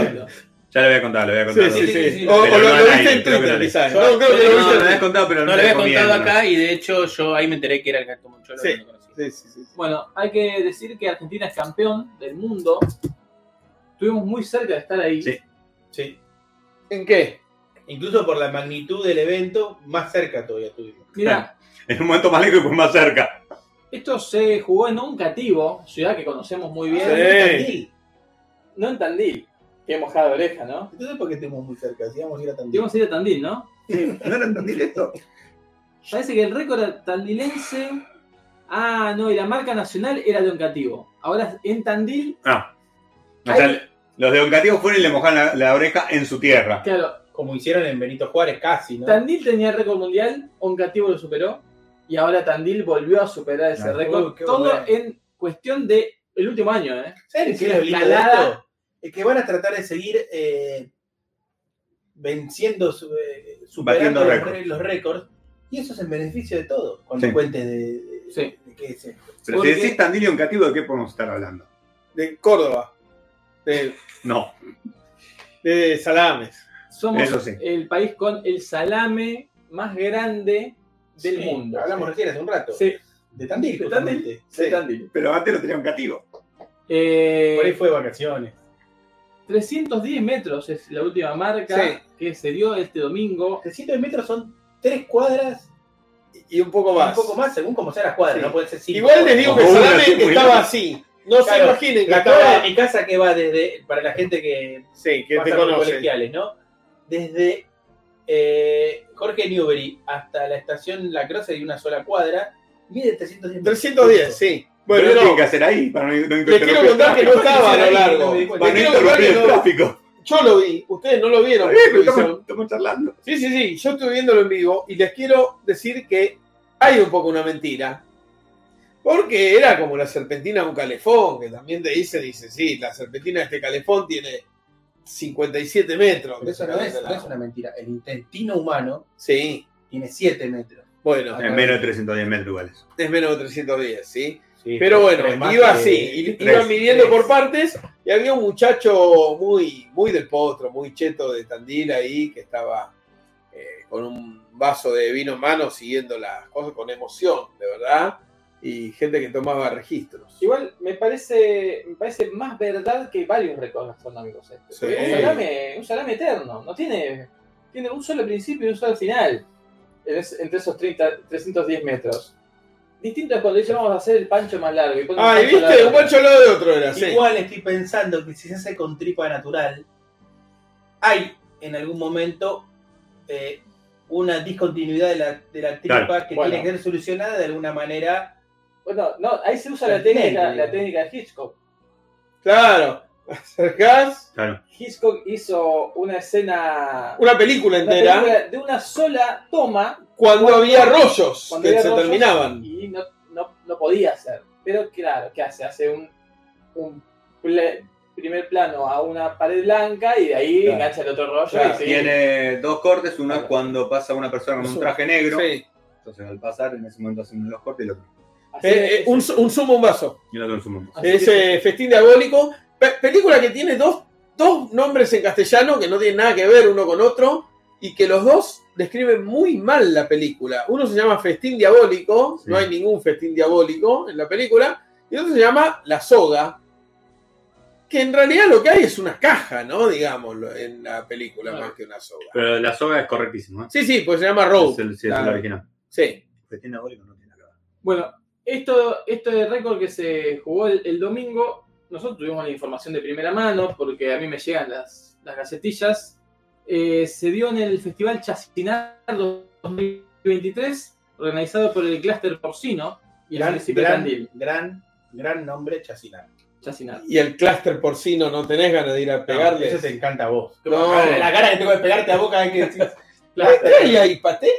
ya lo voy a contar, lo voy a contar.
Sí, sí,
sí.
O, o
Pero no
lo, lo
al
viste
aire,
en
creo que no
Twitter,
al
quizás.
aire.
No, creo que
No, no,
lo viste
lo habías
en Twitter.
contado, pero no,
No lo había
te recomiendo,
contado
no.
acá y de hecho yo ahí me enteré que era el gato moncholo.
Sí.
no lo conocí.
Sí, sí, sí, sí.
Bueno, hay que decir que Argentina es campeón del mundo. Estuvimos muy cerca de estar ahí.
Sí.
sí.
¿En qué?
Incluso por la magnitud del evento, más cerca todavía tuvimos.
Mirá,
En un momento más lejos y pues más cerca.
esto se jugó en un cativo, ciudad que conocemos muy bien.
Sí.
Tandil.
No en Tandil. Qué mojada de oreja, ¿no?
Entonces, ¿por qué estuvimos muy cerca? Si íbamos a ir a Tandil.
Debemos ir a Tandil, ¿no?
¿No era tan directo?
Parece que el récord tandilense. Ah, no, y la marca nacional era de un cativo. Ahora en Tandil,
Ah. O sea, los de Oncativo fueron y le mojaron la, la oreja en su tierra.
claro,
Como hicieron en Benito Juárez, casi, ¿no?
Tandil tenía el récord mundial, Oncativo lo superó y ahora Tandil volvió a superar ese
Ah,
récord.
uy, qué
Todo
bueno.
en cuestión de el último año, ¿eh?
¿Sabes
Es
qué
una
es lo lindo de
escalada.
esto? Es que van a tratar de seguir eh, venciendo, su- eh,
Batiendo
superando los,
récords.
re- los récords. Y eso es en beneficio de todos, cuando
Sí.
cuentes de, de-
Sí.
de qué es esto.
Pero
Porque-
si decís Tandil y Oncativo, ¿de qué podemos estar hablando?
De Córdoba. De,
No.
de Salames.
Somos
Eso sí.
el país con el salame más grande del
Sí,
mundo.
Hablamos recién hace un rato.
Sí, De
De Tandil,
Tandil.
justamente.
sí, Tandil.
Pero antes no tenía Oncativo.
Eh,
Por ahí fue de vacaciones.
310 metros es la última marca
Sí.
que se dio este domingo.
300 metros son tres cuadras,
Y un poco
y
más.
un poco más, según como sea las cuadras,
Sí.
no puede ser cinco.
Igual les digo que
Como una,
Salame
sí, muy
estaba
bien.
así. No se
Claro,
imaginen que
La cuadra de
estaba.
mi casa que va desde, para la gente que
Sí, que
pasa
te
por
conoce.
colegiales, ¿no? Desde eh, Jorge Newbery hasta la estación La Croce de una sola cuadra, mide 310 metros.
310, sí.
Bueno,
Bueno,
¿qué tienen que
no,
hacer ahí para no, no
les
interrumpir
quiero
el
contar que no
tráfico?
estaba a lo largo.
No me di
Les
cuenta.
Para no
quiero contar
interrumpir
que
el
no-
tráfico.
Yo lo vi, ustedes no lo vieron.
Está bien, pero
Lo hicieron.
estamos- estamos charlando.
Sí, sí, sí, yo estuve viéndolo en vivo y les quiero decir que hay un poco una mentira. Porque era como la serpentina de un calefón, que también te dice, dice, sí, la serpentina de este calefón tiene 57 metros.
Pero eso no es, no es una mentira. El intestino humano
Sí,
tiene 7 metros.
bueno,
Eh, En menos de 310 metros iguales.
es menos de 310, ¿sí? Pero bueno, iba así, y iba
iban
midiendo por
partes y había un muchacho muy, muy del potro, muy cheto de Tandil ahí, que estaba eh, con un vaso de vino en mano siguiendo las cosas con emoción, de verdad, y gente que tomaba registros.
Igual me parece, me parece más verdad que varios récords gastronómicos. este.
Sí.
Porque Un, salame, un salame eterno. No tiene, tiene un solo principio y un solo final. en es- entre esos 30, 310 metros. Distinto es cuando dicen vamos a hacer el pancho más largo. Y ponen un
Ah, y
pancho
viste,
largo.
un pancho al lado de otro era, sí.
Igual estoy pensando que si se hace con tripa natural, hay en algún momento eh, una discontinuidad de la, de la tripa que
Bueno.
tiene que ser solucionada de alguna manera.
Bueno, no, ahí se usa la
Perfecto,
técnica,
digamos.
la técnica de Hitchcock.
Claro, acercás
Claro.
Hitchcock hizo una escena
una película
una
entera
película de una sola toma
cuando había rollos
cuando
que
había
se
rollos
terminaban.
Y no, no, no podía hacer. Pero claro, ¿qué hace? Hace un, un ple- primer plano a una pared blanca y de ahí
Claro.
engancha el otro rollo.
Claro,
y sigue.
Tiene dos cortes, uno es cuando pasa una persona con un traje negro.
Sí.
Entonces al pasar, en ese momento hacen los cortes y el otro. Ah.
Así
Eh, eh,
es.
un, un zumo, un vaso.
Y el otro en su momento.
Así
Es
que-
eh, Festín Diabólico. Pe- película que tiene dos, dos nombres en castellano que no tienen nada que ver uno con otro y que los dos describen muy mal la película. Uno se llama Festín Diabólico,
Sí.
no hay ningún Festín Diabólico en la película, y otro se llama La Soga, que en realidad lo que hay es una caja, ¿no? Digámoslo, en la película
Claro.
más que una soga.
Pero la soga es correctísima. ¿eh?
Sí, sí, pues se llama Rogue.
Es el, sí, es el
Claro.
original.
Sí.
Festín diabólico no tiene nada
Bueno, esto, esto de récord que se jugó el, el domingo, nosotros tuvimos la información de primera mano, porque a mí me llegan las, las gacetillas. Eh, se dio en el Festival Chacinar 2023, organizado por el Clúster Porcino y el
Gran,
municipio de
gran,
Tandil.
gran, gran nombre, Chacinar.
Chacinar.
Y el clúster porcino, ¿no tenés ganas de ir a pegarle?
Eso te encanta a vos.
No.
La cara que tengo de pegarte a boca es que decís,
¿Qué hay ahí, paté?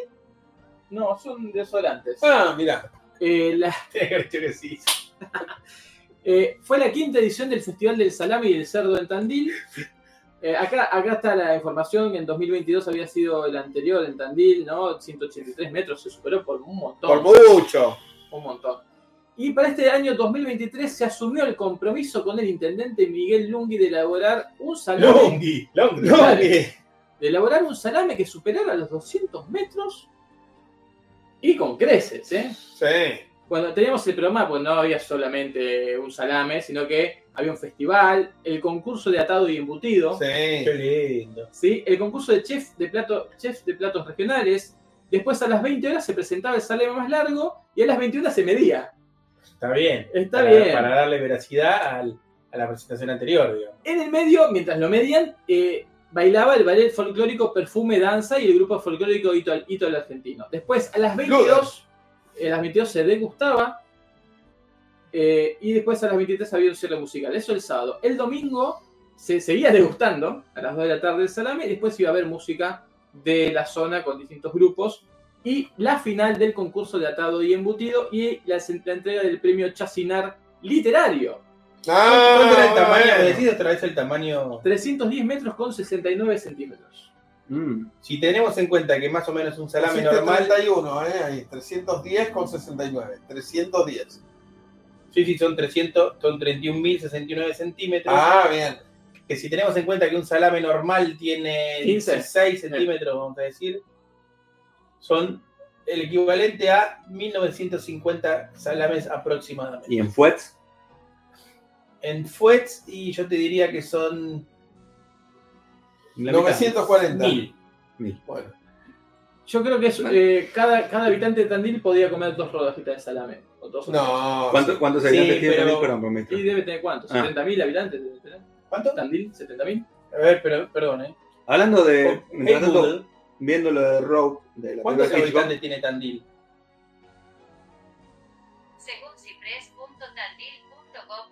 No, son desodorantes.
Ah, mirá.
Eh, la-
tenés que decir que sí.
eh, fue la quinta edición del Festival del Salami y el Cerdo en Tandil. Eh, acá, acá está la información que en 2022 había sido el anterior en Tandil, ¿no? 183 metros, se superó por un montón.
Por mucho.
un montón. Y para este año 2023 se asumió el compromiso con el intendente Miguel Lungui de elaborar un salami,
Longi, Longi.
No,
Dale.
que-
de elaborar un salame que superara los 200 metros y con creces, ¿eh?
Sí.
Cuando teníamos el programa, pues no había solamente un salame, sino que había un festival, el concurso de atado y embutido,
Qué
Sí.
lindo.
¿sí? el concurso de chef de, plato, chef de platos regionales. Después a las 20 horas se presentaba el salame más largo y a las 21 se medía.
Está bien.
Está
para,
bien.
Para darle veracidad al- a la presentación anterior, digamos.
En el medio, mientras lo medían, eh, bailaba el ballet folclórico Perfume Danza y el grupo folclórico Hito, Hito del Argentino. Después, a las 22, eh, a las 22 se degustaba eh, y después a las 23 había un cierre musical. Eso el sábado. El domingo se seguía degustando a las 2 de la tarde el salame y después iba a haber música de la zona con distintos grupos y la final del concurso de atado y embutido y la, la entrega del premio Chacinar Literario.
Ah,
¿Cuánto era el tamaño?
bueno.
¿Me decís otra vez el tamaño?
310 metros con 69 centímetros.
Si tenemos en cuenta que más o menos un salame
Pusiste
normal.
31, ¿eh? Ahí, 310 con 69. 310.
Sí, sí, son 300, son 31.069 centímetros.
Ah, bien.
Que si tenemos en cuenta que un salame normal tiene
15.
16 centímetros, vamos a decir, son el equivalente a 1950 salames aproximadamente.
¿Y en Fuets?
En fuets, y yo te diría que son
La mitad.
940.
1000.
Bueno,
Yo creo que es, eh, cada, cada habitante de Tandil podía comer dos rodajitas de salame. O dos o tres.
no.
¿Cuánto- ¿Cuántos
Sí,
habitantes tiene
pero-
Tandil? Perdón, por metro.
¿Y debe tener cuántos?
Ah.
¿70.000 habitantes debe tener?
¿Cuánto?
¿Tandil? ¿70.000?
A ver, pero, perdón, ¿eh?
Hablando de.
Hey,
Mientras tanto,
Google,
viendo lo de Rogue, de la
¿Cuántos
película de Hitchcock,
habitantes tiene Tandil?
Según cipres.tandil.gov.ar,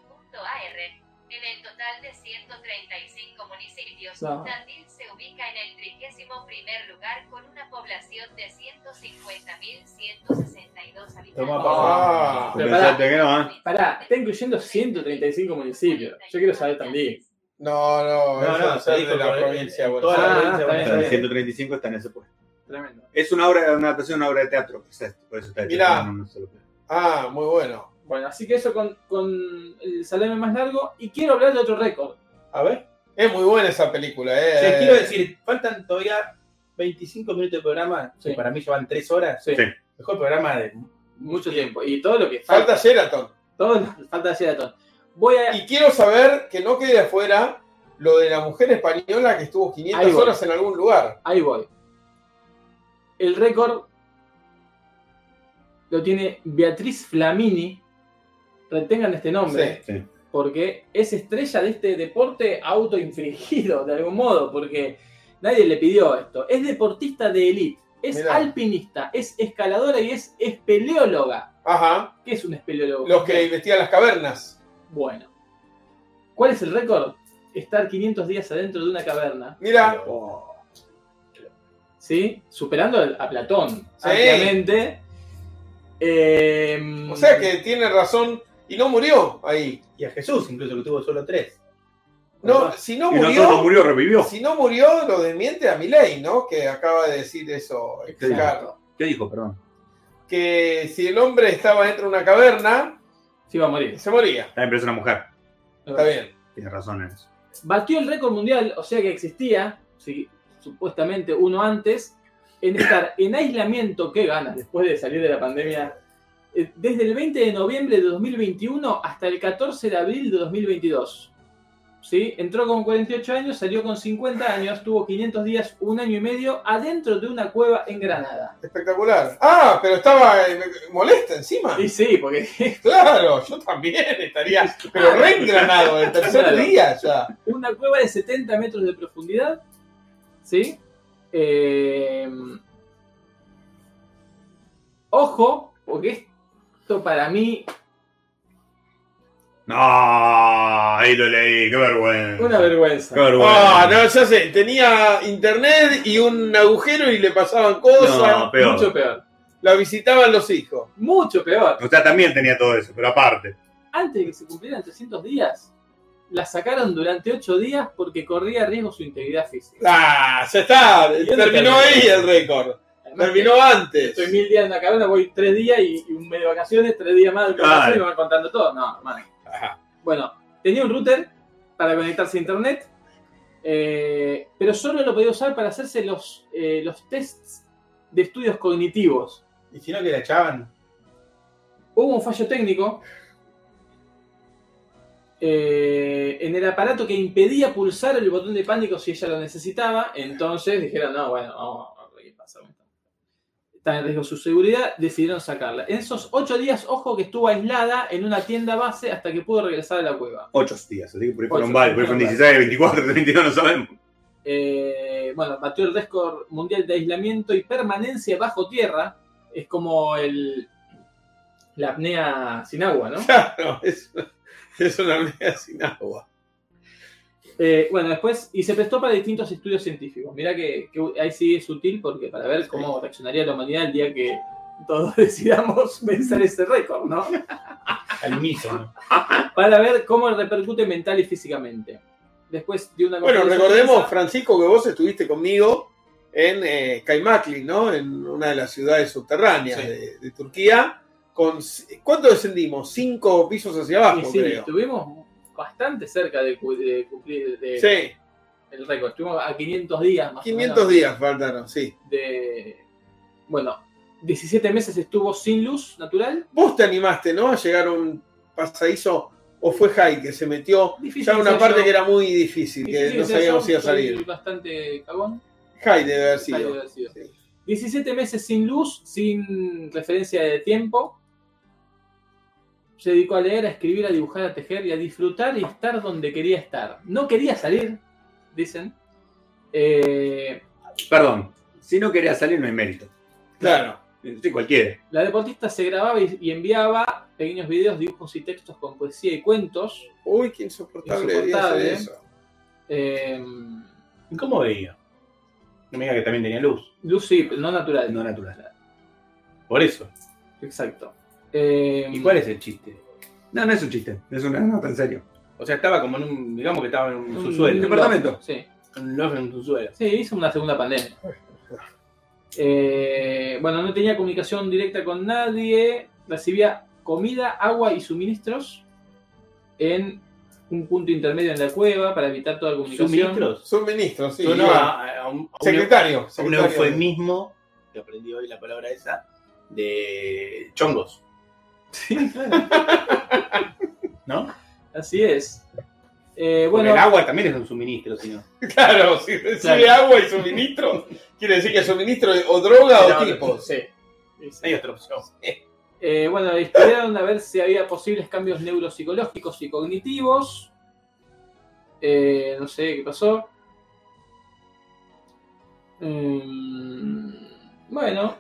en el total de 135 municipios,
No.
Tandil se ubica en el 31 primer lugar con una población de 150.162 habitantes.
Toma,
papá.
Pero
Pensaste que no, ¿eh?
Pará, está incluyendo 135 municipios. Yo quiero saber Tandil.
No, no,
No,
eso
no,
es
se
de
dijo
la
por-
provincia.
en
bueno.
toda
Ah,
la provincia de
está
Buenos
bien,
está en
Aires.
135 está en ese puesto.
Tremendo.
Es una obra, una adaptación, una obra de teatro. es esto, pues, Por eso está hecho
Mirá.
en un solo plano.
Ah, muy bueno.
Bueno, así que eso con, con el salame más largo. Y quiero hablar de otro récord.
A ver.
Es muy buena esa película, eh.
Te quiero decir, faltan todavía 25 minutos de programa.
Sí.
que Para mí llevan 3 horas.
Sí.
Mejor programa de.
Mucho tiempo. Y todo lo que
Falta
falta.
Sheraton.
Todo lo que falta de Sheraton. Voy a.
Y quiero saber que no quede afuera lo de la mujer española que estuvo 500
Ahí voy.
horas en algún lugar.
Ahí voy. El récord lo tiene Beatriz Flamini. Retengan este nombre.
Sí, sí.
Porque es estrella de este deporte autoinfringido, de algún modo, porque nadie le pidió esto. Es deportista de élite, es
Mirá.
alpinista, es escaladora y es espeleóloga.
Ajá.
¿Qué es un espeleólogo?
Los que investigan las cavernas.
Bueno. ¿Cuál es el récord? Estar 500 días adentro de una caverna.
Mira,
¿sí? Superando al- a Platón,
Sí.
ampliamente. Eh,
o sea que tiene razón y no murió ahí.
Mm. Y a Jesús, incluso que tuvo solo 3.
No, si no
Y no solo
murió,
murió, revivió.
si no murió lo desmiente a Milei, ¿no? Que acaba de decir eso. explicar.
¿Qué dijo, perdón?
Que si el hombre estaba dentro de una caverna,
Sí, va a morir.
se moría.
También, pero es una mujer.
Está bien.
Tiene razón en eso.
Batió el récord mundial, o sea que existía, sí, supuestamente uno antes, en estar en aislamiento, qué ganas, después de salir de la pandemia, eh, desde el 20 de noviembre de 2021 hasta el 14 de abril de 2022. ¿Sí? Entró con 48 años, salió con 50 años, tuvo 500 días, un año y medio, adentro de una cueva en Granada.
Espectacular. Ah, pero estaba eh, molesta encima.
Y sí, porque
Claro, yo también estaría, pero re engranado el tercer
Claro.
día ya.
una cueva de 70 metros de profundidad. ¿Sí? Eh, ojo, porque esto para mí
No, ahí lo leí, qué vergüenza.
una vergüenza.
Qué vergüenza.
Ah, no, ya sé, tenía internet y un agujero y le pasaban cosas.
No, peor.
Mucho peor.
La visitaban los hijos.
Mucho peor.
O sea, también tenía todo eso, pero aparte.
Antes de que se cumplieran 300 días, la sacaron durante 8 días porque corría riesgo su integridad física.
Ah, ya está.
Y él
Terminó
terminó.
ahí el récord.
Además,
Terminó
que
antes.
Estoy mil días en la caverna, voy tres días y, y un medio de vacaciones, tres días más de
Claro.
vacaciones y me van contando todo. No, hermano. Bueno, tenía un router para conectarse a internet, eh, pero solo lo podía usar para hacerse los, eh, los tests de estudios cognitivos.
Y si no, que la echaban.
Hubo un fallo técnico eh, en el aparato que impedía pulsar el botón de pánico si ella lo necesitaba. Entonces dijeron, no, bueno, vamos a ver qué pasa. Está en riesgo su seguridad, decidieron sacarla. En esos ocho días, ojo que estuvo aislada en una tienda base hasta que pudo regresar a la cueva.
Ocho días, así que por ahí fueron
Ocho,
varios, por ahí
fueron
fueron 16, 24, 32, no sabemos.
Eh, bueno, batió el récord mundial de aislamiento y permanencia bajo tierra. Es como el, la apnea sin agua, ¿no?
Claro, es, es una media sin agua.
Eh, bueno, después, y se prestó para distintos estudios científicos. Mirá que, que ahí sí es útil porque para ver cómo reaccionaría la humanidad el día que todos decidamos vencer ese récord, ¿no?
Al unísono.
Para ver cómo repercute mental y físicamente. Después dio una
Bueno,
conferencia
recordemos,
prensa.
Francisco, que vos estuviste conmigo en eh, Kaimakli, ¿no? En una de las ciudades subterráneas
Sí.
de, de Turquía. Con, ¿Cuánto descendimos? Cinco pisos hacia abajo,
Y sí,
creo.
estuvimos bastante cerca de, cu- de cumplir de-
Sí,
el récord. Estuvimos a 500 días más o
500
menos,
días faltaron, sí.
De, bueno, 17 meses estuvo sin luz natural.
Vos te animaste, ¿no? A llegar a un pasadizo, o fue Jai que se metió
Difícil
ya a una
ser
parte
yo.
que era muy difícil, que
Difícil
no
de
sabíamos si
hacer,
iba a salir.
soy Bastante cagón.
Jai debe haber
Ay,
sido.
hubiera sido.
Sí.
17 meses sin luz, sin referencia de tiempo. Se dedicó a leer, a escribir, a dibujar, a tejer y a disfrutar y estar donde quería estar. No quería salir, dicen. Eh,
Perdón, si no quería salir no hay mérito.
Claro.
Sí, cualquiera.
la deportista se grababa y, y enviaba pequeños videos, dibujos y textos con poesía y cuentos.
Uy, qué insoportable,
Insoportable.
debía ser eso.
Eh,
¿Y ¿Cómo veía? No me diga que también tenía luz.
luz sí, pero no natural.
No natural.
Por eso.
Exacto. Eh,
¿Y cuál es el chiste?
No, no es un chiste, es una nota en serio.
O sea, estaba como en un. Digamos que estaba en un
un
subsuelo.
departamento.
Sí.
Un loft en un subsuelo.
Sí, hizo una segunda pandemia. Eh, bueno, no tenía comunicación directa con nadie, recibía comida, agua y suministros en un punto intermedio en la cueva para evitar toda comunicación.
¿Suministros?
Suministros, sí.
Yo no, a, a un, a un-
Secretario,
a un
secretario.
eufemismo, que aprendí hoy la palabra esa, de chongos. ¿No?
Así es. Eh, bueno,
Porque el agua también es un suministro, sino.
Claro, si recibe
Claro.
agua y suministro, quiere decir que suministro de- o droga o tipos.
Sí. Hay otra opción.
eh, bueno, estudiaron a ver si había posibles cambios neuropsicológicos y cognitivos. Eh, no sé qué pasó. Mm, bueno,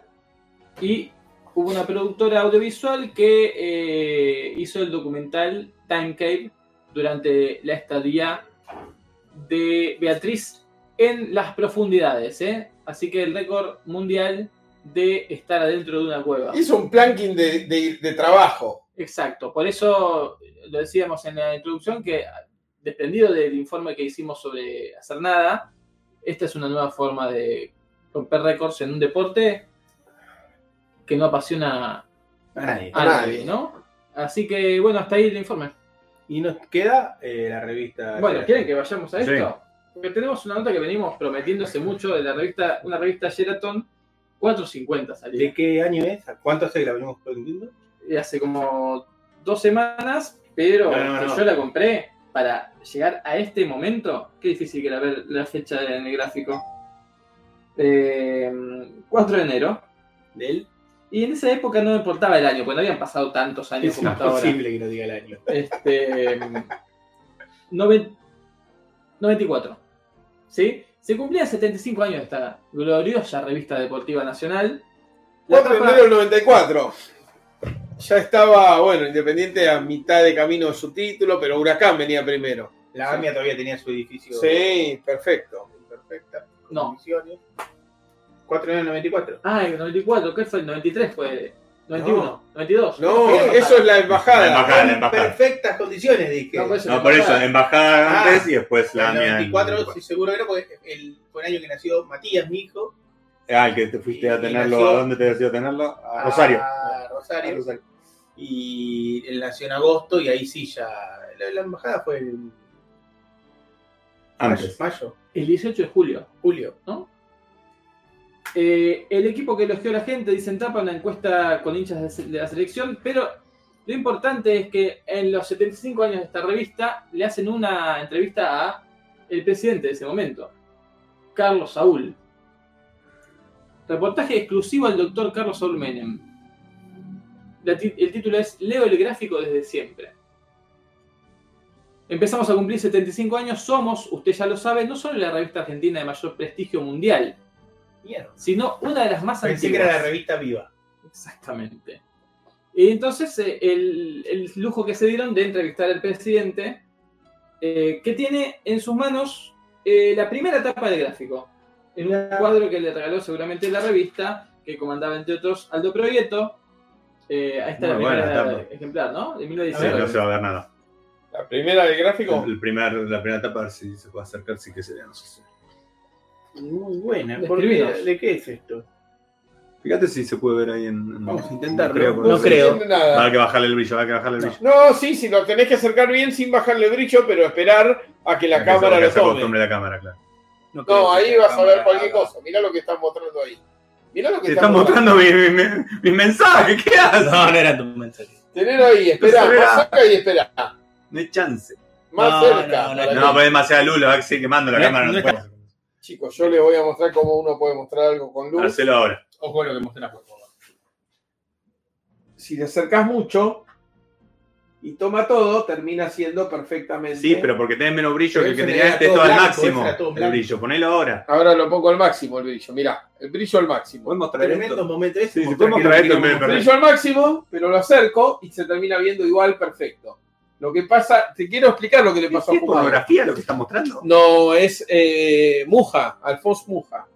y hubo una productora audiovisual que eh, hizo el documental Time Cave durante la estadía de Beatriz en las profundidades. ¿eh? Así que el récord mundial de estar adentro de una cueva.
Hizo un planking de, de- de trabajo.
Exacto, por eso eh, lo decíamos en la introducción que dependido del informe que hicimos sobre hacer nada, esta es una nueva forma de romper récords en un deporte que no apasiona
A nadie.
a
A
nadie,
nadie.
¿no? Así que bueno, hasta ahí el informe.
Y nos queda eh, la revista.
Bueno, ¿quieren que vayamos a esto? Porque tenemos una nota que venimos prometiéndose mucho de la revista, una revista Sheraton 450 salió.
¿De qué año es? ¿A ¿Cuánto hace que la venimos vendiendo?
Y hace como dos semanas, pero
No, no,
que
no.
yo la compré para llegar a este momento. Qué difícil que era ver la fecha en el gráfico. Eh, 4 de enero.
Del.
Y en esa época no me importaba el año, porque no habían pasado tantos años
Es
como hasta ahora.
imposible que no diga el año.
Este, noven- 94. ¿Sí? Se cumplían 75 años esta gloriosa revista deportiva nacional. La
4 de
tapa-
enero del 94. Ya estaba, bueno, Independiente a mitad de camino de su título, pero Huracán venía primero.
La AMIA todavía tenía su edificio.
Sí, perfecto.
Perfecta.
No.
4 de 94.
Ah, el 94, ¿qué fue? El 93 fue. 91, 92.
No, eso es la
La
embajada.
embajada, la embajada.
Perfectas condiciones, dije.
No, por eso
No, por eso, embajada
Ah.
antes y después la
el
mía. en
94, estoy seguro que no, porque el, fue el año que nació Matías, mi hijo.
Ah, el que te fuiste a
Y
tenerlo.
nació- Ah,
¿A dónde te has ido a tenerlo? A Rosario.
a Rosario. Y él nació en agosto y ahí sí ya. La, la embajada fue en mayo,
Antes.
mayo,
El 18 de julio.
julio.
Eh, el equipo que elogió la gente, dicen tapa una encuesta con hinchas de se- de la selección, pero lo importante es que en los 75 años de esta revista le hacen una entrevista a el presidente de ese momento, Carlos Saúl. Reportaje exclusivo al doctor Carlos Saúl Menem. La ti- el título es Leo el gráfico desde siempre. Empezamos a cumplir 75 años, somos, usted ya lo sabe, no solo la revista argentina de mayor prestigio mundial,
Mierda.
sino una de las más
Pensé que
antiguas.
era la revista Viva.
Exactamente. Y entonces eh, el, el lujo que se dieron de entrevistar al presidente, eh, que tiene en sus manos eh, la primera etapa del gráfico, en un cuadro que le regaló seguramente la revista, que comandaba entre otros Aldo Proieto. Eh, ahí está
Muy
la
buena
primera
etapa.
ejemplar, ¿no? De
Sí, no
1919.
se va a ver nada.
La primera del gráfico.
El primer, la primera etapa, a ver si se puede acercar, sí que sería. No sé.
Muy buena.
¿Por
¿Por
qué?
qué? ¿De qué es esto?
Fíjate si se puede ver ahí en. en-
Vamos a intentarlo.
creo,
No
porque-
se
creo.
entiende nada.
Va a haber que bajarle el brillo, va a haber que bajarle el brillo.
No, sí, si lo tenés que acercar bien sin bajarle brillo, pero esperar a que la
Que se-
cámara
que
lo
se
tome.
acostumbre la cámara, claro.
No, ahí vas a ver cualquier cosa. Mirá lo que están mostrando ahí. Mirá lo que
Te están mostrando mi, mi, mi mensaje, ¿qué haces?
No, no era tu mensaje.
Tener ahí, esperá,
Espera.
más cerca y esperá.
No hay chance.
Más
No,
cerca.
no,
para
No,
que-
pero es demasiada luz, lo va a seguir quemando la
No,
cámara. No,
no
puede.
Chicos, yo les voy a mostrar cómo uno puede mostrar algo con luz.
Hacelo ahora.
Ojo a lo que mostrás, por favor.
si le acercas mucho y toma todo, termina siendo perfectamente.
Sí, pero porque tenés menos brillo que
Pero
el que
ese
tenías
era
este
todo
todo al
blanco,
máximo.
ese era todo
El
blanco.
brillo, ponelo ahora.
Ahora lo pongo al máximo el brillo. Mirá, el brillo al máximo.
Podemos traer
Tremendo
esto.
momento ese.
Sí, si podemos traer esto en vez de
El
perder.
brillo al máximo, pero lo acerco y se termina viendo igual perfecto. Lo que pasa, te quiero explicar lo que le pasó a
¿Es
Fumado.
pornografía lo que está mostrando?
No, es eh, Muja, Alfonso Muja.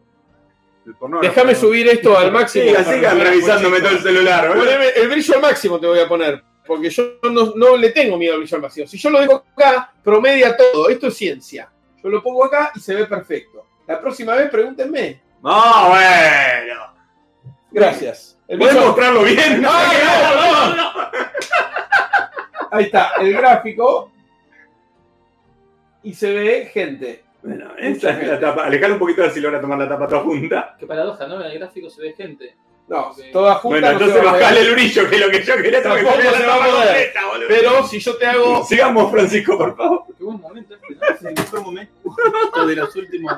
El pornógrafo.
Déjame subir esto al máximo.
Sí,
para
así que
que veas,
revisándome
muchachos.
todo el celular, ¿eh? ¿verdad?
Poneme el brillo al máximo te voy a poner, porque yo no, no le tengo miedo al brillo al máximo. Si yo lo dejo acá, promedia todo. Esto es ciencia. Yo lo pongo acá y se ve perfecto. La próxima vez pregúntenme.
No, bueno.
Gracias. El
¿Puedes
brillo-
mostrarlo bien?
¡Ay, no, no, no!
Ahí está, el gráfico. Y se ve gente.
Bueno, esa es la tapa. Alejalo un poquito a ver si logra tomar la tapa toda junta.
Qué paradoja, ¿no? En el gráfico se ve gente.
No, toda junta.
Bueno,
no
entonces
se va a
bajale
ver.
el brillo, que es lo que yo quería
Tampoco
que ponga la
se va a
tapa
poder.
completa, boludo.
Pero si yo te hago.
Sigamos, Francisco, por favor.
Qué buen momento este, ¿no? Es el mejor momento de los últimos.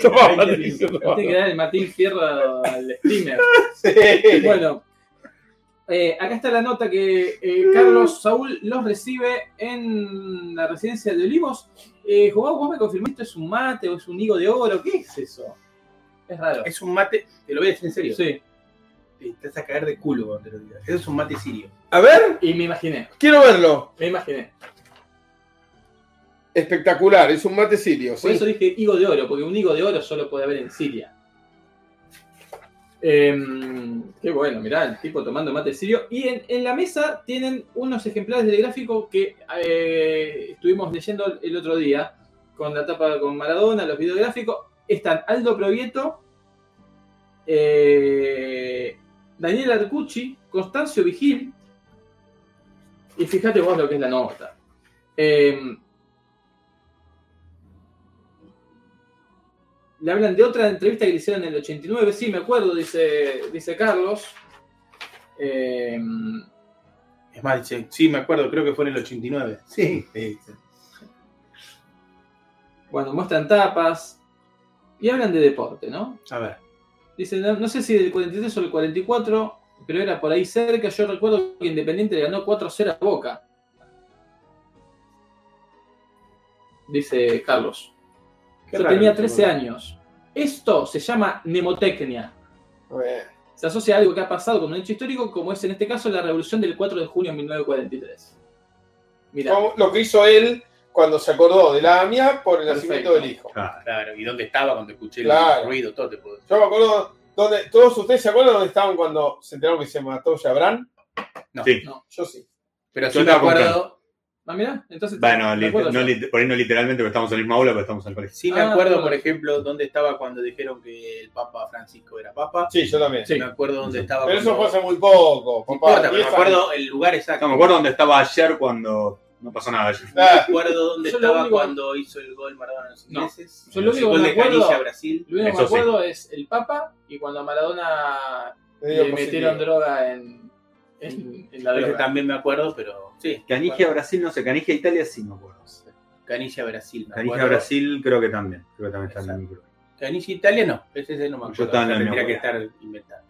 Toma,
20
Patricio,
minutos.
toma.
Tiene que dar el Martín Fierro al streamer.
Sí.
Bueno, eh, acá está la nota que eh, Carlos Saúl los recibe en la residencia de Olivos. Eh, Jugado, vos me confirmaste, ¿es un mate o es un higo de oro? ¿Qué es eso? Es raro.
Es un mate, te lo voy a decir en serio.
Sí.
Te vas a caer de culo cuando te lo digas. Eso es un mate sirio.
A ver,
Y me imaginé,
quiero verlo.
me imaginé.
Espectacular, es un mate sirio.
Por
¿sí?
eso dije higo de oro, porque un higo de oro solo puede haber en Siria. Em, qué bueno, mirá, el tipo tomando mate sirio. Y en, en la mesa tienen unos ejemplares del gráfico que eh, estuvimos leyendo el otro día, con la tapa con Maradona, los videográficos. Están Aldo Provieto, eh, Daniel Arcucci, Constancio Vigil. Y fíjate vos lo que es la nota. Em, Le hablan de otra entrevista que le hicieron en el 89, sí, me acuerdo, dice, dice Carlos. Eh,
Es más, dice, sí, me acuerdo, creo que fue en el 89. Sí. dice.
bueno, muestran tapas y hablan de deporte, ¿no?
A ver.
Dicen, no, no sé si del 43 o el 44, pero era por ahí cerca. Yo recuerdo que Independiente le ganó 4-0 a Boca. Dice Carlos.
Qué
Yo
raro,
tenía
¿no?
13 años. Esto se llama mnemotecnia.
Bueno,
se asocia a algo que ha pasado con un hecho histórico, como es en este caso la revolución del 4 de junio de 1943. Mira,
como Lo que hizo él cuando se acordó de la AMIA por el nacimiento
Perfecto.
del hijo.
Claro, ¿y dónde estaba cuando escuché
Claro.
el ruido? Todo te puedo decir.
Yo me acuerdo donde. ¿Todos ustedes se acuerdan dónde estaban cuando se enteraron que se mató Jabrán?
No.
Sí.
Yo sí.
Pero
Yo
sí me
estaba con
acuerdo,
ah, mira, entonces.
Bueno,
¿te
lit-
acuerdas?
no lit- por ahí no literalmente, pero estamos en la misma aula, pero estamos al parecer.
sí me
Ah,
acuerdo
bueno.
por ejemplo, dónde estaba cuando dijeron que el Papa Francisco era Papa.
Sí, yo también.
Sí.
Me acuerdo dónde estaba.
Pero eso fue
cuando-
hace muy poco,
No
papá.
importa, pero
Diez
me
años.
acuerdo el lugar exacto.
No me acuerdo dónde estaba ayer cuando no pasó nada ayer.
Ah,
Me acuerdo dónde
Yo lo
estaba
único-
cuando hizo el gol Maradona en los
No.
ingleses.
Yo lo
El
único
gol
que
de
me acuerdo-
Canilla a Brasil.
Lo único que me
Eso sí.
acuerdo es el Papa y cuando a Maradona
te digo
le
positivo.
metieron droga en, en, en la
Ese
droga.
también me acuerdo, pero sí.
Canigia Brasil, no sé, Canigia Italia sí me acuerdo.
Canilla Brasil. me
Canigia
acuerdo.
Brasil creo que también. Creo que también está en la micro.
Canilla Italia no. Ese, ese no me
Yo
acuerdo.
estaba en la
Ese tendría que
misma
estar inventado.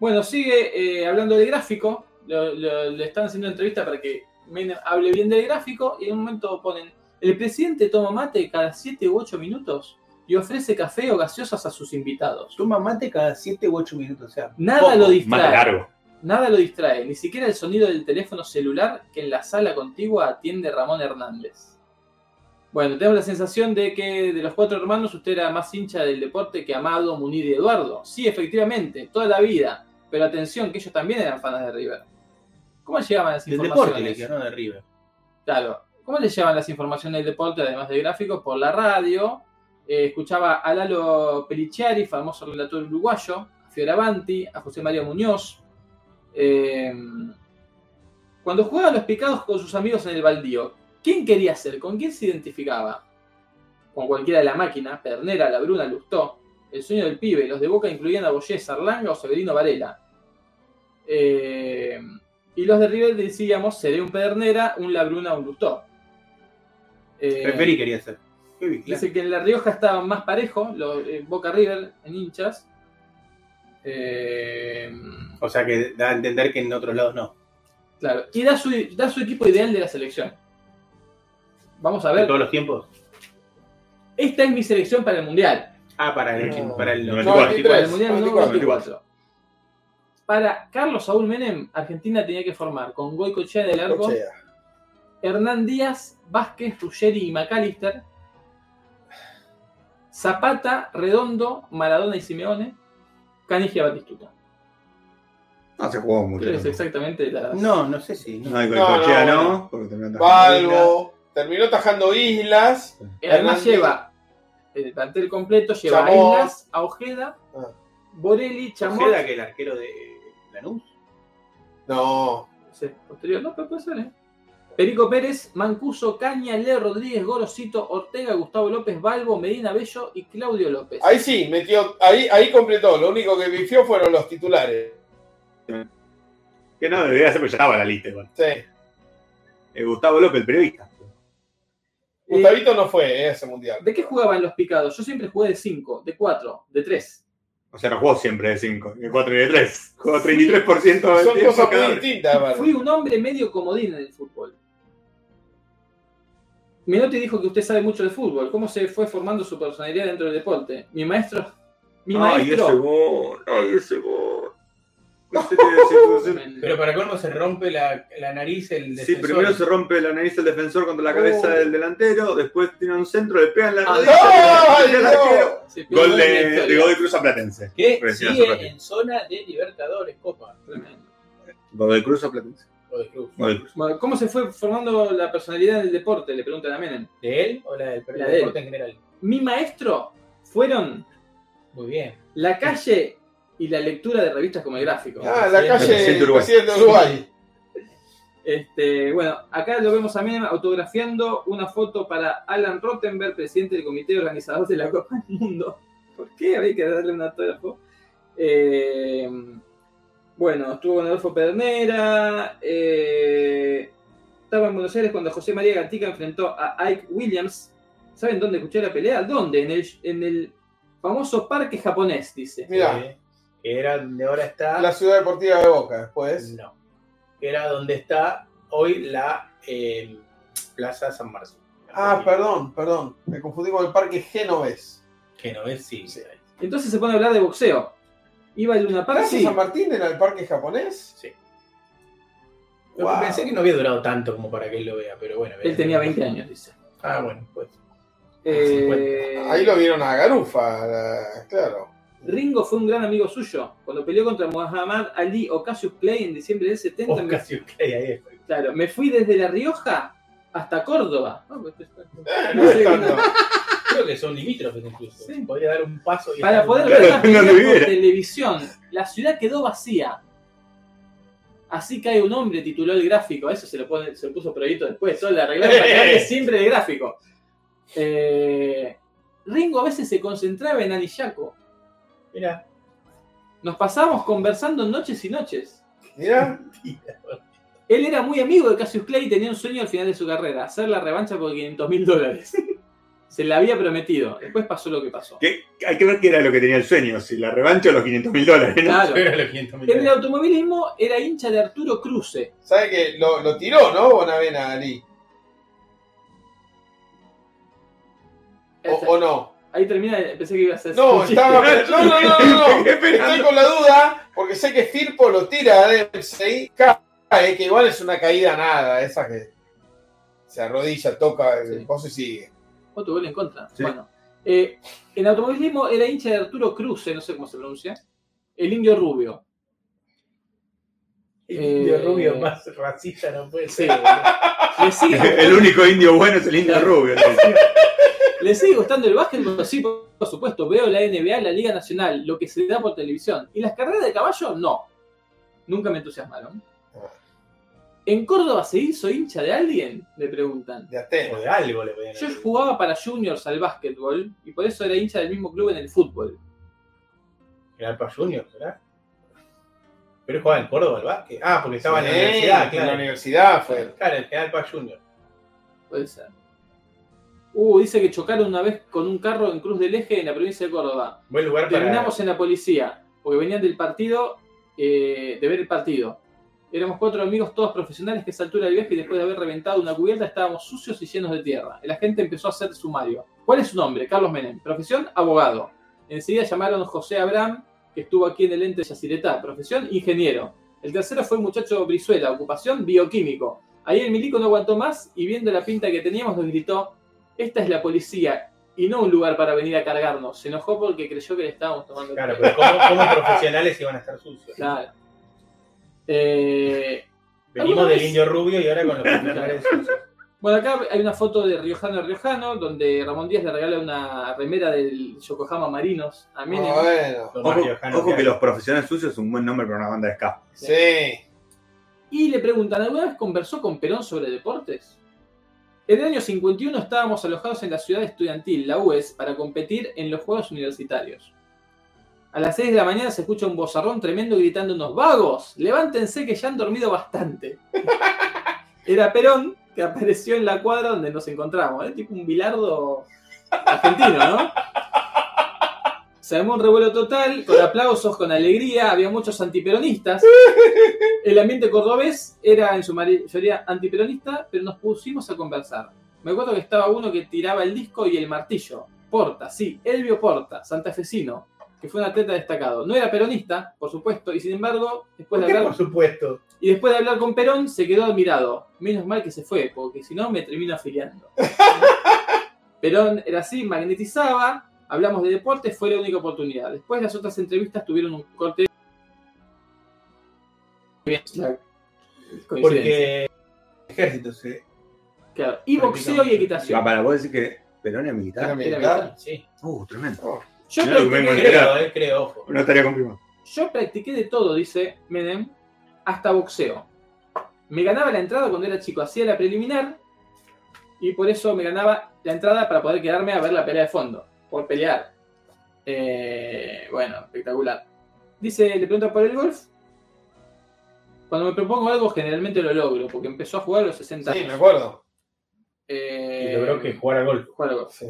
Bueno, sigue eh, hablando del gráfico. Lo- lo- le están haciendo entrevista para que Menem hable bien del gráfico. Y en un momento ponen: el presidente toma mate cada 7 u 8 minutos y ofrece café o gaseosas a sus invitados.
Toma mate cada 7 u 8 minutos. O sea,
Nada
poco.
lo
Más
distrae.
largo.
Nada lo distrae, ni siquiera el sonido del teléfono celular que en la sala contigua atiende Ramón Hernández. Bueno, tengo la sensación de que de los cuatro hermanos usted era más hincha del deporte que Amado, Munir y Eduardo. Sí, efectivamente, toda la vida. Pero atención, que ellos también eran fans de River. ¿Cómo llegaban las
Del deporte le
informaciones?
quedaron de River.
Claro. ¿Cómo le llevan las informaciones del deporte, además de gráficos? Por la radio. Eh, escuchaba a Lalo Peliciari, famoso relator uruguayo, a Fioravanti, a José María Muñoz. Eh, cuando jugaba a los picados con sus amigos en el baldío, ¿quién quería ser? ¿Con quién se identificaba? Con cualquiera de la máquina, Pernera, La Bruna, Lustó. El sueño del pibe, los de Boca incluían a Boyé, Sarlanga o Severino Varela. Eh, y los de River decíamos, seré un Pedernera, un Labruna, un Lustó. Eh,
Preferí quería ser.
Dice que en La Rioja estaban más parejos, los, eh, Boca River en hinchas. Eh,
O sea que da a entender que en otros lados no.
claro, y da su, da su equipo ideal de la selección. Vamos a
De
ver,
todos los tiempos.
esta es mi selección para el Mundial.
Ah, para el,
No.
para el
No,
No,
94.
Para el
93,
Mundial
94.
94. Para Carlos Saúl Menem, Argentina tenía que formar con Goicochea del arco,
Cochea.
Hernán Díaz, Vázquez, Ruggeri y McAllister, Zapata, Redondo, Maradona y Simeone, Canigia Batistuta.
No se jugó mucho.
Creo que es exactamente la.
No, no sé si.
No, y con
No,
el Cochea
no.
no, porque terminó atajando.
Balbo. Terminó tajando islas.
Además
Hernández.
lleva eh, el plantel completo, lleva a
Chamó.
Islas, a Ojeda,
Ah.
Borelli, Chamot.
Ojeda, que el arquero de Lanús.
No.
Sí, posterior. No, pero puede ser, ¿eh? Perico Pérez, Mancuso, Caña, Leo Rodríguez, Gorosito, Ortega, Gustavo López, Balbo, Medina Bello y Claudio López.
Ahí sí, metió, ahí, ahí completó. Lo único que bifió fueron los titulares.
Que no debería ser, pero ya estaba la lista igual.
Sí.
Eh, Gustavo López, el periodista.
Gustavito no fue eh, a ese mundial.
¿De qué jugaban los picados? Yo siempre jugué de 5, de 4, de 3.
O sea, no jugó siempre de 5, de 4 y de 3. Jugó 33% de
Son
tiempo
cosas
cada
muy
vez.
distintas, aparte. Fui un hombre medio comodín en el fútbol. Menotti dijo que usted sabe mucho de fútbol, cómo se fue formando su personalidad dentro del deporte. Mi maestro. Mi
Ay,
maestro.
ese gol, ay, ese gol.
Pero para colmo se rompe la, la nariz el
Sí,
defensor.
primero se rompe la nariz del defensor contra la cabeza
Oh.
del delantero, después tiene un centro, le pegan la
Ah,
rodilla. le
no,
pegan
no.
al arquero.
Sí, pero
Gol
no es la
de,
historia.
de Godoy Cruz a Platense.
Que
Recién hace
sigue
ratito.
en zona de Libertadores, Copa.
Godoy Cruz a Platense.
Lo de Cruz.
Godoy Cruz.
Bueno, ¿Cómo se fue formando la personalidad del deporte? Le preguntan a Menem.
¿De él o la del
La de
deporte
él.
en general?
Mi maestro fueron
Muy bien.
la calle y la lectura de revistas como el gráfico.
Ah, la calle
Presidente
presidente de Uruguay.
Este, bueno, acá lo vemos a Menem autografiando una foto para Alan Rottenberg, presidente del comité organizador de la Copa del Mundo. ¿Por qué había que darle un autógrafo? Eh, bueno, estuvo con Adolfo Pernera. eh, estaba en Buenos Aires cuando José María Gatica enfrentó a Ike Williams. ¿Saben dónde escuché la pelea? ¿Dónde? En el, en el famoso parque japonés, dice.
Mirá.
Eh, Que era donde ahora está.
La ciudad deportiva de Boca, después.
No. Que era donde está hoy la eh, Plaza San Marzo.
Ah, perdón, perdón. Me confundí con el parque Genovés.
Que no es, sí.
Entonces se pone a hablar de boxeo. Iba el Luna Park.
¿Plaza
Ah, sí.
San Martín era el parque japonés?
Sí. Lo que
Wow.
Pensé que no había durado tanto como para que él lo vea, pero bueno.
Él tenía 20 años, dice.
Ah, bueno, pues.
Eh,
Ahí lo vieron a Garufa, la- claro.
Ringo fue un gran amigo suyo. Cuando peleó contra Muhammad Ali o Cassius Clay en diciembre del 70, me,
Ocasio Clay, eh, ahí es.
claro, me fui desde La Rioja hasta Córdoba. No, pues,
No
sé,
es tanto.
no.
Creo que son limítrofes incluso. Podría dar un paso y
Para poder
Claro,
ver las
no lo
peleas por
viera.
televisión, la ciudad quedó vacía. Así cae un hombre, tituló el gráfico. Eso se lo, pone- se lo puso Proyecto después. Todo le arreglaron para quedarle siempre de gráfico. Eh, Ringo a veces se concentraba en Anillaco.
Mirá.
Nos pasábamos conversando noches y noches.
Mirá.
Él era muy amigo de Cassius Clay y tenía un sueño al final de su carrera, hacer la revancha por 500 mil dólares. Se la había prometido. Después pasó lo que pasó.
Que- Hay que ver qué era lo que tenía el sueño, si la revancha o los 500 mil dólares. ¿no?
Claro. En el
Era-
automovilismo era hincha de Arturo Cruce.
¿Sabe que lo, lo tiró, no? Bonavena Ali. O, o no.
Ahí termina, pensé que iba a ser.
No,
un chiste.
estaba. No, no, no, no, no. Estoy con la duda, porque sé que Firpo lo tira a Dempsey, cae, que igual es una caída nada, esa que se arrodilla, toca el coso y sigue.
Otro gol en contra. Bueno. eh, en automovilismo era hincha de Arturo Cruce, no sé cómo se pronuncia. El indio rubio.
El
Eh,
indio rubio más racista no puede ser.
Le sigue,
El único indio bueno es el indio rubio.
le sigue gustando el básquetbol, sí, por por supuesto. Veo la NBA, la Liga Nacional, lo que se da por televisión. ¿Y las carreras de caballo? No. Nunca me entusiasmaron. ¿En Córdoba se hizo hincha de alguien? Le preguntan.
De
O de algo le podían
Yo jugaba para juniors al básquetbol y por eso era hincha del mismo club en el fútbol.
Era para Junior, ¿verdad? Pero jugaba en Córdoba, el básquet. Ah, porque estaba en
Sí,
la universidad, claro.
en la universidad fue.
Claro, el General Paz Junior.
Puede ser. Uh, dice que chocaron una vez con un carro en Cruz del Eje en la provincia de Córdoba.
Buen lugar para.
Terminamos en la policía, porque venían del partido, eh, de ver el partido. Éramos cuatro amigos, todos profesionales, que a esa altura del viaje, después de haber reventado una cubierta, estábamos sucios y llenos de tierra. El agente empezó a hacer sumario. ¿Cuál es su nombre? Carlos Menem. Profesión, abogado. Enseguida llamaron a José Abraham, que estuvo aquí en el ente de Yaciretá. Profesión, ingeniero. El tercero fue el muchacho Brizuela, ocupación, bioquímico. Ahí el milico no aguantó más y viendo la pinta que teníamos nos gritó, esta es la policía y no un lugar para venir a cargarnos. Se enojó porque creyó que le estábamos tomando el
Claro,
pelo.
pero ¿cómo, cómo profesionales iban a estar sucios?
Claro. Eh,
Venimos
¿alguna
del
vez?
indio rubio y ahora con los profesionales sucios.
Bueno, acá hay una foto de Riojano Riojano, donde Ramón Díaz le regala una remera del Yokohama Marinos a Menem.
Ah, Bueno.
Ojo, ojo que los profesionales sucios es un buen nombre para una banda de ska.
Sí.
Y le preguntan, ¿alguna vez conversó con Perón sobre deportes? En el año 51 estábamos alojados en la ciudad estudiantil, la UES, para competir en los Juegos Universitarios. A las 6 de la mañana se escucha un bozarrón tremendo gritando unos vagos, levántense que ya han dormido bastante. Era Perón que apareció en la cuadra donde nos encontramos, ¿eh? tipo un bilardo argentino, ¿no? Se armó un revuelo total, con aplausos, con alegría, había muchos antiperonistas. El ambiente cordobés era en su mayoría antiperonista, pero nos pusimos a conversar. Me acuerdo que estaba uno que tiraba el disco y el martillo. Porta, sí, Elvio Porta, santafesino, que fue un atleta destacado. No era peronista, por supuesto, y sin embargo, después de
¿Por qué
hablar...
por supuesto?
Y después de hablar con Perón, se quedó admirado. Menos mal que se fue, porque si no me termino afiliando. Perón era así, magnetizaba, hablamos de deportes, fue la única oportunidad. Después las otras entrevistas tuvieron un corte. Bien, la coincidencia.
Porque ejército se.
Claro, Y boxeo y equitación.
Va, para vos decir que Perón era militar.
Era militar, sí.
Uh, tremendo.
Yo
Mirá lo que vengo a enterar.
Creo, eh, creo, ojo.
Una tarea confirmada.
Yo practiqué de todo, dice Menem, hasta boxeo. Me ganaba la entrada cuando era chico, hacía la preliminar y por eso me ganaba la entrada para poder quedarme a ver la pelea de fondo, por pelear. Eh, bueno, espectacular. Dice, le pregunta por el golf. Cuando me propongo algo, generalmente lo logro, porque empezó a jugar a los 60 años.
Sí, me acuerdo.
Eh,
Y logró que jugara golf.
jugar al golf.
Sí.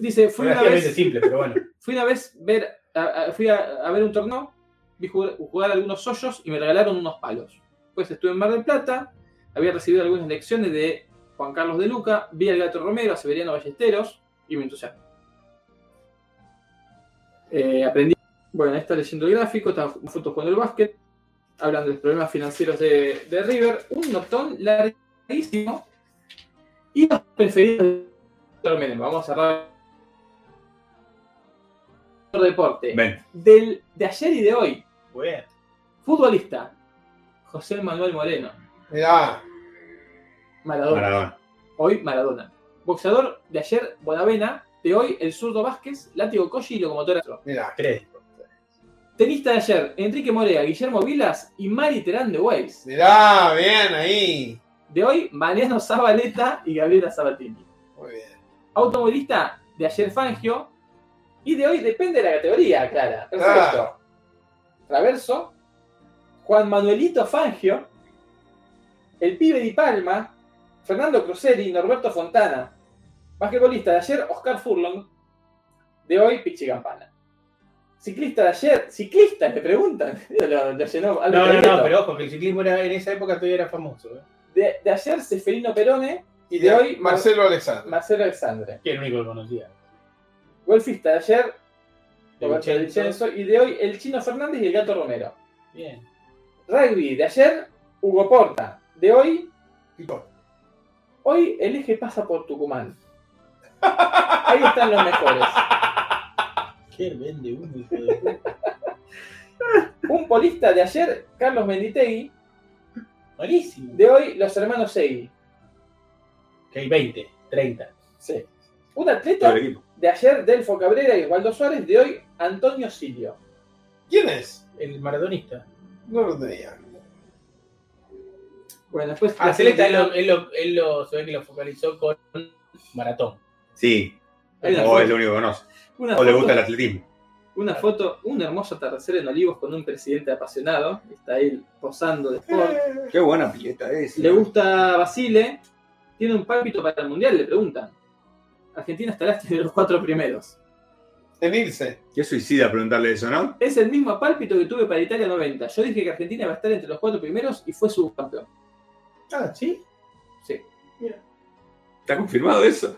Dice, fui una
Relativamente
vez
simple, pero bueno.
fui una vez ver, a, a- fui a, a ver un torneo, vi jugar, jugar algunos hoyos y me regalaron unos palos. Pues estuve en Mar del Plata, había recibido algunas lecciones de Juan Carlos de Luca, vi al gato Romero, a Severiano Ballesteros y me entusiasmé. Eh, aprendí, bueno, ahí está leyendo el gráfico, está en fotos jugando el básquet, hablan de los problemas financieros de, de River, un notón larguísimo y los preferidos de Víctor Menem. Vamos a cerrar por deporte
Ven.
del, de ayer y de hoy.
Bueno.
Futbolista, José Manuel Moreno,
Mirá,
Maradona.
Maradona.
Hoy Maradona. Boxeador de ayer, Bonavena. De hoy, el zurdo Vázquez, Látigo Colli y Locomotora. Astro.
mirá.
Crédito.
Tenista de ayer, Enrique Morea, Guillermo Vilas y Mari Terán de Weiss.
Mirá, bien ahí.
De hoy, Mariano Zabaleta y Gabriela Sabatini.
Muy bien.
Automovilista de ayer, Fangio. Y de hoy, depende de la categoría,
Ah.
Clara. Perfecto.
Claro.
Traverso, Juan Manuelito Fangio, el pibe Di Palma, Fernando Cruceri, Norberto Fontana, basquetbolista de ayer, Oscar Furlong, de hoy, Pichi Campana. Ciclista de ayer, ciclista, me preguntan. Lo- lo llenó
No,
Aldo
no,
Calieto.
no, pero ojo, que el ciclismo era, en esa época todavía era famoso. ¿eh?
de, de ayer, Seferino Perone y de hoy, Mar-
Marcelo Alexandre.
Marcelo Alexandre.
Que era el único que conocía.
Golfista de ayer,
De
Roberto
Vincenzo.
Di Vincenzo, y de hoy, el Chino Fernández y el Gato Romero.
Bien.
Rugby de ayer, Hugo Porta. De hoy,
Pico.
hoy el eje pasa por Tucumán. Ahí están los mejores.
Qué vende uno, hijo de puta.
Un polista de ayer, Carlos Menditegui.
Malísimo.
De hoy, los hermanos Segui.
Que hay 20, 30.
Sí. Un
Todo
atleta
el equipo.
de ayer, Delfo Cabrera y Osvaldo Suárez. De hoy, Antonio Silio.
¿Quién es?
El maradonista.
No lo tenía.
Bueno, después.
Ah, Celeste, él lo, él lo, él lo- se ve que lo focalizó con maratón.
Sí.
Hay una
O es
foto-
lo único que conoce.
una
O Oh, le
foto-
gusta el atletismo.
Una foto, un hermoso atardecer en Olivos con un presidente apasionado. Está él posando de sport.
Qué buena pileta es.
¿Le gusta Basile? ¿Tiene un pálpito para el Mundial? Le preguntan. Argentina estará entre los cuatro primeros.
En irse.
Qué suicida preguntarle eso, ¿no?
Es el mismo pálpito que tuve para Italia 90. Yo dije que Argentina va a estar entre los cuatro primeros y fue subcampeón.
Ah, sí.
Sí.
¿Está confirmado eso?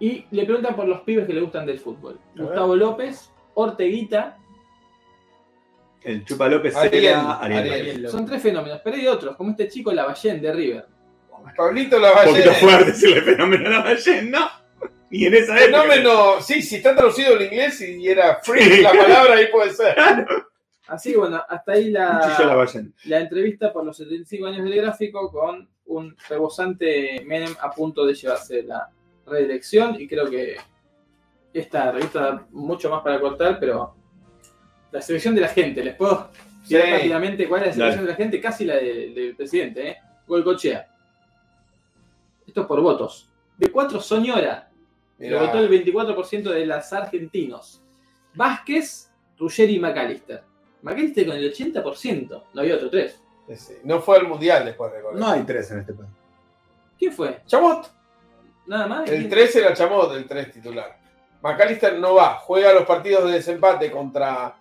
Y le preguntan por los pibes que le gustan del fútbol. Gustavo López, Orteguita.
El Chupa López
Ariel,
era Ariel.
Ariel.
Ariel.
Son tres fenómenos, pero hay otros, como este chico Lavallén de River.
Pablito
Un poquito
Lavalle.
fuerte decirle fenómeno a Lavallén, ¿no? Y en esa época.
Fenómeno. Sí, si está traducido al inglés y era free la palabra, ahí puede ser.
Así que bueno, hasta ahí
Un chillo a
la,
Lavallén.
la entrevista por los 75 años del gráfico con un rebosante Menem a punto de llevarse la reelección y creo que esta revista da mucho más para cortar, pero la selección de la gente, les puedo Y ahora rápidamente, ¿cuál es la
Dale.
sensación de la gente? Casi la de- del presidente, ¿eh? Golcochea. Esto es por votos. De cuatro Soñora. Lo
Mirá.
votó el 24% de los argentinos. Vázquez, Ruggeri y McAllister. McAllister con el 80%. No había otro tres.
No fue al mundial después de
No hay tres en este país.
¿Quién fue?
Chamot.
Nada más.
El 3 era Chamot, el 3 titular. McAllister no va, juega los partidos de desempate contra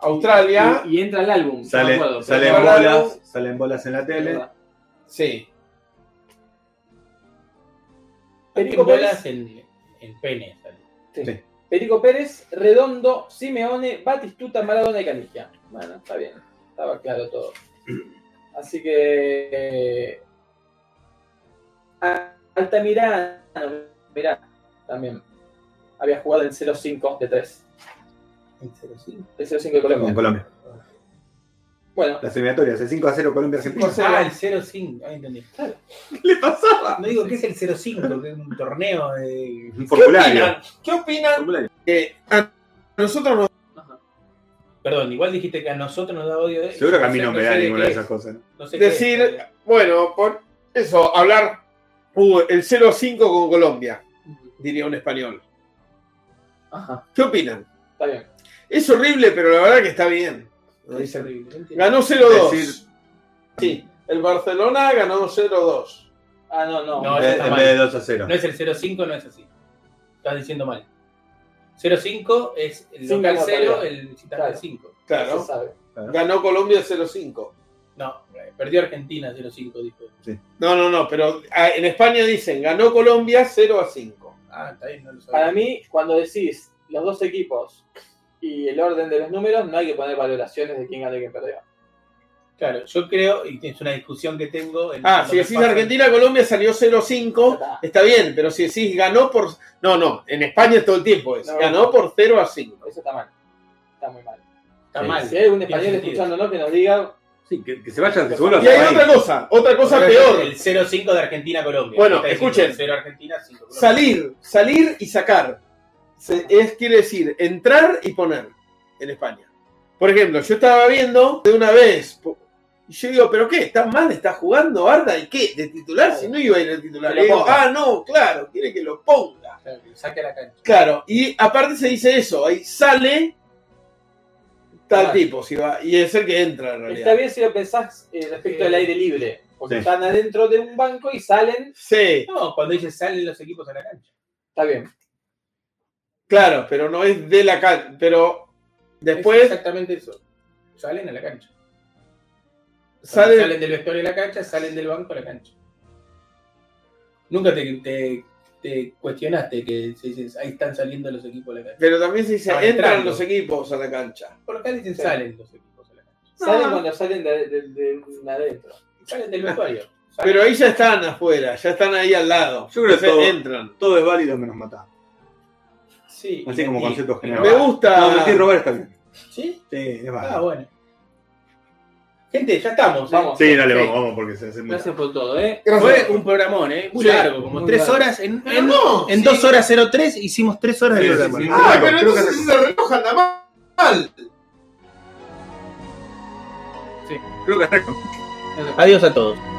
Australia.
Y, y entra el álbum.
Sale-
no me acuerdo,
salen
pero-
bolas, salen bolas en la tele.
Sí.
Perico
bolas
Pérez,
en, en pene. sale.
Sí.
Perico Pérez, Redondo, Simeone, Batistuta, Maradona y Canigia. Bueno, está bien. Estaba claro todo. Así que. eh, A- Altamirano, mirá, también. Había jugado el 0-5 de 3. El 0-5 de Colombia.
Con Colombia.
Bueno,
Las eliminatorias, el 5 a 0 Colombia-Argentina.
Ah, el 05. Ahí entendí.
¿Qué le pasaba?
No digo que es el 05, que es un torneo de.
Un formulario.
¿Qué opinan? Que ah, a nosotros nos
Perdón, igual dijiste que a nosotros nos da odio. eso.
Seguro que a mí
O sea,
no me
sé
da
de
ninguna de
qué
esas
es.
cosas. ¿no?
No sé qué es.
decir, bueno, por eso, hablar uh, el 0-5 con Colombia, diría un español.
Ajá,
¿Qué opinan?
está bien.
Es horrible, pero la verdad que está bien.
Es horrible, no entiendo.
Ganó 0-2.
Decir-
Sí, el Barcelona ganó 0-2.
Ah, no, no.
No,
Eh, En vez-
eso está
en vez de
mal.
2 a 0.
No es el 05, no es así. Estás diciendo mal. 05 es el
Cinco
local
como
0,
tarea.
el visitante
Claro.
5.
se
Claro.
sabe.
Ganó Colombia 0-5.
No, eh, perdió Argentina 05, dijo.
No, no, no, pero ah, en España dicen ganó Colombia 0 a 5.
Ah, está bien, no lo sabía.
Para mí, cuando decís los dos equipos y el orden de los números, no hay que poner valoraciones de quién ganó y quién perdió.
Claro, yo creo, y es una discusión que tengo. en-
Ah,
cuando
si
me
decís
pasan-
Argentina-Colombia salió 0-5, está bien, pero si decís ganó por. No, no, en España es todo el tiempo es.
No.
Ganó por 0 a 5.
Eso está mal. Está muy mal.
Está
Sí.
mal.
Si hay algún
Tiene
español
sentido.
escuchándonos que nos diga,
Sí, que, que se vayan de seguro.
Y hay otra cosa, otra cosa peor.
El 0-5 de Argentina-Colombia.
Bueno,
Está diciendo
escuchen.
0 Argentina, 5 Colombia.
Salir, salir y sacar. Se- es, quiere decir, entrar y poner en España. Por ejemplo, yo estaba viendo de una vez. po- y yo digo, ¿pero qué? ¿Está mal? ¿Está jugando Arda? ¿Y qué? ¿De titular? Si no iba a ir de titular.
Que lo
Le digo,
ponga.
ah, no, claro, quiere que lo ponga.
Claro, que lo Saque a la cancha.
Claro, y aparte se dice eso, ahí sale tal
Claro.
tipo, si va, y es el que entra en realidad.
está bien si lo pensás eh, respecto al aire libre. Porque
Sí.
están adentro de un banco y salen,
Sí,
No, cuando dice salen los equipos a la cancha.
está bien.
claro, pero no es de la cancha, pero
Es
después
exactamente eso. Salen a la cancha. Salen,
sale,
del vestuario a la cancha, salen del banco a la cancha. Nunca te, te- te cuestionaste que se dice, ahí están saliendo los equipos a la cancha.
pero también se dice,
Ah,
entran
entrando.
los equipos a la cancha.
Por acá dicen salen los equipos a la cancha.
Salen cuando salen de, de- de adentro.
Salen del vestuario. Salen.
Pero ahí ya están afuera, ya están ahí al lado.
Yo creo que
Se
todo-
entran.
Todo es válido menos matar.
Sí,
Así
y-
como
y-
concepto general.
Me gusta.
No, mentir, robar está bien.
¿Sí?
Sí, es
Ah,
válido.
bueno. Gente, ya estamos. ¿eh?
Vamos.
Sí, dale, vamos, vamos, porque se hace mucho.
Gracias por todo, ¿eh?
Fue un programón, ¿eh? Muy
Sí,
largo, como
muy
tres
largo.
horas. En,
Pero
en,
no,
en
sí.
dos horas 03 hicimos tres horas de
Sí, sí,
programa.
sí.
Ah,
Claro,
pero
creo que
entonces
se-
ese reloj anda mal.
Creo que
Adiós a todos.